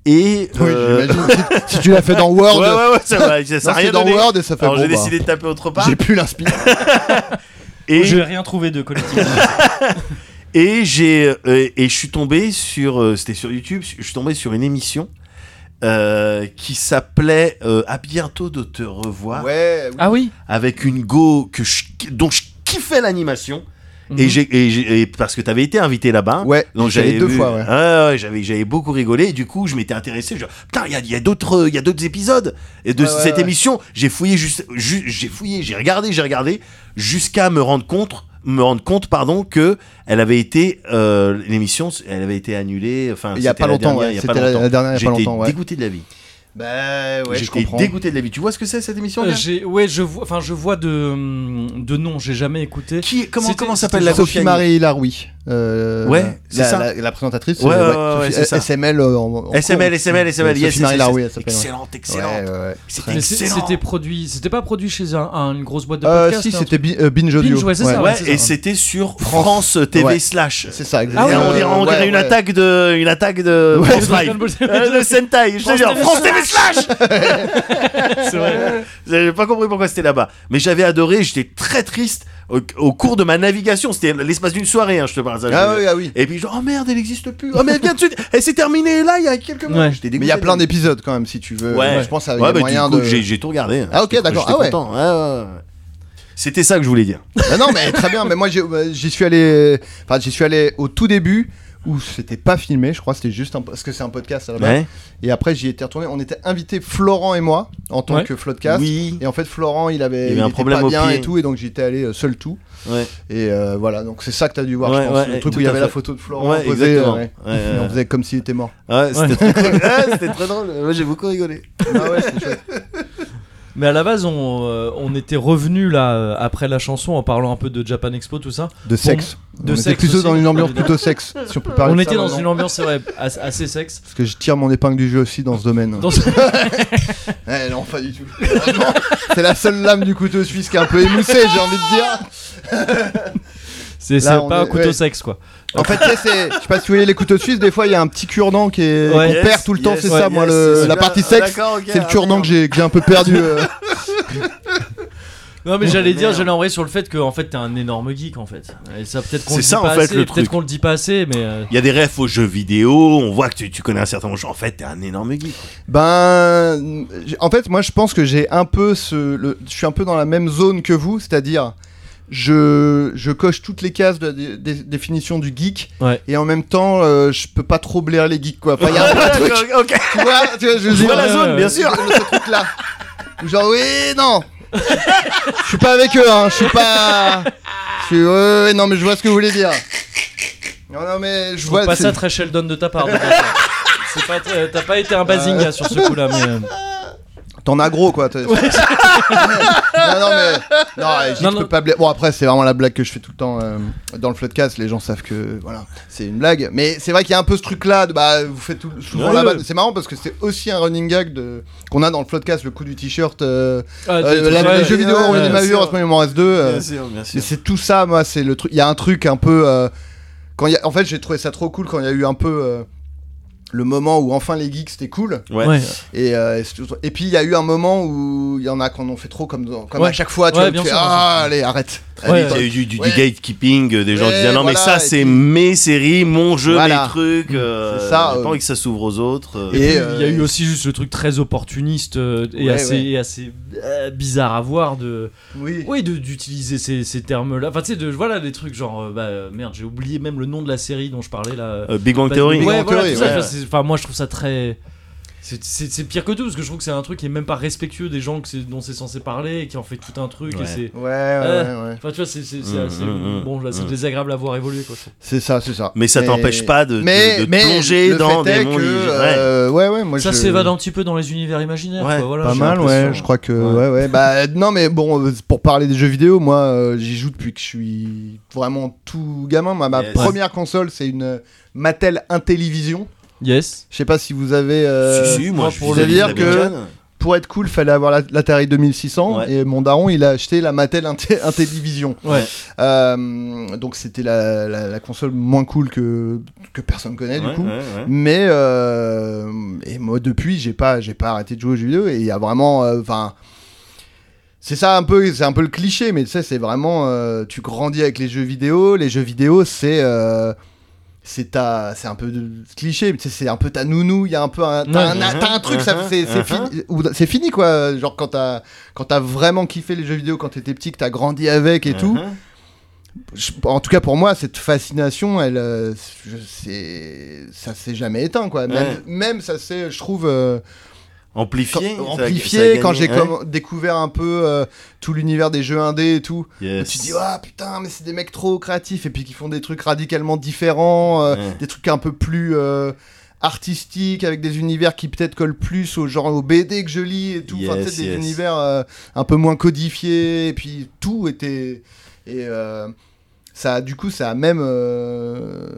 Speaker 2: Et.
Speaker 1: Oui,
Speaker 2: euh,
Speaker 1: j'imagine. [laughs] Si si tu l'as fait dans Word,
Speaker 2: [laughs] ouais, ouais, ouais,
Speaker 1: [laughs]
Speaker 2: ça, va, ça
Speaker 1: non,
Speaker 2: a rien
Speaker 1: c'est dans
Speaker 2: donné.
Speaker 1: Word et ça fait
Speaker 2: Alors
Speaker 1: bon,
Speaker 2: j'ai
Speaker 1: bah,
Speaker 2: décidé de taper autre part.
Speaker 1: J'ai plus l'inspiration.
Speaker 2: Et
Speaker 3: Je vais rien trouver de collectif.
Speaker 1: [laughs]
Speaker 2: et j'ai euh, et je suis tombé sur, euh, c'était sur YouTube, je suis tombé sur une émission euh, qui s'appelait euh, À bientôt de te revoir.
Speaker 1: Ouais. oui.
Speaker 3: ah oui
Speaker 2: avec une go que je- dont je kiffais l'animation.
Speaker 3: Mhm.
Speaker 2: Et j'ai et j'ai- et parce que t'avais été invité là-bas.
Speaker 1: Ouais.
Speaker 2: Donc
Speaker 1: j'y allais
Speaker 2: j'avais
Speaker 1: deux
Speaker 2: vu- euh,
Speaker 1: fois. Ouais.
Speaker 2: ouais, ouais, j'avais j'avais beaucoup rigolé et du coup je m'étais intéressé je- putain il y a, il y a d'autres il y a d'autres épisodes et de
Speaker 1: Ouais, ouais,
Speaker 2: cette
Speaker 1: ouais.
Speaker 2: émission j'ai fouillé juste ju- j'ai fouillé j'ai regardé j'ai regardé jusqu'à me rendre compte me rendre compte pardon que elle avait été euh, l'émission elle avait été annulée enfin
Speaker 1: Il y a
Speaker 2: c'était
Speaker 1: pas
Speaker 2: la
Speaker 1: longtemps,
Speaker 2: dernière,
Speaker 1: ouais,
Speaker 2: il y a
Speaker 1: c'était
Speaker 2: pas
Speaker 1: la-
Speaker 2: longtemps
Speaker 1: la dernière il y a pas
Speaker 2: j'étais
Speaker 1: longtemps, ouais.
Speaker 2: dégoûté de la vie Bah ouais,
Speaker 1: J'étais
Speaker 2: j'étais dégoûté de la vie. Tu vois ce que c'est cette émission
Speaker 3: Euh, j'ai- ouais, je vois, enfin, je vois de, hum, de nom, j'ai jamais écouté.
Speaker 2: Qui, comment,
Speaker 3: c'était-
Speaker 2: comment s'appelle
Speaker 3: c'était
Speaker 2: la
Speaker 1: Sophie
Speaker 2: Sophie
Speaker 1: Marie Laroui. euh,
Speaker 2: Ouais, c'est
Speaker 1: la,
Speaker 2: ça.
Speaker 1: La, la présentatrice.
Speaker 2: Ouais,
Speaker 1: euh,
Speaker 2: ouais, ouais,
Speaker 1: Sophie-
Speaker 2: c'est ça.
Speaker 1: SML. euh, en- en
Speaker 2: SML,
Speaker 1: cours.
Speaker 2: SML, SML,
Speaker 1: Sophie
Speaker 2: yes, yes,
Speaker 1: Marie
Speaker 2: yes,
Speaker 1: Laroui,
Speaker 2: yes.
Speaker 1: elle s'appelle. ouais.
Speaker 2: Excellente, excellente.
Speaker 1: Ouais, ouais, ouais.
Speaker 2: C'était
Speaker 3: Mais c'est-
Speaker 2: excellent.
Speaker 3: C'était produit, c'était pas produit chez un, un- une grosse boîte de
Speaker 1: Euh,
Speaker 3: podcast. hein.
Speaker 1: si,
Speaker 3: un
Speaker 1: c'était Bi- euh, Binge Audio.
Speaker 3: Binge, ouais, c'est ça,
Speaker 2: hein, Ouais,
Speaker 3: c'est
Speaker 2: et c'était sur
Speaker 1: France.
Speaker 2: France, TV
Speaker 1: Ouais.
Speaker 2: slash.
Speaker 1: C'est ça,
Speaker 2: Et
Speaker 1: exactement.
Speaker 2: on dirait, on
Speaker 1: Ouais,
Speaker 2: dirait
Speaker 1: ouais.
Speaker 2: une attaque de, une attaque de
Speaker 1: Ouais.
Speaker 2: France
Speaker 3: Dragon [laughs]
Speaker 2: Live.
Speaker 3: Ball Z.
Speaker 2: Euh, de Sentai, je te
Speaker 3: France
Speaker 2: jure,
Speaker 3: TV
Speaker 2: France TV Slash C'est vrai. J'ai pas compris pourquoi c'était là-bas. Mais j'avais adoré, j'étais très triste au, au cours de ma navigation. C'était l'espace d'une soirée, hein, je te parle. ça,
Speaker 1: Ah
Speaker 2: je-
Speaker 1: oui, ah oui.
Speaker 2: Et puis, genre, oh merde, elle existe plus. Oh, mais elle vient de suite. Elle s'est terminée là, il y a quelques mois.
Speaker 3: Ouais.
Speaker 2: J'étais
Speaker 1: Mais
Speaker 2: dégoûté.
Speaker 1: il y a plein d'épisodes quand même, si tu veux.
Speaker 2: Ouais.
Speaker 1: Je pense qu'il y
Speaker 2: Ouais,
Speaker 1: a
Speaker 2: bah,
Speaker 1: moyen
Speaker 2: du coup,
Speaker 1: de.
Speaker 2: j'ai, j'ai tout regardé.
Speaker 1: Ah, ok,
Speaker 2: J'étais-
Speaker 1: d'accord.
Speaker 2: j'étais
Speaker 1: Ah ouais.
Speaker 2: content. Ouais, ouais, ouais. C'était ça que je voulais dire.
Speaker 1: Ah non, mais très bien. Mais moi, j'ai- euh, j'y suis allé. Enfin, j'y suis allé au tout début où c'était pas filmé. Je crois c'était juste un... parce que c'est un podcast à la base. Et après, j'y étais retourné. On était invités, Florent et moi, en tant
Speaker 3: Ouais.
Speaker 1: que Floodcast.
Speaker 2: Oui.
Speaker 1: Et en fait, Florent, il avait,
Speaker 2: Il y avait un
Speaker 1: était
Speaker 2: problème
Speaker 1: pas
Speaker 2: au
Speaker 1: bien
Speaker 2: pied.
Speaker 1: et tout, et donc j'étais allé euh, seul tout.
Speaker 2: Ouais.
Speaker 1: Et euh, voilà, donc c'est ça que t'as dû voir,
Speaker 2: Ouais,
Speaker 1: je pense.
Speaker 2: ouais,
Speaker 1: le truc
Speaker 2: tout
Speaker 1: où il y
Speaker 2: à
Speaker 1: avait
Speaker 2: fait.
Speaker 1: la photo de Florent.
Speaker 2: Ouais,
Speaker 1: posée,
Speaker 2: exactement.
Speaker 1: euh, ouais.
Speaker 2: Ouais, ouais,
Speaker 1: Et on
Speaker 2: ouais.
Speaker 1: faisait comme s'il était mort. [laughs]
Speaker 2: Ouais, c'était
Speaker 3: Ouais.
Speaker 2: très cool. Ouais, c'était très drôle. Euh, Moi, j'ai beaucoup rigolé.
Speaker 1: Ah ouais, c'est chouette.
Speaker 3: Mais à la base, on, euh, on était revenu là euh, après la chanson en parlant un peu de Japan Expo, tout ça.
Speaker 1: De sexe.
Speaker 3: de
Speaker 1: on était
Speaker 3: sexe
Speaker 1: plutôt
Speaker 3: aussi,
Speaker 1: dans une ambiance
Speaker 3: évidemment.
Speaker 1: plutôt sexe. Si on peut parler
Speaker 3: on
Speaker 1: de
Speaker 3: était
Speaker 1: ça
Speaker 3: dans
Speaker 1: maintenant.
Speaker 3: une ambiance
Speaker 1: [laughs]
Speaker 3: c'est vrai, as- assez sexe.
Speaker 1: Parce que je tire mon épingle du jeu aussi dans ce domaine.
Speaker 3: Dans ce-
Speaker 1: [laughs] Eh non, pas du tout. Heureusement, c'est la seule lame du couteau suisse qui est un peu émoussée, j'ai envie de dire.
Speaker 3: C'est
Speaker 1: Là,
Speaker 3: c'est
Speaker 1: on
Speaker 3: pas un
Speaker 1: est-
Speaker 3: couteau
Speaker 1: ouais.
Speaker 3: sexe quoi.
Speaker 1: En fait, tu sais, c'est- je sais pas si vous voyez les couteaux suisses, des fois il y a un petit cure-dent qui est
Speaker 3: Ouais.
Speaker 1: qu'on
Speaker 2: Yes,
Speaker 1: perd tout le temps,
Speaker 2: yes,
Speaker 1: c'est
Speaker 2: ouais,
Speaker 1: ça, moi,
Speaker 2: yes,
Speaker 1: le-
Speaker 2: c'est
Speaker 1: la
Speaker 2: celui-là.
Speaker 1: partie sexe.
Speaker 2: D'accord, ok,
Speaker 1: C'est le
Speaker 2: ah,
Speaker 1: cure-dent que j'ai que j'ai un peu perdu. euh.
Speaker 3: Non mais j'allais dire, j'allais envoyer sur le fait que en fait t'es un énorme geek en fait. Et ça peut-être qu'on
Speaker 2: C'est
Speaker 3: le dit
Speaker 2: ça, en
Speaker 3: pas
Speaker 2: fait,
Speaker 3: assez,
Speaker 2: le
Speaker 3: peut-être
Speaker 2: truc.
Speaker 3: qu'on le dit pas assez, mais euh,
Speaker 2: Il y a des refs aux jeux vidéo, on voit que tu, tu connais un certain nombre de gens. En fait, t'es un énorme geek.
Speaker 1: Ben, j'- en fait, moi, je pense que j'ai un peu ce, le- je suis un peu dans la même zone que vous, c'est-à-dire, je, je coche toutes les cases de la dé- dé- définition du geek,
Speaker 3: Ouais.
Speaker 1: et en même temps, euh, je peux pas trop blairer les geeks, quoi. Enfin, il
Speaker 2: [laughs]
Speaker 1: y a un peu de truc,
Speaker 2: D'accord, ok.
Speaker 1: tu vois, tu vois, je veux
Speaker 2: Je vois
Speaker 1: dire, euh,
Speaker 2: la
Speaker 3: ouais,
Speaker 2: zone,
Speaker 3: ouais.
Speaker 2: bien sûr.
Speaker 1: ce truc-là. Genre, oui, non. Je suis pas avec eux, hein. Je suis pas. Je suis, ouais, ouais, ouais, non, mais je vois ce que vous voulez dire. Non, non, mais je
Speaker 3: je
Speaker 1: vois.
Speaker 3: trouve pas
Speaker 1: c'est-
Speaker 3: ça très Sheldon de ta part. donc, euh,
Speaker 1: [laughs]
Speaker 3: c'est pas très- T'as pas été un bazinga sur ce coup-là, mais euh,
Speaker 1: T'en as gros quoi. t'es- [laughs] non, non mais non, ouais, je
Speaker 3: Non,
Speaker 1: peux
Speaker 3: non.
Speaker 1: pas bla- Bon après c'est vraiment la blague que je fais tout le temps euh, dans le floodcast. Les gens savent que voilà c'est une blague. Mais c'est vrai qu'il y a un peu ce truc là. De, bah vous faites tout, souvent
Speaker 2: Ouais,
Speaker 1: la
Speaker 2: ouais.
Speaker 1: blague. C'est marrant parce que c'est aussi un running gag de qu'on a dans le floodcast le coup du t-shirt. euh,
Speaker 3: ah,
Speaker 1: euh,
Speaker 3: des-
Speaker 1: la-
Speaker 3: ouais,
Speaker 1: les jeux vidéo
Speaker 2: ouais,
Speaker 1: on
Speaker 2: ouais,
Speaker 1: est
Speaker 2: bien
Speaker 1: ma vue, en
Speaker 2: sûr.
Speaker 1: ce moment il m'en reste deux. euh,
Speaker 2: Bien sûr, bien
Speaker 1: mais
Speaker 2: sûr.
Speaker 1: c'est tout ça, moi, c'est le truc. Il y a un truc un peu. euh, quand il y a- En fait, j'ai trouvé ça trop cool quand il y a eu un peu euh, le moment où enfin les geeks c'était cool.
Speaker 2: Ouais.
Speaker 3: ouais.
Speaker 1: Et, euh, et c'est tout- et puis il y a eu un moment où il y en a qu'on en fait trop comme, dans- comme
Speaker 3: Ouais.
Speaker 1: à chaque fois. Tu,
Speaker 3: Ouais,
Speaker 1: vois,
Speaker 3: bien
Speaker 1: tu fais,
Speaker 3: sûr, bien
Speaker 1: ah, allez, arrête. Très
Speaker 3: Ouais,
Speaker 1: vite.
Speaker 2: Il y a eu du, du- du
Speaker 1: Ouais.
Speaker 2: gatekeeping, euh, des gens
Speaker 1: Ouais,
Speaker 2: disaient non, mais
Speaker 1: voilà,
Speaker 2: ça
Speaker 1: et
Speaker 2: c'est
Speaker 1: puis-
Speaker 2: mes séries, mon jeu,
Speaker 1: Voilà.
Speaker 2: mes trucs. euh,
Speaker 1: C'est ça,
Speaker 2: J'ai
Speaker 1: euh.
Speaker 2: pas envie que ça s'ouvre aux autres. euh.
Speaker 1: Et-
Speaker 3: Et puis, il
Speaker 1: euh,
Speaker 3: y a eu aussi juste le truc très opportuniste euh, et
Speaker 1: Ouais,
Speaker 3: assez,
Speaker 1: ouais.
Speaker 3: et assez euh, bizarre à voir de,
Speaker 1: Oui.
Speaker 3: oui, de- d'utiliser ces, ces termes-là. Enfin, tu sais, de voilà des trucs genre, euh, bah euh, merde, j'ai oublié même le nom de la série dont je parlais là.
Speaker 2: Euh, Big Bang
Speaker 3: Bah,
Speaker 2: Theory.
Speaker 3: Ouais,
Speaker 1: Big Bang
Speaker 3: voilà,
Speaker 1: Theory,
Speaker 3: tout ça,
Speaker 2: ouais.
Speaker 3: tu vois, c'est- Enfin, moi, je trouve ça très. C'est c'est- c'est pire que tout parce que je trouve que c'est un truc qui est même pas respectueux des gens que c'est- dont c'est censé parler et qui en fait tout un truc.
Speaker 2: Ouais.
Speaker 3: Et c'est.
Speaker 1: Ouais, ouais,
Speaker 3: Euh,
Speaker 1: ouais.
Speaker 3: Enfin, tu vois, c'est c'est- c'est
Speaker 2: Mm,
Speaker 3: assez-
Speaker 2: mm, mm,
Speaker 3: bon, là, c'est
Speaker 2: mm.
Speaker 3: désagréable à voir évoluer quoi.
Speaker 1: C'est ça, c'est ça.
Speaker 2: Mais ça t'empêche pas de, de-
Speaker 1: mais,
Speaker 2: de
Speaker 1: mais
Speaker 2: plonger
Speaker 1: le
Speaker 2: dans
Speaker 1: fait
Speaker 2: des
Speaker 1: est
Speaker 2: mondes.
Speaker 1: que,
Speaker 2: Ouais.
Speaker 1: euh, ouais, ouais, moi
Speaker 3: Ça
Speaker 1: je-
Speaker 3: s'évade un petit peu dans les univers imaginaires.
Speaker 2: Ouais,
Speaker 3: quoi, voilà,
Speaker 1: Pas
Speaker 3: j'ai
Speaker 1: mal, ouais,
Speaker 3: l'impression.
Speaker 1: je crois que.
Speaker 2: Ouais.
Speaker 1: Ouais, ouais. Bah, non, mais bon, euh, pour parler des jeux vidéo, moi, euh, j'y joue depuis que je suis vraiment tout gamin. Ma, ma
Speaker 2: Yes.
Speaker 1: première console, c'est une euh, Mattel Intellivision.
Speaker 3: Yes.
Speaker 1: Je sais pas si vous avez. euh,
Speaker 2: si, si, moi,
Speaker 3: moi,
Speaker 2: je
Speaker 3: pour
Speaker 2: suis
Speaker 1: le dire
Speaker 2: la
Speaker 1: que-
Speaker 2: Bécane.
Speaker 1: pour être cool, fallait avoir la- l'Atari 2600
Speaker 2: Ouais.
Speaker 1: et mon daron, il a acheté la Mattel
Speaker 2: [laughs]
Speaker 1: Inté- Intellivision.
Speaker 3: Ouais.
Speaker 1: Euh, donc c'était la, la- la console moins cool que, que personne connaît
Speaker 2: Ouais,
Speaker 1: du coup.
Speaker 2: ouais, ouais.
Speaker 1: Mais euh, et moi depuis, j'ai pas j'ai pas arrêté de jouer aux jeux vidéo et il y a vraiment euh, enfin c'est ça un peu, c'est un peu le cliché, mais tu sais, c'est vraiment, euh, tu grandis avec les jeux vidéo. Les jeux vidéo, c'est, euh, c'est ta, c'est un peu de cliché, mais tu sais, c'est un peu ta nounou. Il y a un peu, un, t'as
Speaker 3: Ouais.
Speaker 1: un, t'as un truc, ça, c'est, c'est fini, ou c'est fini quoi. Genre quand t'as, quand t'as vraiment kiffé les jeux vidéo quand t'étais petit, que t'as grandi avec
Speaker 2: Uh-huh.
Speaker 1: et tout. Je- en tout cas pour moi cette fascination elle euh, je sais ça s'est jamais éteint quoi même,
Speaker 2: Ouais.
Speaker 1: même ça s'est je trouve euh, quand-
Speaker 2: Amplifié. ça a- ça a
Speaker 1: amplifié
Speaker 2: gagné,
Speaker 1: quand j'ai
Speaker 2: ouais.
Speaker 1: comm- découvert un peu euh, tout l'univers des jeux indés et tout
Speaker 2: Yes.
Speaker 1: tu te dis ah putain mais c'est des mecs trop créatifs et puis qui font des trucs radicalement différents euh,
Speaker 2: Ouais.
Speaker 1: des trucs un peu plus euh, artistiques, avec des univers qui peut-être collent plus au genre au BD que je lis et tout. Enfin,
Speaker 2: Yes,
Speaker 1: peut-être des
Speaker 2: yes.
Speaker 1: univers euh, un peu moins codifiés. Et puis tout était. Et euh, ça, du coup, ça a même. euh,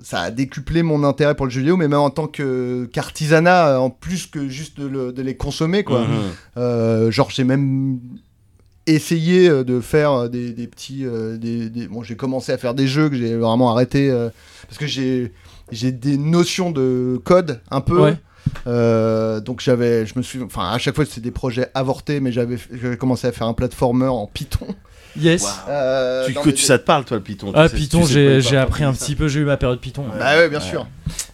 Speaker 1: ça a décuplé mon intérêt pour le jeu vidéo, mais même en tant que- qu'artisanat, euh, en plus que juste de, le- de les consommer, quoi.
Speaker 2: Mhm.
Speaker 1: Euh, genre, j'ai même essayé euh, de faire euh, des, des petits. euh, des, des- Bon, j'ai commencé à faire des jeux que j'ai vraiment arrêté euh, parce que j'ai j'ai des notions de code un peu.
Speaker 3: Ouais.
Speaker 1: Euh, donc j'avais, je me suis, enfin à chaque fois c'était des projets avortés, mais j'avais j'avais commencé à faire un platformer en Python.
Speaker 3: Yes.
Speaker 1: Euh,
Speaker 2: Ah. Tu-
Speaker 1: dans
Speaker 2: que
Speaker 1: des-
Speaker 2: tu, ça te parle, toi, le Python
Speaker 3: Ah,
Speaker 2: tu sais-
Speaker 3: Python,
Speaker 2: tu sais
Speaker 3: j'ai
Speaker 2: pas
Speaker 3: j'ai
Speaker 2: parler.
Speaker 3: appris un petit peu, j'ai eu ma période Python. ouais.
Speaker 1: Bah ouais, bien sûr.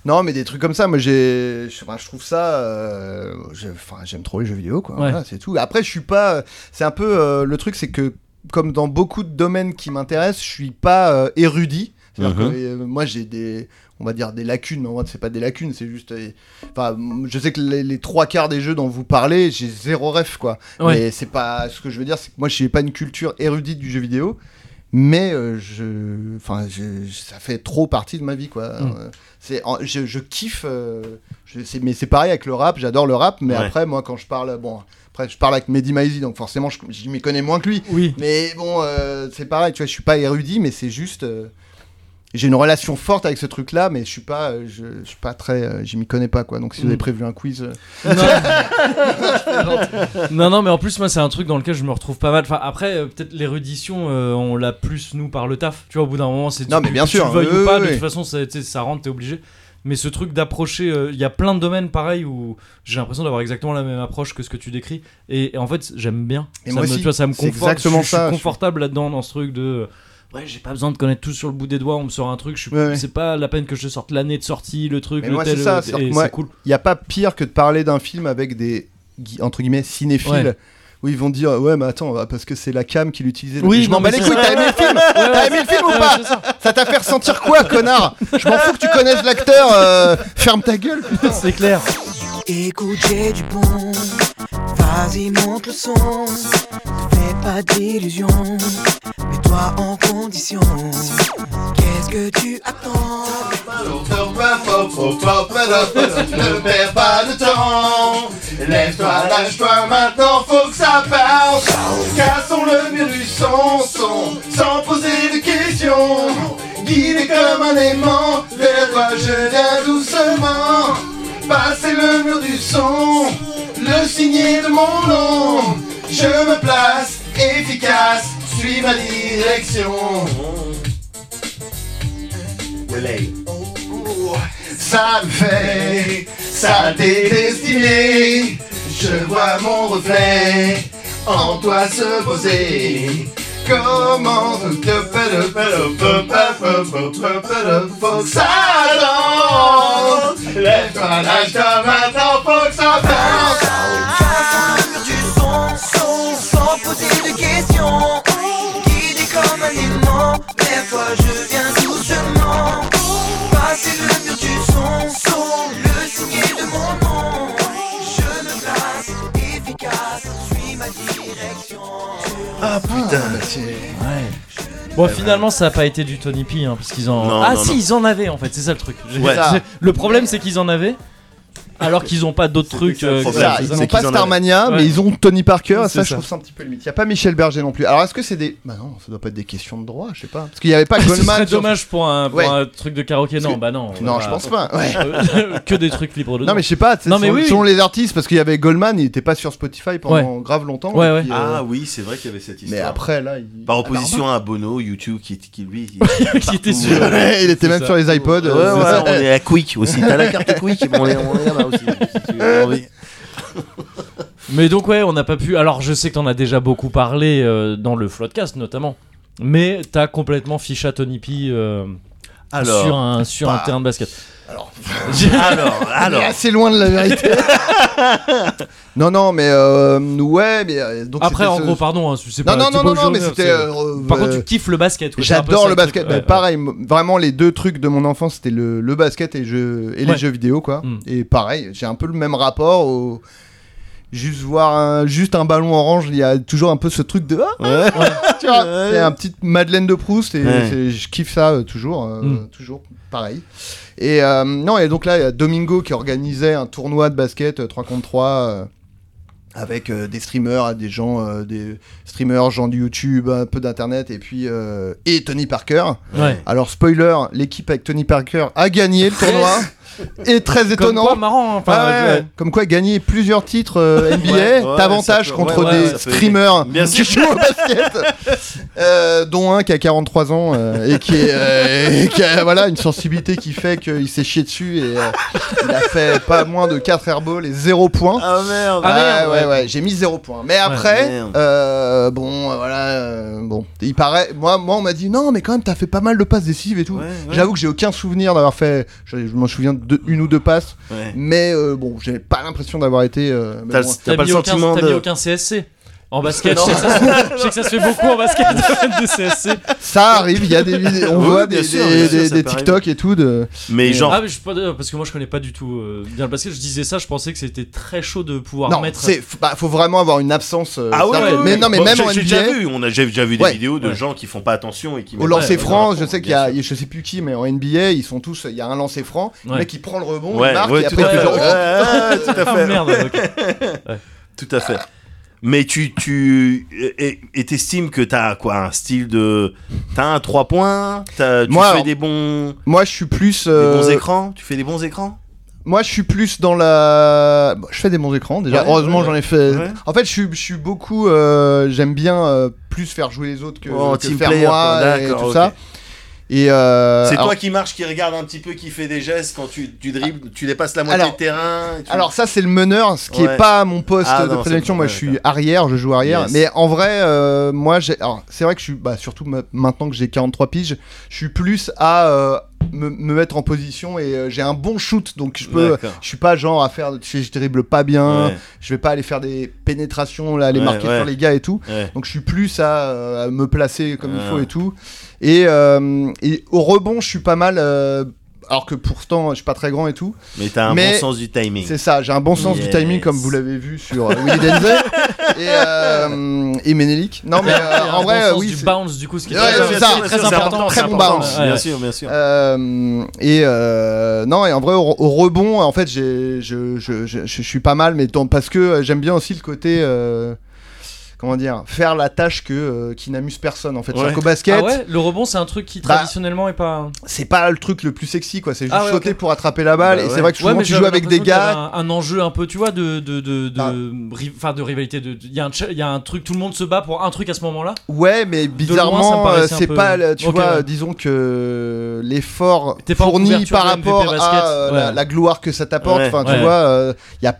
Speaker 1: Non, mais des trucs comme ça, moi j'ai, je, enfin, je trouve ça, euh, j'ai- enfin j'aime trop les jeux vidéo quoi.
Speaker 3: Ouais.
Speaker 1: Voilà, c'est tout. Après je suis pas, c'est un peu euh, le truc, c'est que comme dans beaucoup de domaines qui m'intéressent, je suis pas euh, érudit. C'est-à-dire
Speaker 2: Mhm.
Speaker 1: que euh, moi j'ai des, on va dire des lacunes, mais en vrai c'est pas des lacunes, c'est juste, euh, enfin je sais que les, les trois quarts des jeux dont vous parlez, j'ai zéro ref quoi.
Speaker 3: Ouais.
Speaker 1: Mais c'est pas, ce que je veux dire, c'est que moi j'ai pas une culture érudite du jeu vidéo. Mais euh, je, enfin, je- ça fait trop partie de ma vie, quoi.
Speaker 3: Mm.
Speaker 1: Euh, c'est en- je, je kiffe euh, je- c'est- mais c'est pareil avec le rap j'adore le rap mais
Speaker 2: Ouais.
Speaker 1: après moi quand je parle bon après je parle avec Mehdi Maizi donc forcément je, je m'y connais moins que lui
Speaker 3: Oui.
Speaker 1: mais bon euh, c'est pareil tu vois je suis pas érudit mais c'est juste euh, j'ai une relation forte avec ce truc là mais je suis pas euh, je, je suis pas très euh, je m'y connais pas quoi donc si vous avez
Speaker 3: Mm.
Speaker 1: prévu un quiz euh,
Speaker 3: Non, non, mais en plus, moi, c'est un truc dans lequel je me retrouve pas mal. Enfin, après, euh, peut-être l'érudition, euh, on l'a plus, nous, par le taf. Tu vois, au bout d'un moment, c'est.
Speaker 1: Non, mais bien
Speaker 3: que tu
Speaker 1: sûr,
Speaker 3: le veuilles
Speaker 1: oui,
Speaker 3: ou pas,
Speaker 1: oui,
Speaker 3: de
Speaker 1: oui.
Speaker 3: toute façon, ça, tu sais, ça rentre, t'es obligé. Mais ce truc d'approcher, euh, il y a plein de domaines pareils où j'ai l'impression d'avoir exactement la même approche que ce que tu décris. Et, et en fait, j'aime bien.
Speaker 1: Et
Speaker 3: ça
Speaker 1: moi
Speaker 3: me,
Speaker 1: aussi.
Speaker 3: tu vois, ça me
Speaker 1: C'est
Speaker 3: conforte.
Speaker 1: exactement
Speaker 3: je, je suis
Speaker 1: ça.
Speaker 3: confortable là-dedans, dans ce truc de. euh, Ouais, j'ai pas besoin de connaître tout sur le bout des doigts. On me sort un truc, je suis-
Speaker 1: Ouais, ouais.
Speaker 3: c'est pas la peine que je te sorte l'année de sortie, le truc,
Speaker 1: Mais
Speaker 3: le
Speaker 1: moi,
Speaker 3: tel.
Speaker 1: c'est ça,
Speaker 3: le-
Speaker 1: c'est-à-dire
Speaker 3: et
Speaker 1: que moi-
Speaker 3: c'est cool.
Speaker 1: Il n'y a pas pire que de parler d'un film avec des gui- entre guillemets cinéphiles
Speaker 3: Ouais.
Speaker 1: où ils vont dire ouais mais attends ah, parce que c'est la cam qui l'utilisait.
Speaker 3: Oui,
Speaker 1: je m'en
Speaker 3: non,
Speaker 1: bats
Speaker 3: mais
Speaker 1: les
Speaker 3: c'est
Speaker 1: couilles. T'as
Speaker 3: ça.
Speaker 1: aimé le film T'as aimé le film ou pas
Speaker 3: Ouais, c'est ça.
Speaker 1: Ça t'a fait ressentir quoi, connard Je m'en fous que tu connaisses l'acteur. euh, ferme ta gueule. putain.
Speaker 3: C'est clair.
Speaker 4: Écoute, j'ai du bon. Vas-y, monte le son. Ne fais pas d'illusions. Mets-toi en condition. Qu'est-ce que tu attends
Speaker 1: Ne perds pas de temps. Lève-toi, lâche-toi maintenant, faut que ça parte. Cassons le mur du son, son, sans poser de questions. Guidé comme un aimant, vers toi je viens doucement. Passer le mur du son, le signet de mon nom. Je me place, efficace, suis ma direction. Ça me fait, ça t'est destiné. Je vois mon reflet en toi se poser. Comment faut que ça danse. Lève-toi, lâche-toi maintenant, faut que ça danse.
Speaker 4: Casse le mur du son, son, sans poser de questions. Guidé comme un aimant, vers toi je viens doucement. Passer le mur du son, son, le signet de mon nom. Je me place, efficace, suis ma direction.
Speaker 3: Bon, finalement, ça n'a pas été du Tony P, hein, parce qu'ils en.
Speaker 2: Non,
Speaker 3: ah,
Speaker 2: non,
Speaker 3: si,
Speaker 2: non.
Speaker 3: ils en avaient en fait, c'est ça le truc. J'ai-
Speaker 2: Ouais.
Speaker 3: c'est- Le problème, c'est qu'ils en avaient, alors qu'ils n'ont pas d'autres trucs.
Speaker 2: ça le
Speaker 3: euh,
Speaker 1: C'est
Speaker 2: problème,
Speaker 1: ça,
Speaker 2: c'est
Speaker 1: ils n'ont
Speaker 2: qu'ils
Speaker 1: pas
Speaker 2: en avaient.
Speaker 1: Starmania, mais
Speaker 3: Ouais.
Speaker 1: ils ont Tony Parker, ça,
Speaker 3: C'est
Speaker 1: je
Speaker 3: ça.
Speaker 1: trouve ça un petit peu limite. Il n'y a pas Michel Berger non plus. Alors est-ce que c'est des. Bah non, ça doit pas être des questions de droit, je sais pas. Parce qu'il n'y avait pas
Speaker 3: Ce serait
Speaker 1: Goldman. sur-
Speaker 3: dommage pour, un, pour
Speaker 1: Ouais.
Speaker 3: un truc de karaoké.
Speaker 1: Parce
Speaker 3: Non,
Speaker 1: que-
Speaker 3: bah non.
Speaker 1: Non,
Speaker 3: bah,
Speaker 1: je
Speaker 3: [laughs]
Speaker 1: pense pas. Ouais.
Speaker 3: euh, que des trucs libres de.
Speaker 1: Non mais je sais pas, tu sais,
Speaker 3: Non, mais
Speaker 1: selon,
Speaker 3: oui,
Speaker 1: selon les artistes, parce qu'il y avait Goldman, il était pas sur Spotify pendant grave longtemps.
Speaker 3: Ouais,
Speaker 1: et
Speaker 3: ouais.
Speaker 1: puis, euh,
Speaker 2: Ah oui, c'est Bah, vrai qu'il y avait cette histoire.
Speaker 1: mais après là, il...
Speaker 2: Par opposition à Bono, YouTube qui, qui lui. [laughs] Qui,
Speaker 3: [laughs] Qui était
Speaker 2: partout.
Speaker 3: sûr.
Speaker 2: Ouais,
Speaker 1: Ouais, [laughs] il était
Speaker 3: C'est
Speaker 1: même
Speaker 3: ça.
Speaker 1: sur les iPods.
Speaker 2: ouais,
Speaker 1: euh, c'est ça.
Speaker 2: on est à Quick aussi. T'as la carte Quick, bon, on est, on est là-bas aussi. si tu as envie.
Speaker 3: Mais donc, ouais, on n'a pas pu. Alors, je sais que t'en as déjà beaucoup parlé euh, dans le Floodcast notamment, mais t'as complètement fiché à Tony P. euh,
Speaker 2: Alors,
Speaker 3: sur, un, sur un
Speaker 1: bah,
Speaker 3: terrain de basket.
Speaker 2: alors,
Speaker 1: [laughs] Il est
Speaker 2: alors.
Speaker 1: assez loin de la
Speaker 2: [laughs]
Speaker 1: vérité. non, non, mais euh, ouais, mais euh, donc
Speaker 3: Après,
Speaker 1: c'était
Speaker 3: en
Speaker 1: ce-
Speaker 3: gros, pardon, hein, c'est
Speaker 1: Non,
Speaker 3: pas-
Speaker 1: non,
Speaker 3: c'est
Speaker 1: non, non,
Speaker 3: pas
Speaker 1: non, mais
Speaker 3: aujourd'hui,
Speaker 1: c'était.
Speaker 3: c'est-
Speaker 1: euh,
Speaker 3: Par
Speaker 1: euh,
Speaker 3: contre, tu kiffes le basket. ouais, c'est un peu ça
Speaker 1: J'adore le
Speaker 3: truc,
Speaker 1: basket.
Speaker 3: ouais,
Speaker 1: mais
Speaker 3: ouais.
Speaker 1: pareil, m- vraiment les deux trucs de mon enfance, c'était le, le basket et, jeux- et les
Speaker 3: Ouais.
Speaker 1: jeux vidéo, quoi.
Speaker 3: Mm.
Speaker 1: Et pareil, j'ai un peu le même rapport au. juste voir un, juste un ballon orange, il y a toujours un peu ce truc de ah,
Speaker 2: Ouais.
Speaker 1: tu vois,
Speaker 2: Ouais.
Speaker 1: c'est un petit Madeleine de Proust et
Speaker 2: Ouais.
Speaker 1: c'est- je kiffe ça euh, toujours, euh,
Speaker 3: Mm.
Speaker 1: toujours pareil. Et euh, non et donc là il y a Domingo qui organisait un tournoi de basket euh, 3 contre 3 euh, avec euh, des streamers, des gens, euh, des streamers, gens du YouTube, un peu d'internet et puis euh, et Tony Parker.
Speaker 3: Ouais.
Speaker 1: Alors spoiler, l'équipe avec Tony Parker a gagné le tournoi. Et très
Speaker 3: Comme
Speaker 1: étonnant.
Speaker 3: quoi, marrant. hein. Enfin,
Speaker 1: Ah ouais,
Speaker 3: je-
Speaker 1: Comme quoi, gagner plusieurs titres euh, NBA
Speaker 2: Ouais, ouais,
Speaker 1: t'avantage
Speaker 2: ça peut-
Speaker 1: contre
Speaker 2: ouais, ouais,
Speaker 1: des
Speaker 2: ça peut-
Speaker 1: streamers
Speaker 2: Bien
Speaker 1: qui
Speaker 2: sûr.
Speaker 1: jouent au basket, euh, dont un qui a 43 ans euh, et qui, est, euh, et qui a voilà, une sensibilité qui fait qu'il s'est chié dessus et euh, il a fait pas moins de 4 airballs et 0 points.
Speaker 2: Ah merde.
Speaker 1: Ouais,
Speaker 3: merde,
Speaker 1: ouais,
Speaker 3: ouais.
Speaker 1: ouais, j'ai mis 0 points. Mais après,
Speaker 2: merde.
Speaker 1: euh, bon, euh, voilà, euh, bon, il paraît. Moi, moi, on m'a dit non, mais quand même, t'as fait pas mal de passes décisives et tout.
Speaker 2: Ouais, ouais.
Speaker 1: J'avoue que j'ai aucun souvenir d'avoir fait. Je, je m'en souviens de une ou deux passes,
Speaker 2: Ouais.
Speaker 1: mais euh, bon, j'ai pas l'impression d'avoir été. euh, mais
Speaker 2: T'as
Speaker 1: bon,
Speaker 2: le-
Speaker 3: T'as
Speaker 2: T'as pas
Speaker 3: mis
Speaker 2: le
Speaker 3: aucun-
Speaker 2: sentiment
Speaker 3: t'as mis
Speaker 2: de.
Speaker 3: aucun CSC en basket. [laughs] Je sais, que ça se, je sais que ça se fait beaucoup en basket [laughs] de CSC.
Speaker 1: ça arrive. Il y a des, vidéos- on
Speaker 2: [laughs] Oui,
Speaker 1: voit
Speaker 2: bien
Speaker 1: des,
Speaker 2: sûr,
Speaker 1: des-
Speaker 2: bien sûr,
Speaker 1: des-
Speaker 2: ça
Speaker 1: des
Speaker 2: peut
Speaker 1: TikTok et tout de.
Speaker 2: Mais genre.
Speaker 3: Ah, mais je, suis pas de- parce que moi je connais pas du tout euh, bien le basket. Je disais ça, je pensais que c'était très chaud de pouvoir
Speaker 1: Non,
Speaker 3: mettre.
Speaker 1: c'est, bah, faut vraiment avoir une absence. euh,
Speaker 2: Ah ouais,
Speaker 1: certaine.
Speaker 2: ouais,
Speaker 1: mais
Speaker 2: ouais.
Speaker 1: non, mais
Speaker 2: Bon,
Speaker 1: même
Speaker 2: j'ai-
Speaker 1: en
Speaker 2: j'ai
Speaker 1: NBA.
Speaker 2: déjà vu, on a j'ai déjà vu des
Speaker 1: Ouais.
Speaker 2: vidéos de
Speaker 3: Ouais.
Speaker 2: gens qui font pas attention et qui
Speaker 1: Au
Speaker 2: mettent-
Speaker 1: lancer
Speaker 2: Ouais,
Speaker 1: franc,
Speaker 2: ouais,
Speaker 1: je sais qu'il y a, je sais plus qui, mais en NBA, ils sont tous, il y a un lancer franc, le
Speaker 3: Ouais.
Speaker 1: mec il prend le rebond,
Speaker 2: Ouais,
Speaker 1: il marque,
Speaker 2: ouais,
Speaker 1: et
Speaker 2: tout
Speaker 1: après euh, il fait
Speaker 2: à fait.
Speaker 1: genre,
Speaker 2: Ouais, ouais,
Speaker 3: [laughs]
Speaker 2: ouais, tout à
Speaker 3: Ah,
Speaker 2: fait.
Speaker 3: merde, ok.
Speaker 2: Tout à fait. Mais tu tu et- et t'estimes que t'as quoi un style de t'as un 3 points t'as- tu
Speaker 1: Moi,
Speaker 2: fais
Speaker 1: alors-
Speaker 2: des bons
Speaker 1: Moi, je suis plus.
Speaker 2: des
Speaker 1: euh,
Speaker 2: bons écrans tu fais des bons écrans
Speaker 1: moi, je suis plus dans la. bon, je fais des bons écrans déjà.
Speaker 2: Ouais,
Speaker 1: Heureusement,
Speaker 2: ouais,
Speaker 1: j'en ai fait.
Speaker 2: ouais.
Speaker 1: En fait, je suis, je suis beaucoup. euh, J'aime bien euh, plus faire jouer les autres que,
Speaker 2: Oh,
Speaker 1: que
Speaker 2: team
Speaker 1: faire
Speaker 2: player,
Speaker 1: moi
Speaker 2: quoi.
Speaker 1: et tout
Speaker 2: D'accord, ok.
Speaker 1: ça. Et euh,
Speaker 2: C'est
Speaker 1: alors,
Speaker 2: toi qui marche, qui regarde un petit peu, qui fait des gestes quand tu, tu dribbles, tu dépasses la moitié
Speaker 1: Alors-
Speaker 2: de terrain. et tu-
Speaker 1: Alors ça c'est le meneur, ce qui
Speaker 2: Ouais.
Speaker 1: est pas mon poste
Speaker 2: Ah,
Speaker 1: de
Speaker 2: non,
Speaker 1: prédilection.
Speaker 2: c'est-
Speaker 1: Moi
Speaker 2: ouais,
Speaker 1: je suis arrière, je joue arrière.
Speaker 2: Yes.
Speaker 1: Mais en vrai, euh, moi j'ai, alors c'est vrai que je suis, bah, surtout ma- maintenant que j'ai 43 piges, je suis plus à euh, me, me mettre en position et euh, j'ai un bon shoot, donc je peux, euh,
Speaker 2: D'accord.
Speaker 1: je suis pas genre à faire, je, je dribble pas bien,
Speaker 2: Ouais.
Speaker 1: je vais pas aller faire des pénétrations là, aller
Speaker 2: Ouais,
Speaker 1: marquer
Speaker 2: ouais.
Speaker 1: sur les gars et tout.
Speaker 2: Ouais.
Speaker 1: Donc je suis plus à, euh, à me placer comme il
Speaker 2: Ah.
Speaker 1: faut et tout. Et, euh, et au rebond, je suis pas mal. euh, alors que pourtant, je suis pas très grand et tout.
Speaker 2: Mais t'as un
Speaker 1: Mais-
Speaker 2: bon sens du timing.
Speaker 1: C'est ça, j'ai un bon sens
Speaker 2: Yes.
Speaker 1: du timing comme vous l'avez vu sur euh, Willy
Speaker 3: [laughs]
Speaker 1: Denzel et, euh, et Menelik. Non mais euh, en vrai, euh,
Speaker 3: oui,
Speaker 1: oui.
Speaker 3: du
Speaker 1: c'est-
Speaker 3: bounce du coup, ce qui est
Speaker 1: Ouais,
Speaker 3: très-
Speaker 1: c'est ça,
Speaker 3: très
Speaker 1: c'est
Speaker 3: important.
Speaker 1: important, très
Speaker 3: c'est
Speaker 1: bon
Speaker 3: important.
Speaker 1: bounce.
Speaker 3: Ouais,
Speaker 2: Bien
Speaker 3: ouais.
Speaker 2: sûr, bien sûr.
Speaker 1: Euh, et euh, non et en vrai au, au rebond en fait j'ai je, je, je, je suis pas mal mais tant- parce que euh, j'aime bien aussi le côté euh, comment dire faire la tâche que euh, qui n'amuse personne en fait
Speaker 2: Ouais.
Speaker 1: C'est-à-dire qu'au basket
Speaker 3: Ah ouais, le rebond c'est un truc qui
Speaker 1: Bah,
Speaker 3: traditionnellement est pas.
Speaker 1: c'est pas le truc le plus sexy quoi c'est juste
Speaker 3: Ah ouais,
Speaker 1: sauter
Speaker 3: ok.
Speaker 1: pour attraper la balle
Speaker 2: Bah
Speaker 1: et
Speaker 2: ouais.
Speaker 1: c'est vrai que souvent
Speaker 3: mais
Speaker 1: tu
Speaker 3: j'avais
Speaker 1: joues avec des
Speaker 3: l'impression qu'il y avait
Speaker 1: gars
Speaker 3: Un, un enjeu un peu, tu vois, de de de de,
Speaker 1: Ah.
Speaker 3: ri- enfin, de rivalité. De de- il y a un, ch- il y a un truc, tout le monde se bat pour un truc à ce moment-là.
Speaker 1: Ouais, mais
Speaker 3: ça me
Speaker 1: bizarrement, euh,
Speaker 3: paraissait un
Speaker 1: c'est
Speaker 3: peu-
Speaker 1: pas, le- tu
Speaker 3: Ok,
Speaker 1: vois,
Speaker 3: ouais.
Speaker 1: euh, disons que l'effort
Speaker 3: T'es pas en
Speaker 1: fourni
Speaker 3: couverture
Speaker 1: par
Speaker 3: de
Speaker 1: rapport
Speaker 3: MVP
Speaker 1: à
Speaker 3: basket,
Speaker 1: euh, la,
Speaker 3: ouais.
Speaker 1: la gloire que ça t'apporte,
Speaker 2: Ouais.
Speaker 1: enfin, tu
Speaker 3: Ouais.
Speaker 1: vois, il y a,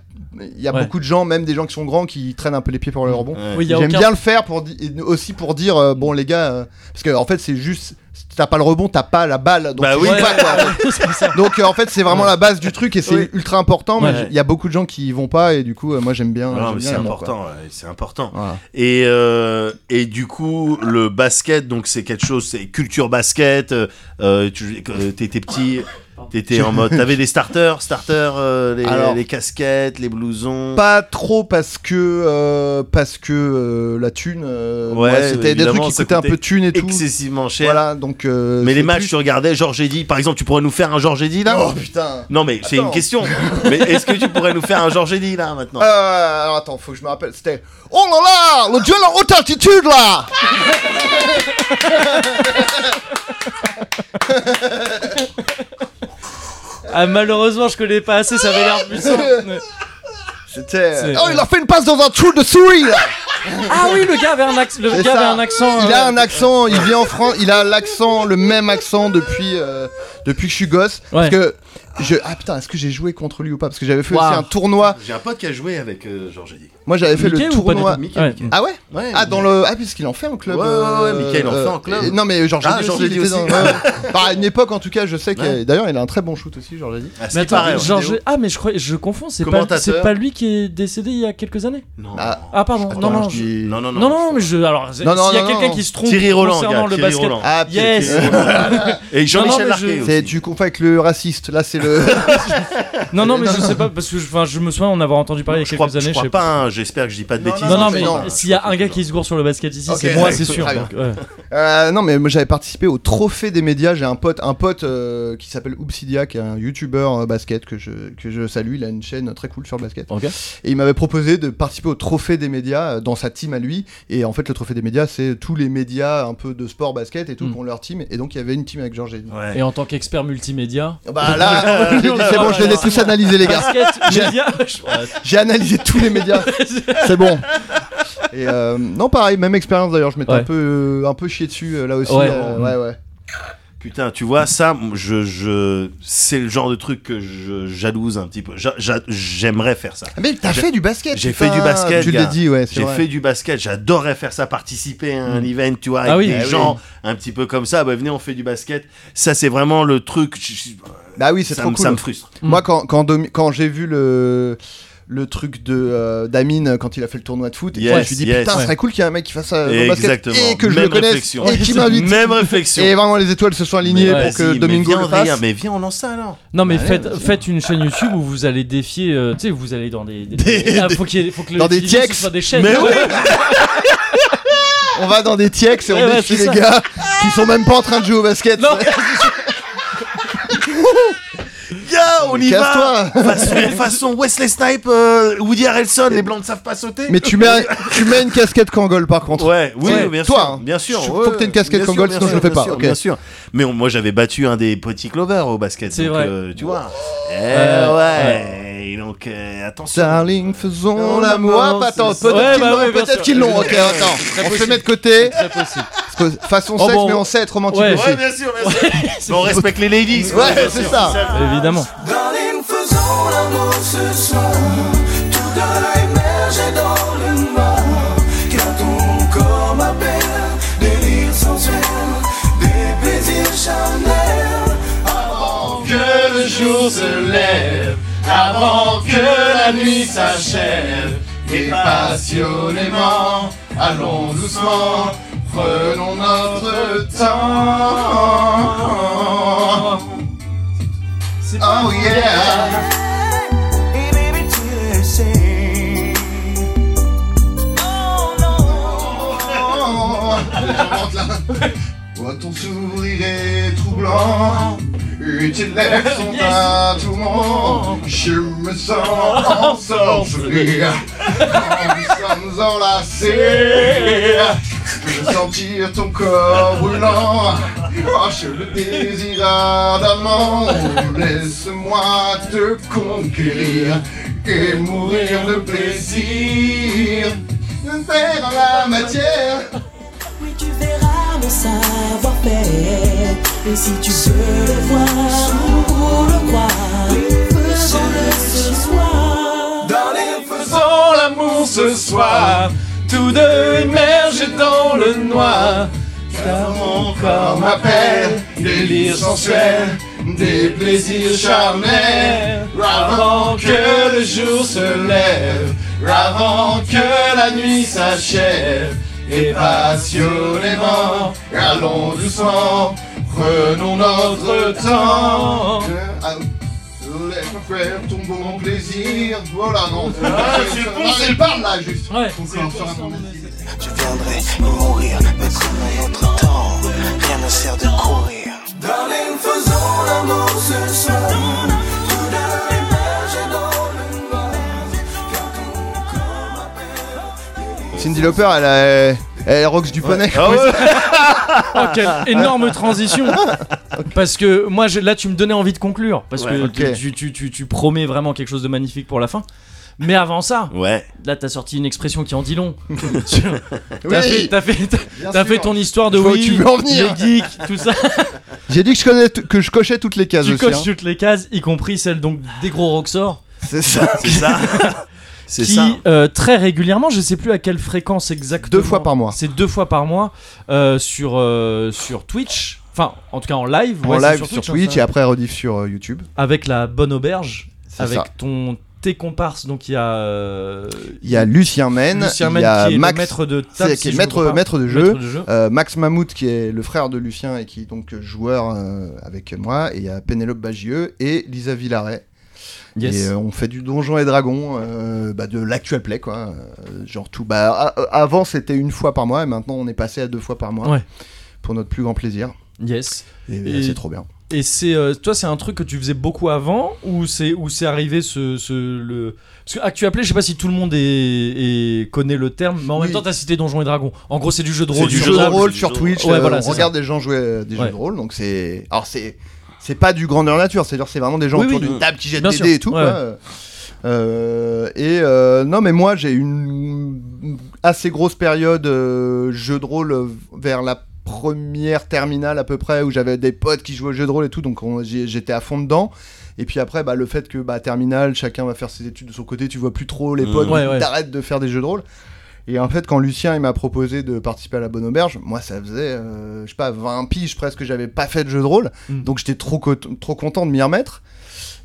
Speaker 1: y a
Speaker 3: Ouais.
Speaker 1: beaucoup de gens, même des gens qui sont grands, qui traînent un peu les pieds pour le rebond.
Speaker 2: Ouais.
Speaker 3: Oui, il y a
Speaker 1: J'aime
Speaker 3: aucun.
Speaker 1: bien le faire pour di- et aussi pour dire, euh, bon, les gars, euh, parce que en fait, c'est juste, si t'as pas le rebond, t'as pas la balle, donc
Speaker 2: Bah
Speaker 1: tu
Speaker 2: oui.
Speaker 1: joues pas, quoi.
Speaker 3: [laughs] c'est ça.
Speaker 1: Donc euh, en fait c'est vraiment la base du truc et c'est
Speaker 2: Oui.
Speaker 1: ultra important mais
Speaker 3: Ouais.
Speaker 1: il y a beaucoup de gens qui y vont pas et du coup euh, moi j'aime bien,
Speaker 2: Ah Non,
Speaker 1: j'aime
Speaker 2: mais
Speaker 1: bien
Speaker 2: c'est
Speaker 1: l'amour, quoi.
Speaker 2: important, ouais, c'est important.
Speaker 1: Voilà.
Speaker 2: Et, euh, et du coup, le basket, donc c'est quelque chose, c'est culture basket. euh, euh, tu euh, t'étais petit, t'étais en mode, t'avais des starters, starters, euh, les,
Speaker 1: Alors-
Speaker 2: les casquettes, les blousons.
Speaker 1: Euh, Pas trop parce que euh, parce que euh, la thune. euh,
Speaker 2: Ouais,
Speaker 1: moi, c'était des
Speaker 2: évidemment,
Speaker 1: trucs qui
Speaker 2: ça
Speaker 1: coûtaient un
Speaker 2: coûtait
Speaker 1: peu de thune et tout.
Speaker 2: Excessivement cher.
Speaker 1: Voilà, donc. euh,
Speaker 2: Mais les
Speaker 1: c'est
Speaker 2: matchs,
Speaker 1: plus-
Speaker 2: tu regardais Georges Eddy, par exemple, tu pourrais nous faire un Georges Eddy là
Speaker 1: Oh putain.
Speaker 2: Non, mais c'est
Speaker 1: Attends.
Speaker 2: une question. mais est-ce que tu pourrais nous faire un Georges Eddy là maintenant
Speaker 1: Euh, alors attends, faut que je me rappelle. C'était. Oh là là, le duel en haute altitude là.
Speaker 3: Ah, malheureusement, je connais pas assez, ça avait l'air puissant. Ouais.
Speaker 1: C'était.
Speaker 3: C'est-
Speaker 1: Oh, il a fait une passe dans un trou de souris. Là.
Speaker 3: Ah oui, le gars avait un, acc- le
Speaker 1: C'est
Speaker 3: gars
Speaker 1: ça.
Speaker 3: avait un accent.
Speaker 1: Il
Speaker 3: euh,
Speaker 1: a un accent. Il vit en France. Il a l'accent, le même accent depuis euh, depuis que je suis gosse. Parce
Speaker 3: Ouais.
Speaker 1: que je. Ah putain, est-ce que j'ai joué contre lui ou pas Parce que j'avais fait
Speaker 3: Waouh.
Speaker 1: aussi un tournoi.
Speaker 2: J'ai un pote qui a joué avec euh, Georges Eddy.
Speaker 1: Moi, j'avais fait
Speaker 3: Mickey
Speaker 1: le
Speaker 3: ou pas du
Speaker 1: tournoi.
Speaker 3: tout
Speaker 2: Mickey,
Speaker 3: Ouais.
Speaker 2: Mickey.
Speaker 1: Ah ouais.
Speaker 2: Ouais,
Speaker 1: Ah dans le ah puisqu'il en fait en club.
Speaker 2: Ouais, ouais, ouais, Michael en fait en club.
Speaker 1: et- non mais euh, Georges
Speaker 2: Ah,
Speaker 1: Eddy
Speaker 2: Georges
Speaker 1: aussi, il
Speaker 2: Eddy
Speaker 1: était
Speaker 2: aussi.
Speaker 1: dans- ouais,
Speaker 2: [laughs]
Speaker 1: ouais. Bah, à une époque en tout cas je sais que
Speaker 2: Ouais.
Speaker 1: d'ailleurs il a un très bon shoot aussi Georges Eddy.
Speaker 2: Ah, c'est
Speaker 3: Mais attends,
Speaker 2: pareil, en
Speaker 3: Georges-
Speaker 2: vidéo.
Speaker 3: Ah, mais je crois, je confonds, c'est pas,
Speaker 2: Commentateur.
Speaker 3: c'est pas lui qui est décédé il y a quelques années.
Speaker 2: Non.
Speaker 1: Ah.
Speaker 3: Ah, pardon,
Speaker 1: Attends,
Speaker 3: non, non,
Speaker 1: je
Speaker 3: je-
Speaker 1: dis-
Speaker 2: non, non, non.
Speaker 3: non, non, mais je. Alors, s'il y
Speaker 1: non,
Speaker 3: a
Speaker 1: non,
Speaker 3: quelqu'un
Speaker 1: non.
Speaker 3: qui se trompe
Speaker 2: Thierry Roland,
Speaker 3: concernant
Speaker 2: gars,
Speaker 3: le
Speaker 2: Thierry
Speaker 3: basket.
Speaker 2: Roland.
Speaker 1: Ah,
Speaker 3: Yes
Speaker 2: [laughs] Et
Speaker 3: Non, non,
Speaker 2: Jean-Michel
Speaker 3: mais
Speaker 2: Larquet
Speaker 3: je-
Speaker 2: aussi.
Speaker 1: C'est tu confonds avec le raciste là c'est le.
Speaker 3: Non,
Speaker 1: [laughs]
Speaker 3: non, mais je sais pas, parce que je, enfin, je me souviens en avoir entendu parler il y a
Speaker 2: Je
Speaker 3: quelques
Speaker 2: crois, je
Speaker 3: années.
Speaker 2: crois
Speaker 3: sais
Speaker 2: pas, hein, j'espère que je dis pas de
Speaker 1: Non,
Speaker 2: bêtises.
Speaker 3: Non, non,
Speaker 1: mais non.
Speaker 3: mais s'il y a un gars qui se gourre sur le basket ici,
Speaker 1: Ok,
Speaker 3: c'est moi, c'est
Speaker 1: très
Speaker 3: sûr.
Speaker 1: bien.
Speaker 3: donc, ouais.
Speaker 1: Euh, non, mais moi, j'avais participé au trophée des médias. J'ai un pote, un pote euh, qui s'appelle Oubsidia, qui est un youtubeur euh, basket que je, que je salue. Il a une chaîne très cool sur le basket.
Speaker 3: Ok.
Speaker 1: Et il m'avait proposé de participer au trophée des médias euh, dans sa team à lui. Et en fait, le trophée des médias, c'est tous les médias un peu de sport basket et tout
Speaker 3: Mm.
Speaker 1: qui ont leur team. Et donc, il y avait une team avec Georges. Eddy.
Speaker 2: Ouais.
Speaker 3: Et en tant qu'expert multimédia.
Speaker 1: Bah
Speaker 3: [laughs]
Speaker 1: là, j'ai dit, c'est bon, je les ai tous analysés, les gars. [laughs]
Speaker 3: Basket, média.
Speaker 1: J'ai analysé tous les médias.
Speaker 3: [laughs]
Speaker 1: C'est bon. Et euh, non, pareil, même expérience d'ailleurs. Je m'étais
Speaker 3: Ouais.
Speaker 1: un peu, euh, un peu chié dessus euh, là aussi.
Speaker 3: Ouais.
Speaker 1: euh, ouais, ouais.
Speaker 2: Putain, tu vois, ça, je, je, c'est le genre de truc que je jalouse un petit peu. J'a- j'a- J'aimerais faire ça.
Speaker 1: Ah, Mais t'as
Speaker 2: J'ai-
Speaker 1: fait du basket.
Speaker 2: j'ai
Speaker 1: putain.
Speaker 2: fait du basket,
Speaker 1: Tu l'as
Speaker 2: gars.
Speaker 1: dit, ouais. c'est
Speaker 2: J'ai
Speaker 1: vrai.
Speaker 2: fait du basket, j'adorais faire ça, participer à un event, tu vois, avec
Speaker 3: Ah oui.
Speaker 2: des
Speaker 3: Ah oui.
Speaker 2: gens un petit peu comme ça. Bah, venez, on fait du basket. Ça, c'est vraiment le truc. je- je-
Speaker 1: Bah oui, c'est
Speaker 2: ça,
Speaker 1: trop
Speaker 2: me-
Speaker 1: cool.
Speaker 2: ça me frustre.
Speaker 1: Moi, quand, quand, Domi- quand j'ai vu le. Le truc de euh, Damin quand il a fait le tournoi de foot, et
Speaker 2: Yes,
Speaker 1: je me suis dit
Speaker 2: yes.
Speaker 1: putain, ce serait cool qu'il y ait un mec qui fasse ça au basket
Speaker 2: Exactement.
Speaker 1: et que je
Speaker 2: Même
Speaker 1: le connaisse
Speaker 2: réflexion.
Speaker 1: et qui m'invite.
Speaker 2: Même réflexion.
Speaker 1: Et vraiment les étoiles se sont alignées
Speaker 3: Mais
Speaker 1: pour
Speaker 2: Vas-y,
Speaker 1: que
Speaker 2: mais
Speaker 1: Domingo
Speaker 2: viens,
Speaker 1: le fasse.
Speaker 2: Adrien, mais viens, on lance ça alors.
Speaker 3: Non, mais
Speaker 1: Bah ouais,
Speaker 3: faites,
Speaker 1: vas-y.
Speaker 3: faites une chaîne YouTube où vous allez défier. euh, tu sais, vous allez dans des. des-
Speaker 2: Des-
Speaker 3: Ah, faut, qu'il y ait- faut que le
Speaker 1: Dans des
Speaker 3: défi, ce
Speaker 1: tiex.
Speaker 3: soit des chaînes. Ah
Speaker 2: Mais oui.
Speaker 1: On va dans des tiex et on
Speaker 3: Ouais, ouais,
Speaker 1: défie
Speaker 3: c'est
Speaker 1: les
Speaker 3: ça.
Speaker 1: gars qui sont même pas en train de jouer au basket.
Speaker 3: Non.
Speaker 2: Gars, on y va.
Speaker 3: [laughs]
Speaker 1: Casse-toi. [laughs]
Speaker 2: Façon, façon Wesley Snipe, euh, Woody Harrelson, les blancs ne savent pas sauter.
Speaker 1: Mais tu mets, tu mets une casquette Kangol par contre.
Speaker 2: Ouais, oui,
Speaker 1: Ouais,
Speaker 2: bien
Speaker 1: toi,
Speaker 2: sûr.
Speaker 1: hein.
Speaker 2: Bien sûr.
Speaker 1: Faut que t'aies une casquette
Speaker 2: bien sûr,
Speaker 1: Kangol,
Speaker 2: bien
Speaker 1: sinon je
Speaker 2: sûr,
Speaker 1: le fais
Speaker 2: bien
Speaker 1: pas,
Speaker 2: sûr,
Speaker 1: ok.
Speaker 2: Bien sûr. Mais on- moi, j'avais battu un des petits clovers au basket.
Speaker 3: C'est
Speaker 2: donc,
Speaker 3: vrai.
Speaker 2: euh, tu vois. Eh,
Speaker 3: Euh,
Speaker 2: ouais. Et Donc, euh, attention.
Speaker 1: Darling, faisons
Speaker 2: Non,
Speaker 1: l'amour.
Speaker 2: non,
Speaker 1: Ah, Attends,
Speaker 2: c'est-
Speaker 1: peut-être
Speaker 3: Ouais,
Speaker 1: qu'ils
Speaker 3: bah
Speaker 1: l'ont,
Speaker 3: ouais, bien
Speaker 1: peut-être
Speaker 3: sûr.
Speaker 1: qu'ils l'ont. Ok, attends, on se fait mettre de côté.
Speaker 3: C'est possible.
Speaker 1: Parce que façon
Speaker 3: Oh,
Speaker 1: sexe,
Speaker 3: bon.
Speaker 1: mais on sait être romantique
Speaker 3: Ouais.
Speaker 1: aussi.
Speaker 2: Ouais, bien sûr, bien sûr.
Speaker 3: [laughs]
Speaker 2: Mais on respecte les ladies.
Speaker 1: Ouais, c'est ça.
Speaker 3: Évidemment.
Speaker 4: Darling, faisons l'amour ce soir. Tout de émerger dans le noir. Car ton corps m'appelle. Délire sensuel, des plaisirs charnels.
Speaker 2: Que le jour se lève avant que la nuit s'achève. Et passionnément, allons doucement, prenons notre temps. Oh yeah!
Speaker 4: Hey, baby, till I say. Oh no.
Speaker 1: Oh, Vois oh, ton sourire est troublant. Et tes lèvres sont un tourment. Je me sens ensorcelé. Quand nous sommes enlacés. Je peux sentir ton corps brûlant. Oh, je le désire ardemment. Laisse-moi te conquérir et mourir de plaisir. Faire la matière.
Speaker 5: Oui, tu verras mon savoir-faire. Et si tu veux le voir ou le croire, faisons-le ce soir.
Speaker 2: Faisons l'amour ce soir, tous deux émergés dans le noir. Car mon corps m'appelle, délire sensuel, des plaisirs charnels. Avant que le jour se lève, avant que la nuit s'achève. Et passionnément, allons doucement, prenons notre temps. Laisse-moi faire ton bon plaisir. Voilà, non. Ah, c'est bon, c'est pas là, juste.
Speaker 3: Ouais.
Speaker 1: Ton corps sera mon désir.
Speaker 9: Je viendrai y mourir, mais prenons notre temps. Rien ne sert de courir.
Speaker 4: Darling, faisons l'amour ce soir. Tout de émerger dans le noir. Car ton corps m'appelle.
Speaker 1: Cindy Lauper, elle, a- elle rox du poney.
Speaker 2: Ah
Speaker 3: Oh,
Speaker 1: [laughs]
Speaker 3: quelle énorme transition Parce que moi, je- là, tu me donnais envie de conclure. Parce que
Speaker 1: Ouais, ok.
Speaker 3: tu, tu, tu, tu promets vraiment quelque chose de magnifique pour la fin. Mais avant ça,
Speaker 2: Ouais.
Speaker 3: là, t'as sorti une expression qui en dit long.
Speaker 1: Oui,
Speaker 3: T'as fait, t'as fait, t'as-
Speaker 1: bien
Speaker 3: t'as
Speaker 1: sûr.
Speaker 3: fait ton histoire de
Speaker 1: Je vois où
Speaker 3: oui,
Speaker 1: tu veux en venir.
Speaker 3: les geeks, tout ça.
Speaker 1: J'ai dit que je, connais t- que je cochais toutes les cases
Speaker 3: tu
Speaker 1: aussi,
Speaker 3: coches
Speaker 1: hein.
Speaker 3: toutes les cases, y compris celle donc des gros rocksors.
Speaker 1: C'est ça. [laughs]
Speaker 2: C'est ça. C'est
Speaker 3: qui euh, très régulièrement, je sais plus à quelle fréquence exactement.
Speaker 1: Deux fois par mois.
Speaker 3: C'est deux fois par mois euh, sur euh, sur Twitch. Enfin, en tout cas en live.
Speaker 1: En
Speaker 3: ouais, c'est
Speaker 1: live sur Twitch,
Speaker 3: Twitch hein, ça.
Speaker 1: et après rediff sur euh, YouTube.
Speaker 3: avec la bonne auberge,
Speaker 1: C'est
Speaker 3: avec
Speaker 1: ça.
Speaker 3: ton tes comparses, donc il y a. euh,
Speaker 1: Il y a Lucien Men,
Speaker 3: Lucien
Speaker 1: il
Speaker 3: Mène
Speaker 1: y a
Speaker 3: qui est
Speaker 1: Max,
Speaker 3: le maître de
Speaker 1: c'est-
Speaker 3: table.
Speaker 1: qui est
Speaker 3: si je me
Speaker 1: maître,
Speaker 3: trompe pas.
Speaker 1: maître de jeu,
Speaker 3: Maître de jeu.
Speaker 1: euh, Max Mammouth qui est le frère de Lucien et qui est donc joueur euh, avec moi, et il y a Pénélope Bagieux et Lisa Villaret.
Speaker 3: Yes.
Speaker 1: Et euh, on fait du Donjon et Dragon, euh, bah, de l'actuel play quoi. Euh, genre tout. Bah, a- a- avant c'était une fois par mois et maintenant on est passé à deux fois par mois
Speaker 3: Ouais.
Speaker 1: pour notre plus grand plaisir.
Speaker 3: Yes.
Speaker 1: Et,
Speaker 3: Et-
Speaker 1: c'est trop bien.
Speaker 3: Et c'est euh, toi, c'est un truc que tu faisais beaucoup avant ou c'est ou c'est arrivé ce, ce le parce que ActuAplay, je sais pas si tout le monde est, est- connaît le terme, mais en
Speaker 1: Oui.
Speaker 3: même temps t'as cité Donjons et Dragons. En gros, c'est du jeu de rôle.
Speaker 2: du
Speaker 3: sur
Speaker 1: jeu de
Speaker 3: table.
Speaker 1: rôle
Speaker 2: du
Speaker 1: sur
Speaker 2: jeu de
Speaker 1: Twitch,
Speaker 3: rôle. Ouais,
Speaker 1: euh,
Speaker 3: voilà,
Speaker 1: on
Speaker 3: c'est
Speaker 1: regarde des gens jouer euh, des
Speaker 3: Ouais.
Speaker 1: jeux de rôle, donc c'est. Alors c'est. C'est pas du grandeur nature, c'est-à-dire c'est vraiment des gens
Speaker 3: Oui,
Speaker 1: autour
Speaker 3: oui.
Speaker 1: d'une table qui jettent
Speaker 3: Bien
Speaker 1: des
Speaker 3: sûr.
Speaker 1: dés et tout.
Speaker 3: Ouais.
Speaker 1: quoi. Euh, et euh, non, mais moi j'ai eu une assez grosse période euh, jeu de rôle euh, vers la première terminale à peu près où j'avais des potes qui jouaient au jeu de rôle et tout, donc on- j'y- j'étais à fond dedans. Et puis après, bah, le fait que bah, terminale, chacun va faire ses études de son côté, tu vois plus trop les
Speaker 2: Mm.
Speaker 1: potes,
Speaker 3: Mmh. Ouais,
Speaker 1: donc
Speaker 3: ouais.
Speaker 1: t'arrêtes de faire des jeux de rôle. Et en fait, quand Lucien il m'a proposé de participer à la Bonne Auberge, moi ça faisait, euh, je sais pas, 20 piges presque, j'avais pas fait de jeu de rôle,
Speaker 3: Mm.
Speaker 1: donc j'étais trop, co- trop content de m'y remettre.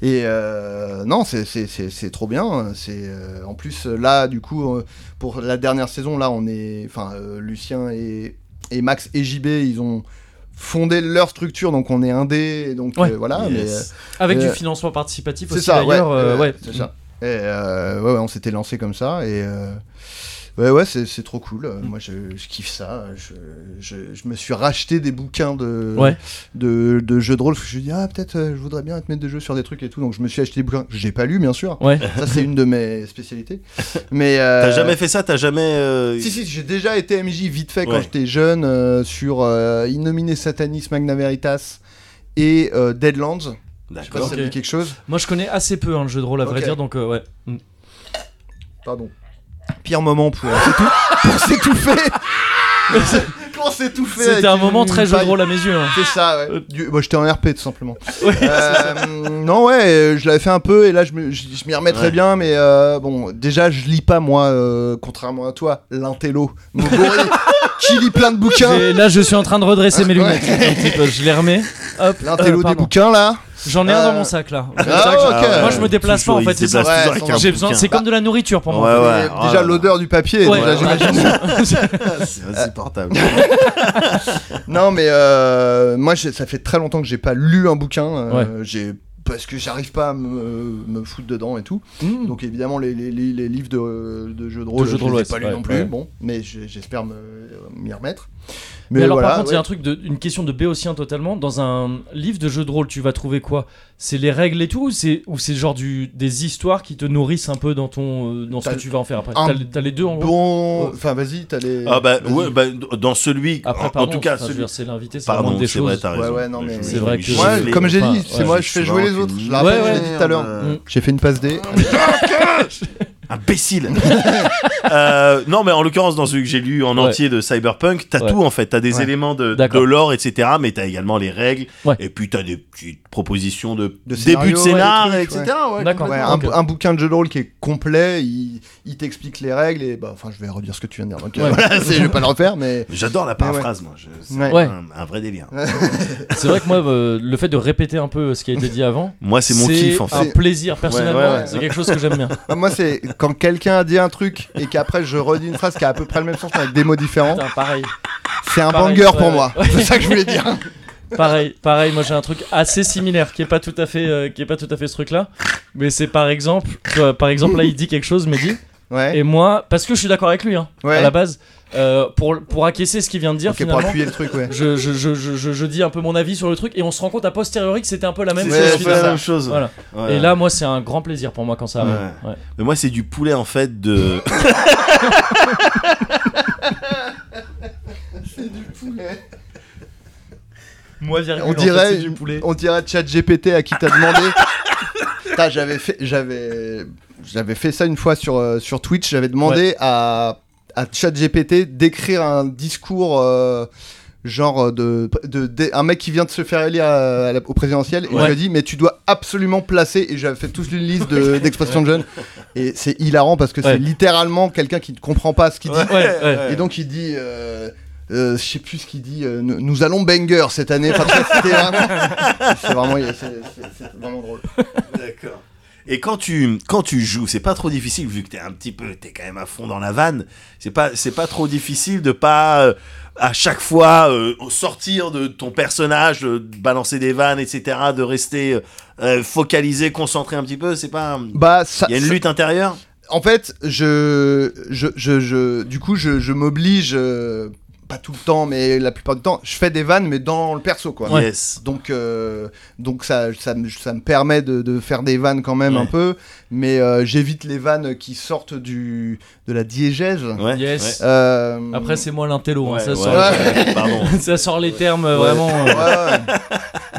Speaker 1: Et euh, non, c'est- c'est c'est- c'est trop bien. C'est euh, en plus là, du coup, euh, pour la dernière saison, là, on est, enfin, euh, Lucien et, et Max et JB, ils ont fondé leur structure, donc on est indé, et donc
Speaker 3: Ouais.
Speaker 1: euh, voilà.
Speaker 2: Yes.
Speaker 1: mais, euh,
Speaker 3: Avec
Speaker 1: Euh,
Speaker 3: du financement participatif
Speaker 1: c'est
Speaker 3: aussi
Speaker 1: ça, ouais.
Speaker 3: d'ailleurs. euh,
Speaker 1: ouais,
Speaker 3: ouais.
Speaker 1: c'est ça. Et euh, ouais, ouais, on s'était lancé comme ça et euh, ouais, ouais, c'est, c'est trop cool. Euh,
Speaker 3: Mm.
Speaker 1: Moi, je, je kiffe ça. Je, je- je me suis racheté des bouquins de,
Speaker 3: Ouais.
Speaker 1: de, de jeux de rôle. parce que Je me suis dit, ah, peut-être, euh, je voudrais bien être maître de jeu sur des trucs et tout. Donc, je me suis acheté des bouquins. J'ai pas lu, bien sûr.
Speaker 3: Mm. Ouais.
Speaker 1: Ça, c'est une de mes spécialités. Mais euh,
Speaker 2: T'as jamais fait ça T'as jamais. euh,
Speaker 1: si, si, j'ai déjà été MJ vite fait quand
Speaker 2: Ouais.
Speaker 1: j'étais jeune euh, sur euh, Innominé Satanis Magna Veritas et euh, Deadlands. Je sais pas si
Speaker 2: D'accord.
Speaker 1: ça me dit
Speaker 3: Ok.
Speaker 1: quelque chose.
Speaker 3: Moi, je connais assez peu hein, le jeu de rôle à vrai
Speaker 1: Ok.
Speaker 3: dire, donc euh, ouais. Mm.
Speaker 1: Pardon. Pire moment pour, c'est tout- pour s'étouffer. [laughs] Pour s'étouffer. avec
Speaker 3: C'était un
Speaker 1: une-
Speaker 3: moment très
Speaker 1: une
Speaker 3: jeu de
Speaker 1: paille.
Speaker 3: rôle à mes yeux. hein.
Speaker 1: C'est ça, ouais.
Speaker 3: Euh.
Speaker 1: Du- Bon, j'étais en RP tout
Speaker 3: [laughs]
Speaker 1: simplement. Euh, non, ouais, euh, je l'avais fait un peu et là je me- je je m'y remettrais
Speaker 2: Ouais.
Speaker 1: bien, mais euh, bon, déjà je lis pas moi, euh, contrairement à toi, l'intello. Mogori,
Speaker 3: [laughs]
Speaker 1: qui lit plein de bouquins.
Speaker 3: J'ai- Là, je suis en train de redresser mes lunettes. un petit peu, je les remets. Hop. euh,
Speaker 1: L'intello des
Speaker 3: pardon.
Speaker 1: bouquins là.
Speaker 3: J'en ai un dans
Speaker 1: Euh,
Speaker 3: mon sac là.
Speaker 1: Ah, ok.
Speaker 2: Ah ouais,
Speaker 3: Moi, je me déplace pas
Speaker 2: toujours,
Speaker 3: en fait.
Speaker 2: il se
Speaker 3: c'est ça.
Speaker 2: déplace
Speaker 1: Ouais,
Speaker 2: toujours avec
Speaker 1: sans-
Speaker 2: un
Speaker 3: J'ai besoin.
Speaker 2: bouquin.
Speaker 3: C'est comme de la nourriture pour
Speaker 2: Ouais,
Speaker 3: moi.
Speaker 2: ouais.
Speaker 1: Et
Speaker 2: oh là
Speaker 1: déjà
Speaker 2: là.
Speaker 1: l'odeur du papier.
Speaker 3: Ouais,
Speaker 1: déjà,
Speaker 3: ouais.
Speaker 1: j'imagine-
Speaker 2: C'est insupportable.
Speaker 1: Non, mais euh, moi, j'ai- ça fait très longtemps que j'ai pas lu un bouquin. euh, J'ai parce que j'arrive pas à me, me foutre dedans et tout. Donc évidemment, les, les- les- les livres de, de jeux de rôle,
Speaker 3: jeux de
Speaker 1: je les ai
Speaker 3: rôle,
Speaker 1: pas
Speaker 3: ouais,
Speaker 1: lu
Speaker 3: ouais,
Speaker 1: non plus.
Speaker 3: ouais.
Speaker 1: Bon, mais j'ai- j'espère me- m'y remettre.
Speaker 3: Mais,
Speaker 1: Mais,
Speaker 3: alors,
Speaker 1: voilà.
Speaker 3: par contre, il y
Speaker 1: ouais.
Speaker 3: a un truc de, une question de béotien totalement. Dans un livre de jeu de rôle, tu vas trouver quoi C'est les règles et tout, ou c'est ou c'est genre du, des histoires qui te nourrissent un peu dans ton euh, dans ce
Speaker 1: T'as
Speaker 3: que tu vas en faire après.
Speaker 1: un
Speaker 3: T'as les- T'as les deux en gros. Oh.
Speaker 1: Bon,
Speaker 3: Ouais.
Speaker 1: enfin, vas-y, t'as les.
Speaker 2: Ah bah,
Speaker 1: vas-y.
Speaker 2: ouais, bah, dans celui.
Speaker 3: Après,
Speaker 2: en- en,
Speaker 3: pardon,
Speaker 2: tout cas,
Speaker 3: enfin, je veux
Speaker 2: celui.
Speaker 3: dire, c'est l'invité, ça demande
Speaker 2: Pardon,
Speaker 3: des
Speaker 2: c'est vrai,
Speaker 3: choses.
Speaker 2: t'as
Speaker 1: Ouais,
Speaker 2: raison.
Speaker 1: ouais, non, mais-
Speaker 2: Je-
Speaker 1: C'est
Speaker 2: je-
Speaker 3: vrai
Speaker 2: je-
Speaker 3: que-
Speaker 2: je-
Speaker 1: Moi,
Speaker 2: je-
Speaker 1: comme j'ai
Speaker 3: Enfin,
Speaker 1: dit, c'est
Speaker 3: ouais,
Speaker 1: moi,
Speaker 2: je
Speaker 1: je
Speaker 2: suis
Speaker 1: fais jouer les
Speaker 2: vraiment
Speaker 1: autres.
Speaker 2: fini.
Speaker 1: Je l'ai rappelle,
Speaker 3: Ouais, Mm.
Speaker 1: je l'ai
Speaker 3: ouais.
Speaker 1: dit tout à l'heure.
Speaker 2: Euh,
Speaker 1: J'ai fait une passe D. [laughs]
Speaker 2: Imbécile Euh, Non, mais en l'occurrence, dans celui que j'ai lu en
Speaker 3: Ouais.
Speaker 2: entier de Cyberpunk, t'as
Speaker 3: Ouais.
Speaker 2: tout en fait. T'as des
Speaker 3: Ouais.
Speaker 2: éléments de, de
Speaker 3: D'accord.
Speaker 2: lore, etc. Mais t'as également les règles.
Speaker 3: Ouais.
Speaker 2: Et puis t'as des petites propositions de,
Speaker 1: De
Speaker 2: début de
Speaker 1: scénario,
Speaker 2: scénar,
Speaker 1: ouais, des
Speaker 2: etc.
Speaker 1: trucs,
Speaker 2: ouais,
Speaker 3: D'accord.
Speaker 1: Ouais,
Speaker 3: complètement.
Speaker 1: un,
Speaker 3: Ok.
Speaker 1: bou- un bouquin de jeu de rôle qui est complet, il, il t'explique les règles et bah, enfin, je vais redire ce que tu viens de dire. Donc, euh,
Speaker 3: Ouais.
Speaker 1: voilà, c'est- je vais pas le refaire, mais
Speaker 2: J'adore la paraphrase, moi. Je- C'est
Speaker 1: Ouais.
Speaker 3: Ouais.
Speaker 2: un, un vrai délire.
Speaker 3: C'est vrai que moi, euh, le fait de répéter un peu euh, ce qui a été dit avant.
Speaker 2: Moi, c'est mon kiff, en
Speaker 3: un
Speaker 2: fait.
Speaker 3: plaisir personnellement.
Speaker 2: ouais, ouais.
Speaker 3: C'est quelque chose que j'aime bien.
Speaker 2: [laughs]
Speaker 1: Ah, moi c'est quand quelqu'un a dit un truc et qu'après je redis une phrase qui a à peu près le même sens mais avec des mots différents,
Speaker 3: Putain, pareil.
Speaker 1: c'est un
Speaker 3: pareil,
Speaker 1: banger
Speaker 3: ouais,
Speaker 1: pour
Speaker 3: ouais.
Speaker 1: moi. C'est ça que je voulais dire.
Speaker 3: Pareil, pareil, moi j'ai un truc assez similaire qui est pas tout à fait, euh, qui est pas tout à fait ce truc-là, mais c'est par exemple, tu vois, par exemple là il dit quelque chose, mais dit,
Speaker 1: Ouais.
Speaker 3: [laughs] et moi, parce que je suis d'accord avec lui, hein,
Speaker 1: Eh. Ouais.
Speaker 3: à la base, euh, pour pour acquiescer ce qu'il vient de dire
Speaker 1: Ok, pour
Speaker 3: finalement,
Speaker 1: appuyer le truc, ouais.
Speaker 3: je, je, je, je, je- je dis un peu mon avis sur le truc et on se rend compte a posteriori que c'était un peu la même
Speaker 1: C'est
Speaker 3: chose.
Speaker 1: ça,
Speaker 2: Ouais, on
Speaker 1: c'est
Speaker 2: fait la
Speaker 1: ça.
Speaker 2: même chose.
Speaker 3: Voilà.
Speaker 2: Ouais.
Speaker 3: Et là, moi, c'est un grand plaisir pour moi quand ça arrive. Ouais.
Speaker 2: Mais moi, c'est du poulet, en fait,
Speaker 3: [laughs]
Speaker 2: de.
Speaker 3: Moi, virgule,
Speaker 1: On
Speaker 3: en fait,
Speaker 1: dirait,
Speaker 3: c'est du poulet.
Speaker 1: on dirait chat GPT à qui t'as
Speaker 3: [laughs]
Speaker 1: demandé. Putain, j'avais fait, j'avais, j'avais fait ça une fois sur, euh, sur Twitch. J'avais demandé à, à chat GPT d'écrire un discours. euh, Genre de, de, de- un mec qui vient de se faire élire euh, à- à la- au présidentiel et je
Speaker 3: Ouais.
Speaker 1: lui ai dit mais tu dois absolument placer et j'avais fait tous une liste de- d'expressions de jeunes et c'est hilarant parce que c'est
Speaker 3: Ouais.
Speaker 1: littéralement quelqu'un qui ne comprend pas ce qu'il dit
Speaker 3: Ouais, ouais.
Speaker 1: et donc il dit, euh, euh, je sais plus ce qu'il dit, euh, nous, nous allons banger cette [laughs] année. Enfin, tu vois, c'était vraiment- c'est vraiment, c'est- c'est- c'est vraiment drôle.
Speaker 2: D'accord. Et quand tu, quand tu joues, c'est pas trop difficile, vu que t'es un petit peu, t'es quand même à fond dans la vanne, c'est pas, c'est pas trop difficile de pas, euh, à chaque fois, euh, sortir de ton personnage, de balancer des vannes, etc., de rester euh, euh, focalisé, concentré un petit peu, c'est pas...
Speaker 1: Bah, ça,
Speaker 2: Il y a une
Speaker 1: ça-
Speaker 2: lutte intérieure
Speaker 1: En fait, je, je, je, je- du coup, je, je m'oblige, euh, pas tout le temps, mais la plupart du temps, je fais des vannes, mais dans le perso, quoi.
Speaker 2: Yes.
Speaker 1: Donc, euh, donc ça, ça, me- ça me permet de, de faire des vannes quand même
Speaker 2: Ouais.
Speaker 1: un peu, mais euh, j'évite les vannes qui sortent du, de la diégèse.
Speaker 2: Ouais,
Speaker 3: Yes.
Speaker 1: Euh,
Speaker 3: Après, c'est moi l'intello. hein,
Speaker 2: Ouais,
Speaker 3: ça, sort,
Speaker 2: ouais, ouais, pardon.
Speaker 3: [laughs] ça sort les termes euh, vraiment. euh,
Speaker 1: ouais, ouais.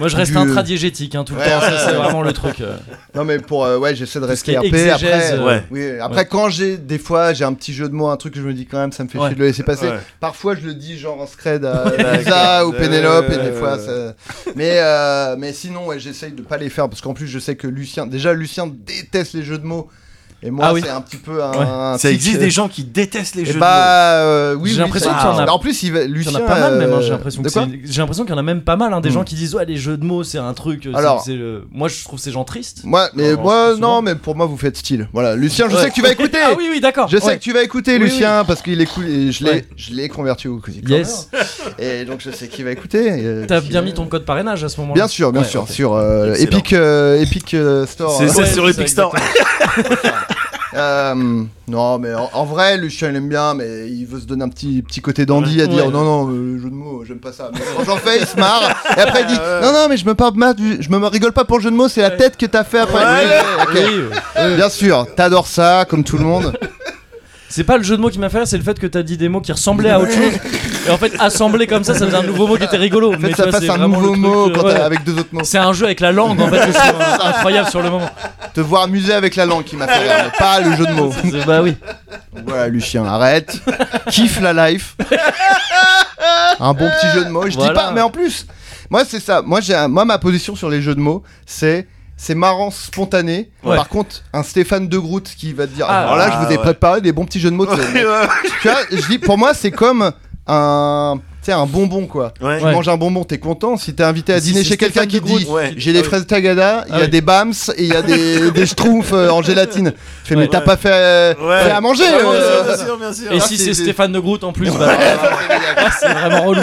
Speaker 3: Moi, je reste
Speaker 1: Du-
Speaker 3: intradiégétique hein, tout le
Speaker 1: Ouais,
Speaker 3: temps.
Speaker 1: ouais,
Speaker 3: ça, c'est
Speaker 1: ouais.
Speaker 3: vraiment le truc. euh.
Speaker 1: Non mais pour euh, ouais j'essaie de
Speaker 3: Tout ce
Speaker 1: rester
Speaker 3: qui est
Speaker 1: RP après
Speaker 3: exégèse,
Speaker 1: euh,
Speaker 2: Ouais.
Speaker 1: oui après quand j'ai des fois j'ai un petit jeu de mots un truc que je me dis quand même ça me fait
Speaker 3: Ouais.
Speaker 1: chier de le laisser passer
Speaker 2: Ouais.
Speaker 1: parfois je le dis genre en scred
Speaker 3: [laughs]
Speaker 1: à Lisa ou Pénélope et des fois ça... mais euh, mais sinon ouais j'essaye de pas les faire parce qu'en plus je sais que Lucien déjà Lucien déteste les jeux de mots et moi
Speaker 3: Ah oui.
Speaker 1: c'est un petit peu un,
Speaker 3: Ouais.
Speaker 1: un
Speaker 2: Ça
Speaker 1: tic,
Speaker 2: existe
Speaker 1: euh,
Speaker 2: des gens qui détestent les
Speaker 1: eh
Speaker 2: jeux
Speaker 1: bah, euh, oui,
Speaker 3: J'ai
Speaker 1: oui,
Speaker 3: l'impression
Speaker 1: ça-
Speaker 2: qu'il y en
Speaker 3: a-
Speaker 1: en plus, il va,
Speaker 3: Il y
Speaker 1: Lucien.
Speaker 3: en a pas mal même, hein, j'ai
Speaker 1: euh,
Speaker 3: l'impression
Speaker 1: de
Speaker 3: que
Speaker 1: quoi
Speaker 3: c'est- j'ai l'impression qu'il y en a même pas mal hein, des
Speaker 1: Hmm.
Speaker 3: gens qui disent ouais les jeux de mots c'est un truc euh, c'est-
Speaker 1: Alors-
Speaker 3: c'est le- moi je trouve ces gens tristes.
Speaker 1: Moi, mais
Speaker 3: Non,
Speaker 1: moi,
Speaker 3: souvent.
Speaker 1: non, mais pour moi, vous faites style. Voilà, Lucien, je sais que tu
Speaker 3: [laughs]
Speaker 1: vas écouter.
Speaker 3: Ah oui oui d'accord.
Speaker 1: Je sais
Speaker 3: Ouais.
Speaker 1: que tu vas écouter
Speaker 3: Oui,
Speaker 1: Lucien parce qu'il écoute et je l'ai
Speaker 3: Ouais.
Speaker 1: je l'ai converti au Cozy Corner.
Speaker 3: Yes.
Speaker 1: et donc je sais qu'il va écouter. et, euh,
Speaker 3: Ah, T'as
Speaker 1: qui-
Speaker 3: bien mis ton code parrainage à ce moment-là.
Speaker 1: Bien sûr, bien
Speaker 3: Ouais,
Speaker 1: sûr,
Speaker 3: ok.
Speaker 1: sur euh,
Speaker 2: Excellent.
Speaker 1: Epic euh, Epic euh, Store.
Speaker 2: C'est ça
Speaker 3: Ouais,
Speaker 2: sur
Speaker 3: c'est
Speaker 2: Epic
Speaker 3: ça,
Speaker 2: Store.
Speaker 1: Euh, non, mais en, en vrai, Lucien il aime bien, mais il veut se donner un petit petit côté dandy à dire
Speaker 3: Ouais.
Speaker 1: non non euh, jeu de mots, j'aime pas ça. Mais quand j'en fais, il se marre. Et après il dit non non mais je me parle pas du- je me rigole pas pour le jeu de mots, c'est la tête que t'as fait après.
Speaker 2: Ouais.
Speaker 1: Ok. Bien sûr, t'adores ça comme tout le monde.
Speaker 3: C'est pas le jeu de mots qui m'a fait rire, c'est le fait que t'as dit des mots qui ressemblaient à autre chose. Et en fait, assemblé comme ça, ça faisait un nouveau mot qui était rigolo.
Speaker 1: En fait, ça passe
Speaker 3: c'est
Speaker 1: un
Speaker 3: vraiment
Speaker 1: nouveau
Speaker 3: le truc,
Speaker 1: mot
Speaker 3: euh,
Speaker 1: quand
Speaker 3: ouais.
Speaker 1: t'as- avec deux autres mots.
Speaker 3: C'est un jeu avec la langue en fait, que je trouve, euh, incroyable sur le moment.
Speaker 1: Te voir amuser avec la langue qui m'a fait rire, mais pas le jeu de mots.
Speaker 3: [laughs] C'est- Bah oui.
Speaker 1: Voilà, Lucien, arrête. Kiffe la life. Un bon petit jeu de mots. Je dis
Speaker 3: Voilà.
Speaker 1: pas, mais en plus, moi, c'est ça. Moi, j'ai un- moi, ma position sur les jeux de mots, c'est. C'est marrant, spontané.
Speaker 3: Ouais.
Speaker 1: Par contre, un Stéphane De Groot qui va te dire
Speaker 3: Ah,
Speaker 1: Alors là, je vous ai
Speaker 2: ouais.
Speaker 1: préparé des bons petits jeux de mots. tu
Speaker 3: [laughs]
Speaker 1: sais. tu vois, je dis, pour moi, c'est comme un, tu sais, un bonbon, quoi.
Speaker 2: [laughs] Ouais.
Speaker 1: Tu manges un bonbon, t'es content. Si t'es invité à
Speaker 3: Si
Speaker 1: dîner
Speaker 3: c'est
Speaker 1: chez quelqu'un qui
Speaker 3: Stéphane De
Speaker 1: dit
Speaker 3: Groot, ouais.
Speaker 1: J'ai des
Speaker 3: Ah oui.
Speaker 1: fraises Tagada, il y
Speaker 3: Ah
Speaker 1: a
Speaker 3: oui.
Speaker 1: des Bams et il y a
Speaker 3: [laughs]
Speaker 1: des, des Schtroumpfs euh, en gélatine. Tu fais, mais
Speaker 3: Ouais.
Speaker 1: t'as pas fait, euh,
Speaker 2: Ouais.
Speaker 1: fait à manger
Speaker 2: de mots.
Speaker 1: euh.
Speaker 2: Bien sûr, bien sûr,
Speaker 3: Et
Speaker 2: bien sûr.
Speaker 3: si
Speaker 1: c'est-
Speaker 3: c'est
Speaker 1: c'est-
Speaker 3: Stéphane de Groot en plus, bah, ah, c'est vraiment relou.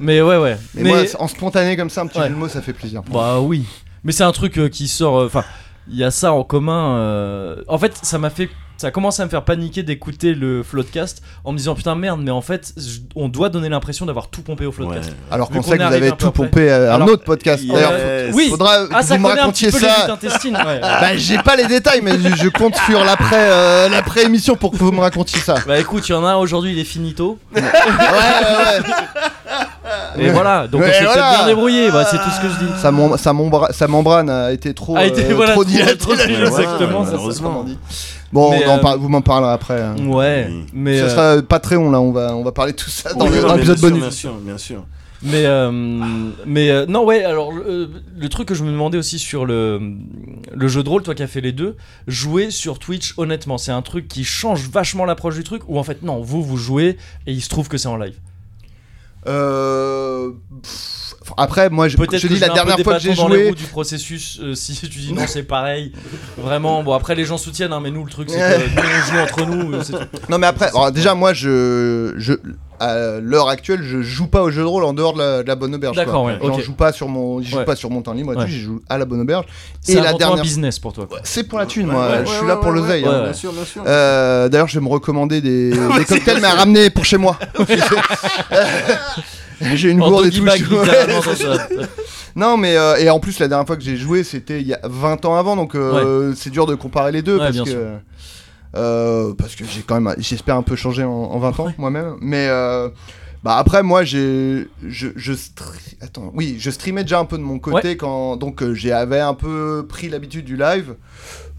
Speaker 3: Mais ouais, ouais.
Speaker 1: Mais, moi, en spontané comme ça, un petit
Speaker 3: Ouais.
Speaker 1: jeu de mots, ça fait plaisir.
Speaker 3: Bah oui. Mais c'est un truc euh, qui sort. Enfin, il y a ça en commun. euh, En fait, ça m'a fait. Ça a commencé à me faire paniquer d'écouter le Floodcast en me disant putain merde, mais en fait, je- on doit donner l'impression d'avoir tout pompé au
Speaker 2: Ouais.
Speaker 3: Floodcast.
Speaker 1: Alors
Speaker 3: Vu
Speaker 1: qu'on
Speaker 3: qu'on
Speaker 1: sait que vous
Speaker 3: arrive
Speaker 1: avez
Speaker 3: un peu
Speaker 1: tout
Speaker 3: après.
Speaker 1: pompé à un
Speaker 3: Alors,
Speaker 1: autre podcast.
Speaker 2: yes.
Speaker 1: D'ailleurs,
Speaker 2: Ouais.
Speaker 3: Oui.
Speaker 1: faudra
Speaker 3: Ah,
Speaker 1: que
Speaker 3: ça
Speaker 1: vous me
Speaker 3: connaît un
Speaker 1: racontiez
Speaker 3: petit peu les luttes
Speaker 1: ça. [laughs]
Speaker 3: intestines. ouais.
Speaker 1: Bah, j'ai pas les détails, mais je, je compte sur l'après, euh, l'après émission pour que vous me racontiez
Speaker 3: [laughs]
Speaker 1: ça.
Speaker 3: Bah écoute, il y en a un aujourd'hui, il est finito.
Speaker 1: Ouais, ouais, ouais.
Speaker 3: Et voilà, donc
Speaker 1: Bah, Ouais,
Speaker 3: on s'est
Speaker 1: voilà.
Speaker 3: peut-être bien débrouillé. Bah, c'est tout ce que je dis.
Speaker 1: Sa, mem- sa membra- sa membrane a été trop,
Speaker 3: A été,
Speaker 1: euh,
Speaker 3: voilà,
Speaker 1: trop
Speaker 3: trop-
Speaker 1: dilatée.
Speaker 3: trop dilatée,
Speaker 1: Ouais,
Speaker 3: exactement,
Speaker 1: ouais,
Speaker 3: ça,
Speaker 1: ouais,
Speaker 3: c'est
Speaker 1: ouais. Bon,
Speaker 3: Mais,
Speaker 1: on en
Speaker 3: euh,
Speaker 1: par- vous m'en parlerez après. hein.
Speaker 3: Ouais,
Speaker 2: Oui.
Speaker 3: mais.
Speaker 1: Ce
Speaker 3: euh,
Speaker 1: sera pas très long là, on va, on va parler de tout ça dans
Speaker 2: Oui,
Speaker 1: le-
Speaker 2: non,
Speaker 1: dans
Speaker 2: mais
Speaker 1: l'épisode
Speaker 2: bien sûr,
Speaker 1: bonus.
Speaker 2: Bien sûr,
Speaker 3: Mais, euh, mais euh, non, ouais, alors euh, le truc que je me demandais aussi sur le, le jeu de rôle, toi qui as fait les deux, jouer sur Twitch, honnêtement, c'est un truc qui change vachement l'approche du truc, ou en fait, non, vous, vous jouez et il se trouve que c'est en live.
Speaker 1: Euh, pff, après, moi, je, je
Speaker 3: Peut-être
Speaker 1: te
Speaker 3: que
Speaker 1: dis
Speaker 3: je mets
Speaker 1: la
Speaker 3: un peu
Speaker 1: dernière
Speaker 3: des
Speaker 1: fois que
Speaker 3: bâtons
Speaker 1: j'ai
Speaker 3: dans les roues
Speaker 1: joué.
Speaker 3: du processus, euh, si tu dis non, c'est pareil. Vraiment, bon, après, les gens soutiennent, hein, mais nous, le truc, c'est que nous, on joue entre nous. euh, c'est tout.
Speaker 1: Non, mais après, alors, déjà, moi, je, je, à l'heure actuelle, je joue pas au jeu de rôle en dehors de la, de la bonne auberge.
Speaker 3: D'accord,
Speaker 1: quoi.
Speaker 3: ouais,
Speaker 1: J'en
Speaker 3: ok.
Speaker 1: joue pas sur mon, j'y joue
Speaker 3: Ouais.
Speaker 1: pas sur mon temps libre. et tout,
Speaker 3: Ouais.
Speaker 1: J'y joue à la bonne auberge.
Speaker 3: C'est
Speaker 1: la
Speaker 3: avant tout
Speaker 1: dernière-
Speaker 3: un business pour toi. quoi.
Speaker 1: C'est pour la thune, moi. je suis là pour l'oseille.
Speaker 3: ouais,
Speaker 1: hein.
Speaker 3: ouais.
Speaker 2: Bien sûr, bien sûr.
Speaker 1: Euh, D'ailleurs, je vais me recommander
Speaker 3: [laughs]
Speaker 1: des, des cocktails, mais à ramener pour chez moi. [laughs] J'ai une
Speaker 3: En
Speaker 1: gourde et
Speaker 3: doggy
Speaker 1: tout.
Speaker 3: bag,
Speaker 1: je- [laughs]
Speaker 3: littéralement, dans ça.
Speaker 1: Non, mais euh, et en plus, la dernière fois que j'ai joué, c'était il y a 20 ans avant, donc euh, c'est dur de comparer les deux
Speaker 3: Ouais,
Speaker 1: parce,
Speaker 3: bien
Speaker 1: que,
Speaker 3: sûr.
Speaker 1: euh, parce que j'ai quand même, j'espère, un peu changé en, en 20 ans moi-même. Mais euh, bah, après, moi, j'ai. Je, je stre- Attends, oui, je streamais déjà un peu de mon côté quand. Donc, euh, j'avais un peu pris l'habitude du live.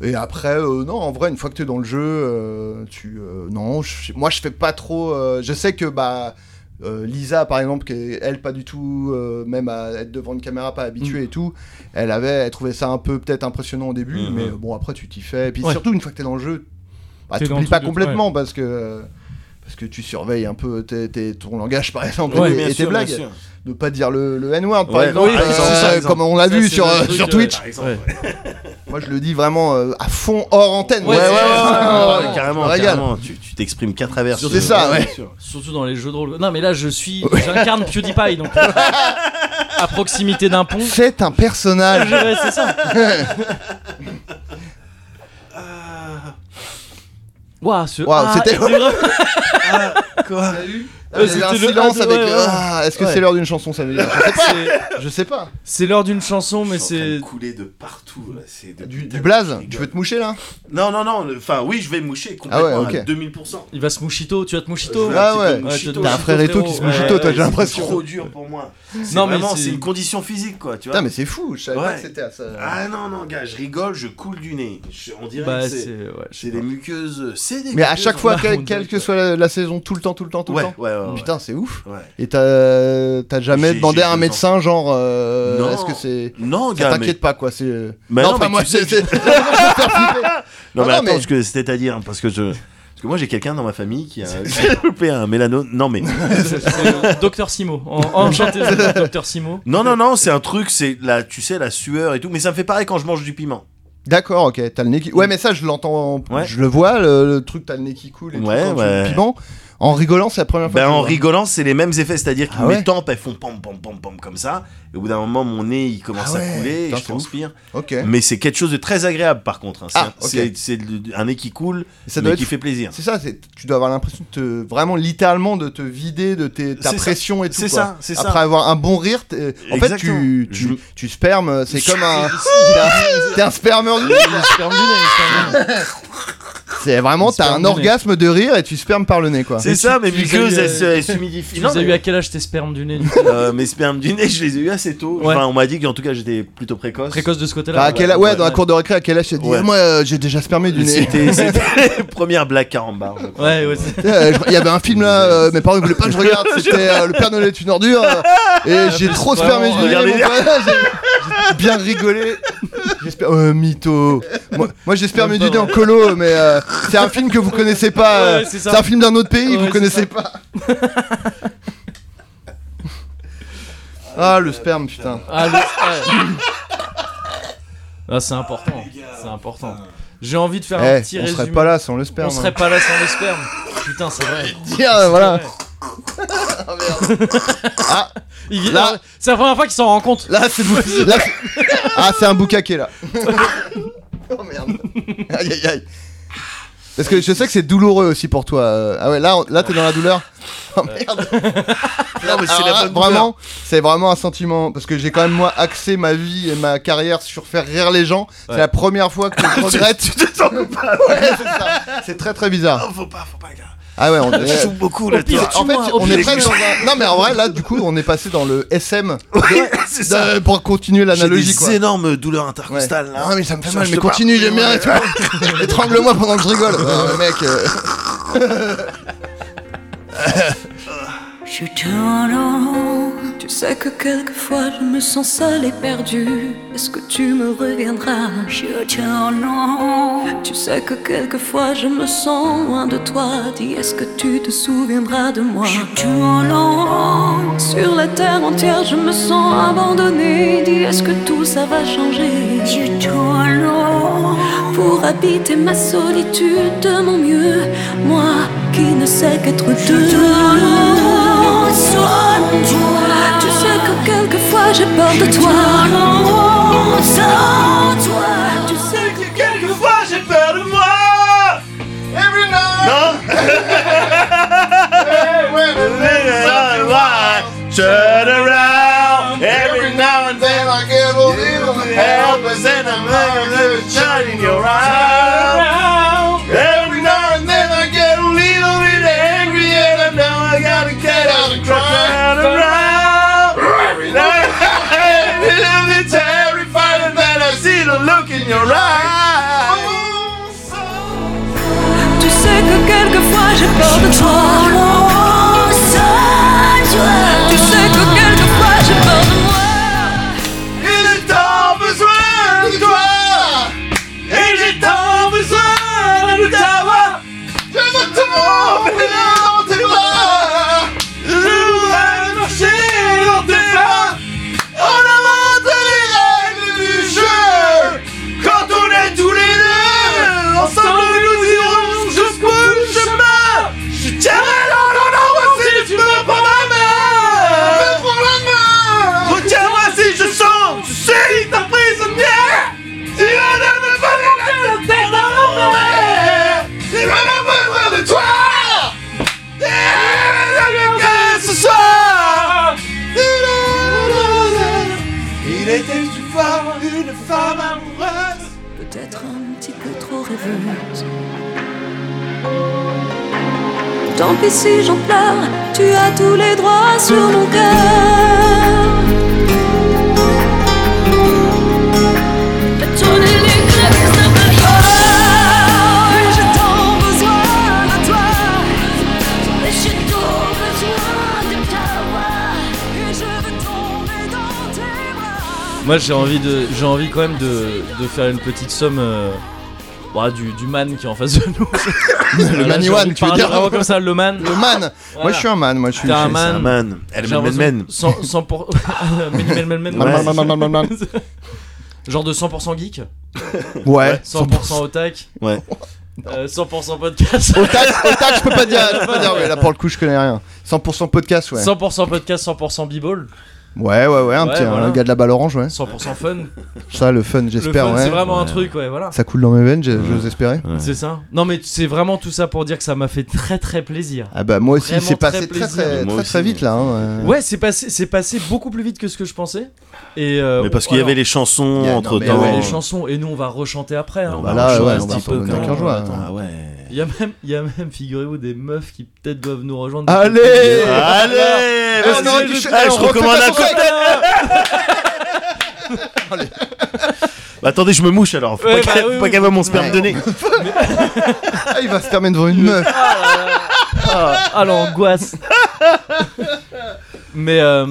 Speaker 1: Et après, euh, non, en vrai, une fois que tu es dans le jeu, euh, tu. euh, non, je- moi, je fais pas trop. euh, je sais que, bah. Euh, Lisa, par exemple, qui est, elle pas du tout, euh, même à être devant une caméra, pas
Speaker 3: Mm.
Speaker 1: habituée et tout, elle avait, elle trouvait ça un peu peut-être impressionnant au début,
Speaker 2: Mhm.
Speaker 1: mais euh, bon après tu t'y fais. Et puis
Speaker 3: Mm-hmm. Ouais.
Speaker 1: surtout une fois que t'es dans le jeu, bah,
Speaker 3: T'es dans
Speaker 1: t'oublies
Speaker 3: le
Speaker 1: pas
Speaker 3: truc de-
Speaker 1: complètement parce que euh, parce que tu surveilles un peu tes- tes- ton langage par exemple
Speaker 3: Ouais,
Speaker 1: et,
Speaker 2: bien
Speaker 1: et tes
Speaker 2: sûr, bien
Speaker 1: blagues,
Speaker 2: sûr.
Speaker 1: de pas dire le, le n word par
Speaker 2: Ouais,
Speaker 1: exemple,
Speaker 3: oui,
Speaker 1: euh,
Speaker 3: par exemple,
Speaker 2: par exemple.
Speaker 1: comme on l'a
Speaker 3: Ça,
Speaker 1: vu
Speaker 3: c'est
Speaker 1: sur
Speaker 3: le
Speaker 1: euh,
Speaker 3: truc,
Speaker 1: sur
Speaker 3: euh,
Speaker 1: Twitch.
Speaker 2: Par exemple,
Speaker 3: Ouais.
Speaker 2: ouais.
Speaker 1: Moi, je le dis vraiment euh, à fond hors antenne.
Speaker 3: Ouais, ouais, ouais,
Speaker 1: Ah,
Speaker 2: Ouais, carrément,
Speaker 1: Régale.
Speaker 2: carrément. Tu tu t'exprimes qu'à travers.
Speaker 1: C'est
Speaker 2: ce-
Speaker 1: ça,
Speaker 2: [laughs]
Speaker 1: ouais.
Speaker 3: Surtout dans les jeux de rôle. Non, mais là, je suis. J'incarne PewDiePie, donc. euh,
Speaker 1: [laughs]
Speaker 3: à proximité d'un pont.
Speaker 1: C'est un
Speaker 2: [laughs]
Speaker 1: personnage.
Speaker 3: Ouais,
Speaker 1: [laughs]
Speaker 3: c'est ça. Waouh, ce.
Speaker 1: Waouh,
Speaker 3: ah
Speaker 1: c'était- [laughs]
Speaker 3: est vraiment-
Speaker 1: Ah, il y
Speaker 3: c'était
Speaker 1: avait un
Speaker 3: le-
Speaker 1: silence
Speaker 3: ah,
Speaker 1: avec.
Speaker 3: ouais, ouais.
Speaker 1: Ah, Est-ce que
Speaker 3: Ouais.
Speaker 1: c'est l'heure d'une chanson Ça veut dire. Je sais pas. Je sais pas.
Speaker 3: C'est l'heure d'une chanson, mais
Speaker 2: Je suis en train de
Speaker 3: c'est.
Speaker 2: couler de partout. là, c'est de-
Speaker 1: Du, du
Speaker 2: Putain, je
Speaker 1: blaze
Speaker 2: rigole.
Speaker 1: Tu veux te moucher là
Speaker 2: Non, non, non. le- Enfin, oui, je vais moucher complètement
Speaker 1: Ah ouais, ok.
Speaker 2: à 2000%.
Speaker 3: Il va se mouchito, tu vas te mouchito.
Speaker 2: Je vais
Speaker 1: Ah
Speaker 2: un petit
Speaker 1: ouais.
Speaker 2: peu
Speaker 3: Ouais,
Speaker 2: mouchito.
Speaker 1: T'as un frère et tout qui se mouche
Speaker 3: Ouais,
Speaker 1: tôt, toi, j'ai
Speaker 2: C'est
Speaker 1: l'impression.
Speaker 2: trop dur pour moi.
Speaker 3: Non,
Speaker 2: Non,
Speaker 3: mais
Speaker 2: mais vraiment,
Speaker 3: c'est-
Speaker 2: c'est une condition physique, quoi. Tu vois
Speaker 1: Putain, mais c'est fou. Je savais pas
Speaker 2: Ouais.
Speaker 1: que c'était à ça.
Speaker 2: Ah non, non, gars, je rigole, je coule du nez. Je- on dirait
Speaker 3: Bah,
Speaker 2: que
Speaker 3: c'est.
Speaker 2: c'est.
Speaker 3: Ouais, je
Speaker 2: C'est
Speaker 3: sais
Speaker 2: des muqueuses. C'est des
Speaker 1: Mais à
Speaker 2: muqueuses,
Speaker 1: chaque
Speaker 2: on-
Speaker 1: fois,
Speaker 3: va
Speaker 1: quelle,
Speaker 3: ronder,
Speaker 1: quelle que
Speaker 3: quoi.
Speaker 1: soit la, la saison, tout le temps, tout le temps, tout
Speaker 2: Ouais,
Speaker 1: le
Speaker 2: ouais,
Speaker 1: temps.
Speaker 2: ouais. ouais.
Speaker 1: Putain, c'est ouf.
Speaker 2: Ouais.
Speaker 1: Et t'as t'as jamais
Speaker 2: J'ai-
Speaker 1: demandé
Speaker 2: j'ai
Speaker 1: à un
Speaker 2: deux
Speaker 1: médecin, genre, euh,
Speaker 2: Non.
Speaker 1: est-ce que c'est.
Speaker 2: Non,
Speaker 1: Ça
Speaker 2: gars,
Speaker 1: t'inquiète
Speaker 2: mais.
Speaker 1: pas, quoi. C'est. euh,
Speaker 2: Bah non,
Speaker 1: enfin,
Speaker 2: mais
Speaker 1: moi,
Speaker 2: tu sais
Speaker 1: c'est. c'est- [laughs]
Speaker 2: que-
Speaker 1: je vais me faire flipper.
Speaker 2: Non,
Speaker 1: Ah
Speaker 2: mais
Speaker 1: non,
Speaker 2: attends,
Speaker 1: mais-
Speaker 2: ce que c'est-à-dire, parce que je. Parce que moi, j'ai quelqu'un dans ma famille
Speaker 1: [laughs]
Speaker 2: qui a développé un mélanome. Non, mais.
Speaker 3: pas. C'est- c'est Docteur Simo. En-
Speaker 2: [laughs]
Speaker 3: Enchanté, Docteur Simo.
Speaker 2: Non, non, non, c'est un truc, c'est la, tu sais, la sueur et tout. Mais ça me fait pareil quand je mange du piment.
Speaker 1: D'accord, ok, t'as le nez qui. Ouais, mais ça, je l'entends,
Speaker 2: Mm. Ouais.
Speaker 1: je le vois, le, le truc, t'as le nez qui coule et
Speaker 2: Ouais,
Speaker 1: tout. quand tu
Speaker 2: ouais.
Speaker 1: le piment. En rigolant, c'est la première fois.
Speaker 2: Ben,
Speaker 1: que je
Speaker 2: en
Speaker 1: vois.
Speaker 2: rigolant, c'est les mêmes effets. C'est-à-dire que
Speaker 1: Ah
Speaker 2: mes
Speaker 1: ouais
Speaker 2: tempes, elles font pam, pam, pam, pam comme ça. Et au bout d'un moment, mon nez, il commence
Speaker 1: Ah ouais,
Speaker 2: à couler
Speaker 1: putain,
Speaker 2: et
Speaker 1: c'est
Speaker 2: je
Speaker 1: ouf.
Speaker 2: transpire.
Speaker 1: Ok. [laughs]
Speaker 2: Mais c'est quelque chose de très agréable, par contre. hein. C'est
Speaker 1: Ah,
Speaker 2: un-
Speaker 1: ok.
Speaker 2: c'est- c'est le- un nez qui coule,
Speaker 1: Ça
Speaker 2: mais
Speaker 1: doit
Speaker 2: qui
Speaker 1: être-
Speaker 2: fait plaisir.
Speaker 1: C'est ça, c'est- tu dois avoir l'impression de te. Vraiment, littéralement, de te vider de tes- ta
Speaker 2: C'est ça.
Speaker 1: pression et tout.
Speaker 2: C'est
Speaker 1: quoi.
Speaker 2: ça, c'est ça.
Speaker 1: Après avoir un bon rire, t'es- en fait, tu,
Speaker 2: Exactement.
Speaker 1: tu,
Speaker 2: Je-
Speaker 1: tu spermes, euh, c'est comme un. t'es un- [laughs] T'es un spermeur du nez.
Speaker 3: Il se ferme du nez, il se ferme du nez.
Speaker 1: C'est vraiment,
Speaker 3: Il
Speaker 1: t'as
Speaker 3: sperme
Speaker 1: un
Speaker 3: du nez.
Speaker 1: orgasme de rire et tu spermes par le nez, quoi.
Speaker 2: [laughs]
Speaker 1: [laughs]
Speaker 2: C'est ça, mes
Speaker 3: tu les as
Speaker 2: muqueuses,
Speaker 3: eu,
Speaker 2: elles se-
Speaker 3: euh,
Speaker 2: elles s'humidifient.
Speaker 3: Tu
Speaker 2: Non,
Speaker 3: les as eu
Speaker 2: mais-
Speaker 3: à quel âge tes spermes du nez du coup
Speaker 2: euh, mes spermes du nez, je les ai eu assez tôt.
Speaker 3: Ouais.
Speaker 2: Enfin, on m'a dit qu'en tout cas, j'étais plutôt précoce.
Speaker 3: Précoce de ce
Speaker 1: Enfin,
Speaker 2: Bah,
Speaker 3: côté-là.
Speaker 1: à quel- ouais, dans la cour de récré, à quel âge tu te dis
Speaker 2: Ouais.
Speaker 1: Ah, Moi, euh, j'ai déjà spermé du nez.
Speaker 3: [laughs]
Speaker 2: C'était c'était [laughs] les premières blagues carambar. je crois.
Speaker 3: Ouais, ouais, c'est-
Speaker 1: Euh, je- Il y avait un film là, euh, mes parents ils voulaient pas que je
Speaker 3: [laughs]
Speaker 1: regarde, c'était euh, Le Père Noël est une ordure. euh, et j'ai
Speaker 3: plus,
Speaker 1: trop spermé
Speaker 3: Ah,
Speaker 1: du
Speaker 3: vraiment,
Speaker 1: nez,
Speaker 2: regardez
Speaker 1: mon
Speaker 2: bien.
Speaker 1: pote, j'ai j'ai bien rigolé. J'espère. Euh, mytho. Moi, moi j'ai spermé
Speaker 3: Même
Speaker 1: du
Speaker 3: pas
Speaker 1: nez en
Speaker 3: vrai.
Speaker 1: colo, mais euh, c'est un film que vous connaissez pas. euh,
Speaker 3: Ouais, c'est ça.
Speaker 1: c'est un film d'un autre pays,
Speaker 3: Ouais,
Speaker 1: vous
Speaker 3: c'est
Speaker 1: connaissez pas. ah, le sperme, putain.
Speaker 3: Ah, le- ouais. Ah, c'est important. C'est important. J'ai envie de faire un
Speaker 1: Eh,
Speaker 3: petit
Speaker 1: on
Speaker 3: résumé.
Speaker 1: serait pas là sans le sperme.
Speaker 3: On serait
Speaker 1: hein.
Speaker 3: pas là sans le sperme. Putain, c'est vrai.
Speaker 1: Tiens, voilà.
Speaker 3: Ouais.
Speaker 1: Ah,
Speaker 3: Il vit-
Speaker 1: Là-
Speaker 3: ah, C'est la première fois qu'ils s'en rendent compte.
Speaker 1: Là, c'est bou- là, c'est- Ah, c'est un boucaquet là. [laughs] oh merde. Aïe aïe aïe. Parce que je sais que c'est douloureux aussi pour toi. euh. Ah ouais, là, on- là t'es dans la douleur. Oh merde.
Speaker 2: Non, mais c'est
Speaker 1: Alors
Speaker 2: la
Speaker 1: là,
Speaker 2: bonne
Speaker 1: vraiment, c'est vraiment un sentiment parce que j'ai quand même moi axé ma vie et ma carrière sur faire rire les gens. C'est
Speaker 2: Ouais.
Speaker 1: la première fois que
Speaker 2: [laughs]
Speaker 1: je regrette. tu te sens pas. Ouais, c'est ça. C'est très très bizarre.
Speaker 2: douleur. Faut pas, faut pas, gars.
Speaker 1: Ah ouais, on
Speaker 2: Je souffre beaucoup là,
Speaker 3: pire,
Speaker 2: toi.
Speaker 1: En fait,
Speaker 3: Tue-moi,
Speaker 1: on
Speaker 3: au
Speaker 1: est
Speaker 3: pire.
Speaker 1: presque dans un. Non, mais en vrai, là, du coup, on est passé dans le SM
Speaker 2: [laughs] C'est ça.
Speaker 1: euh, pour continuer l'analogie.
Speaker 2: J'ai
Speaker 1: quoi.
Speaker 2: des énormes douleurs intercostales
Speaker 1: Ouais.
Speaker 2: là.
Speaker 1: Ah mais ça me fait
Speaker 2: hein. Ça,
Speaker 1: mal,
Speaker 2: je
Speaker 1: mais
Speaker 2: te parle.
Speaker 1: continue, j'aime bien.
Speaker 2: Ouais. [laughs]
Speaker 1: étrangle- Étrangle-moi pendant que je rigole. Euh, mec, euh,
Speaker 4: Je tourne en rond. Tu sais que quelquefois je me sens seule et perdue. Est-ce que tu me reviendras Je tourne en rond. Tu sais que quelquefois je me sens loin de toi. Dis, est-ce que tu te souviendras de moi Je tourne en rond. Sur la terre entière, je me sens abandonnée. Dis, est-ce que tout ça va changer Je tourne en rond. Pour habiter ma solitude de mon mieux, moi qui ne sais qu'être deux. Tu sais que quelquefois j'ai peur de toi. Tu sais que
Speaker 2: Quelquefois j'ai peur de moi [laughs] Non Turn around every now and then I get a
Speaker 1: Eh,
Speaker 2: little helpless and I'm never shining your eyes. Every now and then I get a little bit angry and I know I gotta get out and cry. Turn around every now and [laughs] then I'm a little bit terrified and then I see the look in your Oh, eyes.
Speaker 4: Tu sais que quelquefois j'ai peur de toi. Tu sais que quelquefois j'ai peur de moi.
Speaker 2: Et j'ai tant besoin de toi Et j'ai tant besoin de t'avoir Je me tombe dans tes bras Je voudrais marcher dans tes pas En avant de les règles du jeu Quand on
Speaker 4: Tant pis si j'en pleure, tu as tous les droits sur mon cœur. Tourner les crêpes de Paris. J'ai tant besoin de toi. Et j'ai tant besoin de ta voix. Et je veux tomber dans tes bras.
Speaker 3: Moi j'ai envie de j'ai envie quand même de, de faire une petite somme euh, bah, du, du man qui est en face de nous.
Speaker 1: [laughs] Le
Speaker 3: Voilà, j'ai envie
Speaker 1: maniwan,
Speaker 3: de
Speaker 1: tu veux
Speaker 3: parler
Speaker 1: dire
Speaker 3: vraiment comme ça le man.
Speaker 1: Le man Moi je suis un man, moi je suis.
Speaker 3: T'es un
Speaker 1: je-
Speaker 3: man.
Speaker 2: Ah, man. Elle
Speaker 3: J'ai
Speaker 2: men, men,
Speaker 3: l'impression
Speaker 2: men.
Speaker 3: que cent- cent pour- [laughs] Men, men, men, men.
Speaker 1: Man,
Speaker 2: Ouais.
Speaker 1: man, man, man, man, man.
Speaker 3: Genre de 100% geek,
Speaker 1: [laughs] Ouais.
Speaker 3: 100% au tac,
Speaker 2: Ouais.
Speaker 3: euh, 100% podcast,
Speaker 1: Au tac, au tac, je peux pas dire. Je peux pas dire. ouais, là pour le coup, je connais rien. 100% podcast, ouais.
Speaker 3: 100% podcast, 100% b-ball,
Speaker 1: Ouais, ouais, ouais, un
Speaker 3: Ouais,
Speaker 1: petit un
Speaker 3: voilà.
Speaker 1: gars de la balle orange, ouais.
Speaker 3: 100% fun.
Speaker 1: Ça, le fun,
Speaker 3: Le
Speaker 1: j'espère,
Speaker 3: fun,
Speaker 1: ouais.
Speaker 3: c'est vraiment un
Speaker 2: Ouais.
Speaker 3: truc, ouais, voilà.
Speaker 1: Ça coule dans mes veines, j'ai- j'ose espérer.
Speaker 2: Ouais.
Speaker 3: C'est ça. Non, mais c'est vraiment tout ça pour dire que ça m'a fait très très plaisir.
Speaker 1: Ah bah moi aussi,
Speaker 3: Vraiment
Speaker 1: c'est
Speaker 3: très
Speaker 1: passé très
Speaker 3: plaisir.
Speaker 1: très,
Speaker 2: Moi
Speaker 1: très, très
Speaker 2: aussi.
Speaker 1: vite là. hein,
Speaker 3: Ouais, c'est passé, c'est passé beaucoup plus vite que ce que je pensais. Et euh,
Speaker 2: Mais parce qu'il y
Speaker 3: alors,
Speaker 2: avait les chansons
Speaker 1: Il y a- non,
Speaker 2: entre
Speaker 1: mais
Speaker 3: il y
Speaker 2: temps.
Speaker 3: avait les chansons et nous on va rechanter après. hein.
Speaker 2: On va
Speaker 1: Bah là,
Speaker 2: en
Speaker 1: ouais,
Speaker 2: chanter
Speaker 1: on va
Speaker 2: un
Speaker 1: pas
Speaker 2: petit peu,
Speaker 1: donner
Speaker 2: quand
Speaker 1: qu'un
Speaker 2: même.
Speaker 1: joie.
Speaker 2: Ah ouais.
Speaker 3: Il y a même, il y a même, figurez-vous, des meufs qui peut-être doivent nous rejoindre.
Speaker 1: Allez
Speaker 2: Allez
Speaker 1: Ah, on
Speaker 2: vas-y.
Speaker 1: aurait dû-
Speaker 2: Ah,
Speaker 1: on
Speaker 2: Je
Speaker 1: refait
Speaker 2: recommande
Speaker 1: pas son
Speaker 2: un cocktail. Bah, Attendez, je me mouche alors. Faut
Speaker 3: Ouais,
Speaker 2: pas
Speaker 3: bah, oui,
Speaker 2: qu'elle- faut pas
Speaker 3: oui.
Speaker 2: qu'elle voit mon sperme
Speaker 1: Ouais.
Speaker 2: donné.
Speaker 1: Ah, il va se terminer devant une meuf.
Speaker 3: Ah, ah, l'angoisse [laughs] Mais, euh,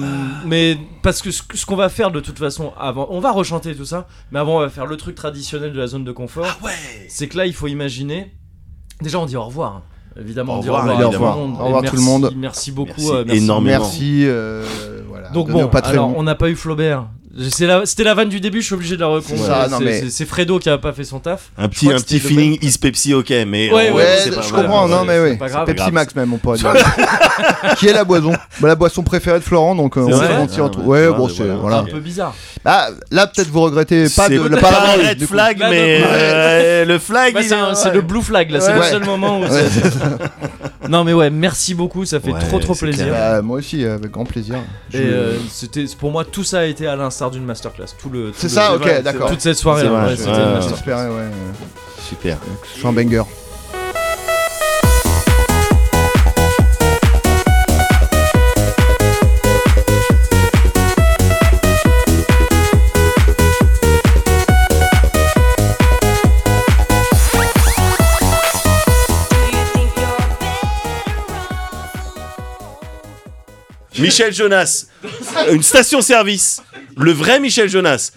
Speaker 3: mais parce que ce, ce qu'on va faire de toute façon avant, on va rechanter tout ça, mais avant on va faire le truc traditionnel de la zone de confort.
Speaker 1: Ah
Speaker 3: C'est que là il faut imaginer. Déjà on dit au revoir. hein. Évidemment,
Speaker 2: Au
Speaker 3: on dit
Speaker 2: revoir,
Speaker 3: au revoir, à
Speaker 1: évidemment.
Speaker 3: tout le monde.
Speaker 1: Au revoir
Speaker 3: Et
Speaker 1: tout le monde.
Speaker 3: Merci beaucoup.
Speaker 2: Merci
Speaker 3: euh, merci.
Speaker 2: énormément.
Speaker 1: Merci. euh, voilà,
Speaker 3: Donc
Speaker 1: donnez
Speaker 3: bon,
Speaker 1: au Patreon.
Speaker 3: alors on n'a pas eu Flaubert. C'est la- C'était la vanne du début, je suis obligé de la
Speaker 1: C'est
Speaker 3: reconnaître.
Speaker 1: ça, non,
Speaker 3: C'est-
Speaker 1: mais-
Speaker 3: c'est- C'est Fredo qui a pas fait son taf.
Speaker 2: Un
Speaker 3: Je
Speaker 2: petit,
Speaker 3: crois
Speaker 2: un
Speaker 3: que
Speaker 2: petit
Speaker 3: c'était le
Speaker 2: feeling is Pepsi, ok, mais.
Speaker 3: Ouais,
Speaker 2: on-
Speaker 3: ouais,
Speaker 1: Ouais,
Speaker 2: c'est pas-
Speaker 1: je
Speaker 2: voilà,
Speaker 1: comprends,
Speaker 2: voilà,
Speaker 1: non mais
Speaker 2: c'est
Speaker 1: oui.
Speaker 3: pas
Speaker 1: C'est
Speaker 3: grave.
Speaker 1: Pepsi
Speaker 2: Grave.
Speaker 1: Max même, on pourrait dire. Qui est la boisson bah, La boisson préférée de Florent, donc euh,
Speaker 2: C'est
Speaker 1: on
Speaker 3: vrai
Speaker 1: s'est menti
Speaker 2: Ouais,
Speaker 1: entre.
Speaker 2: ouais,
Speaker 1: Ouais,
Speaker 2: ouais,
Speaker 1: bon,
Speaker 2: ouais,
Speaker 1: c'est.
Speaker 2: voilà.
Speaker 1: Voilà.
Speaker 3: Un peu bizarre.
Speaker 1: Ah, là, peut-être vous regrettez pas
Speaker 2: C'est
Speaker 1: de.
Speaker 2: pas
Speaker 1: la
Speaker 2: un
Speaker 1: rue,
Speaker 2: red
Speaker 1: du coup.
Speaker 2: flag,
Speaker 3: Là,
Speaker 2: mais
Speaker 3: notre-
Speaker 2: euh, le flag.
Speaker 3: Bah,
Speaker 2: il
Speaker 3: c'est
Speaker 2: est-
Speaker 3: un- c'est le blue flag là, c'est le
Speaker 1: Ouais.
Speaker 3: seul moment où.
Speaker 1: Ouais.
Speaker 3: Non mais ouais, merci beaucoup, ça fait
Speaker 2: Ouais,
Speaker 3: trop trop
Speaker 2: c'est
Speaker 3: plaisir.
Speaker 2: clair.
Speaker 1: Bah, moi aussi, avec grand plaisir.
Speaker 3: Et euh, c'était pour moi tout ça a été à l'instar d'une masterclass. Tout le. tout
Speaker 1: C'est
Speaker 3: le-
Speaker 1: ça,
Speaker 3: voilà,
Speaker 1: ok, d'accord.
Speaker 3: Toute cette soirée,
Speaker 2: C'est
Speaker 3: là,
Speaker 2: vrai,
Speaker 3: ouais,
Speaker 2: c'est
Speaker 3: c'était
Speaker 2: vrai.
Speaker 3: une masterclass.
Speaker 1: J'espérais, ouais.
Speaker 2: Super.
Speaker 1: Je suis un banger.
Speaker 3: [laughs]
Speaker 2: Michel Jonas, une station-service, le vrai Michel Jonas,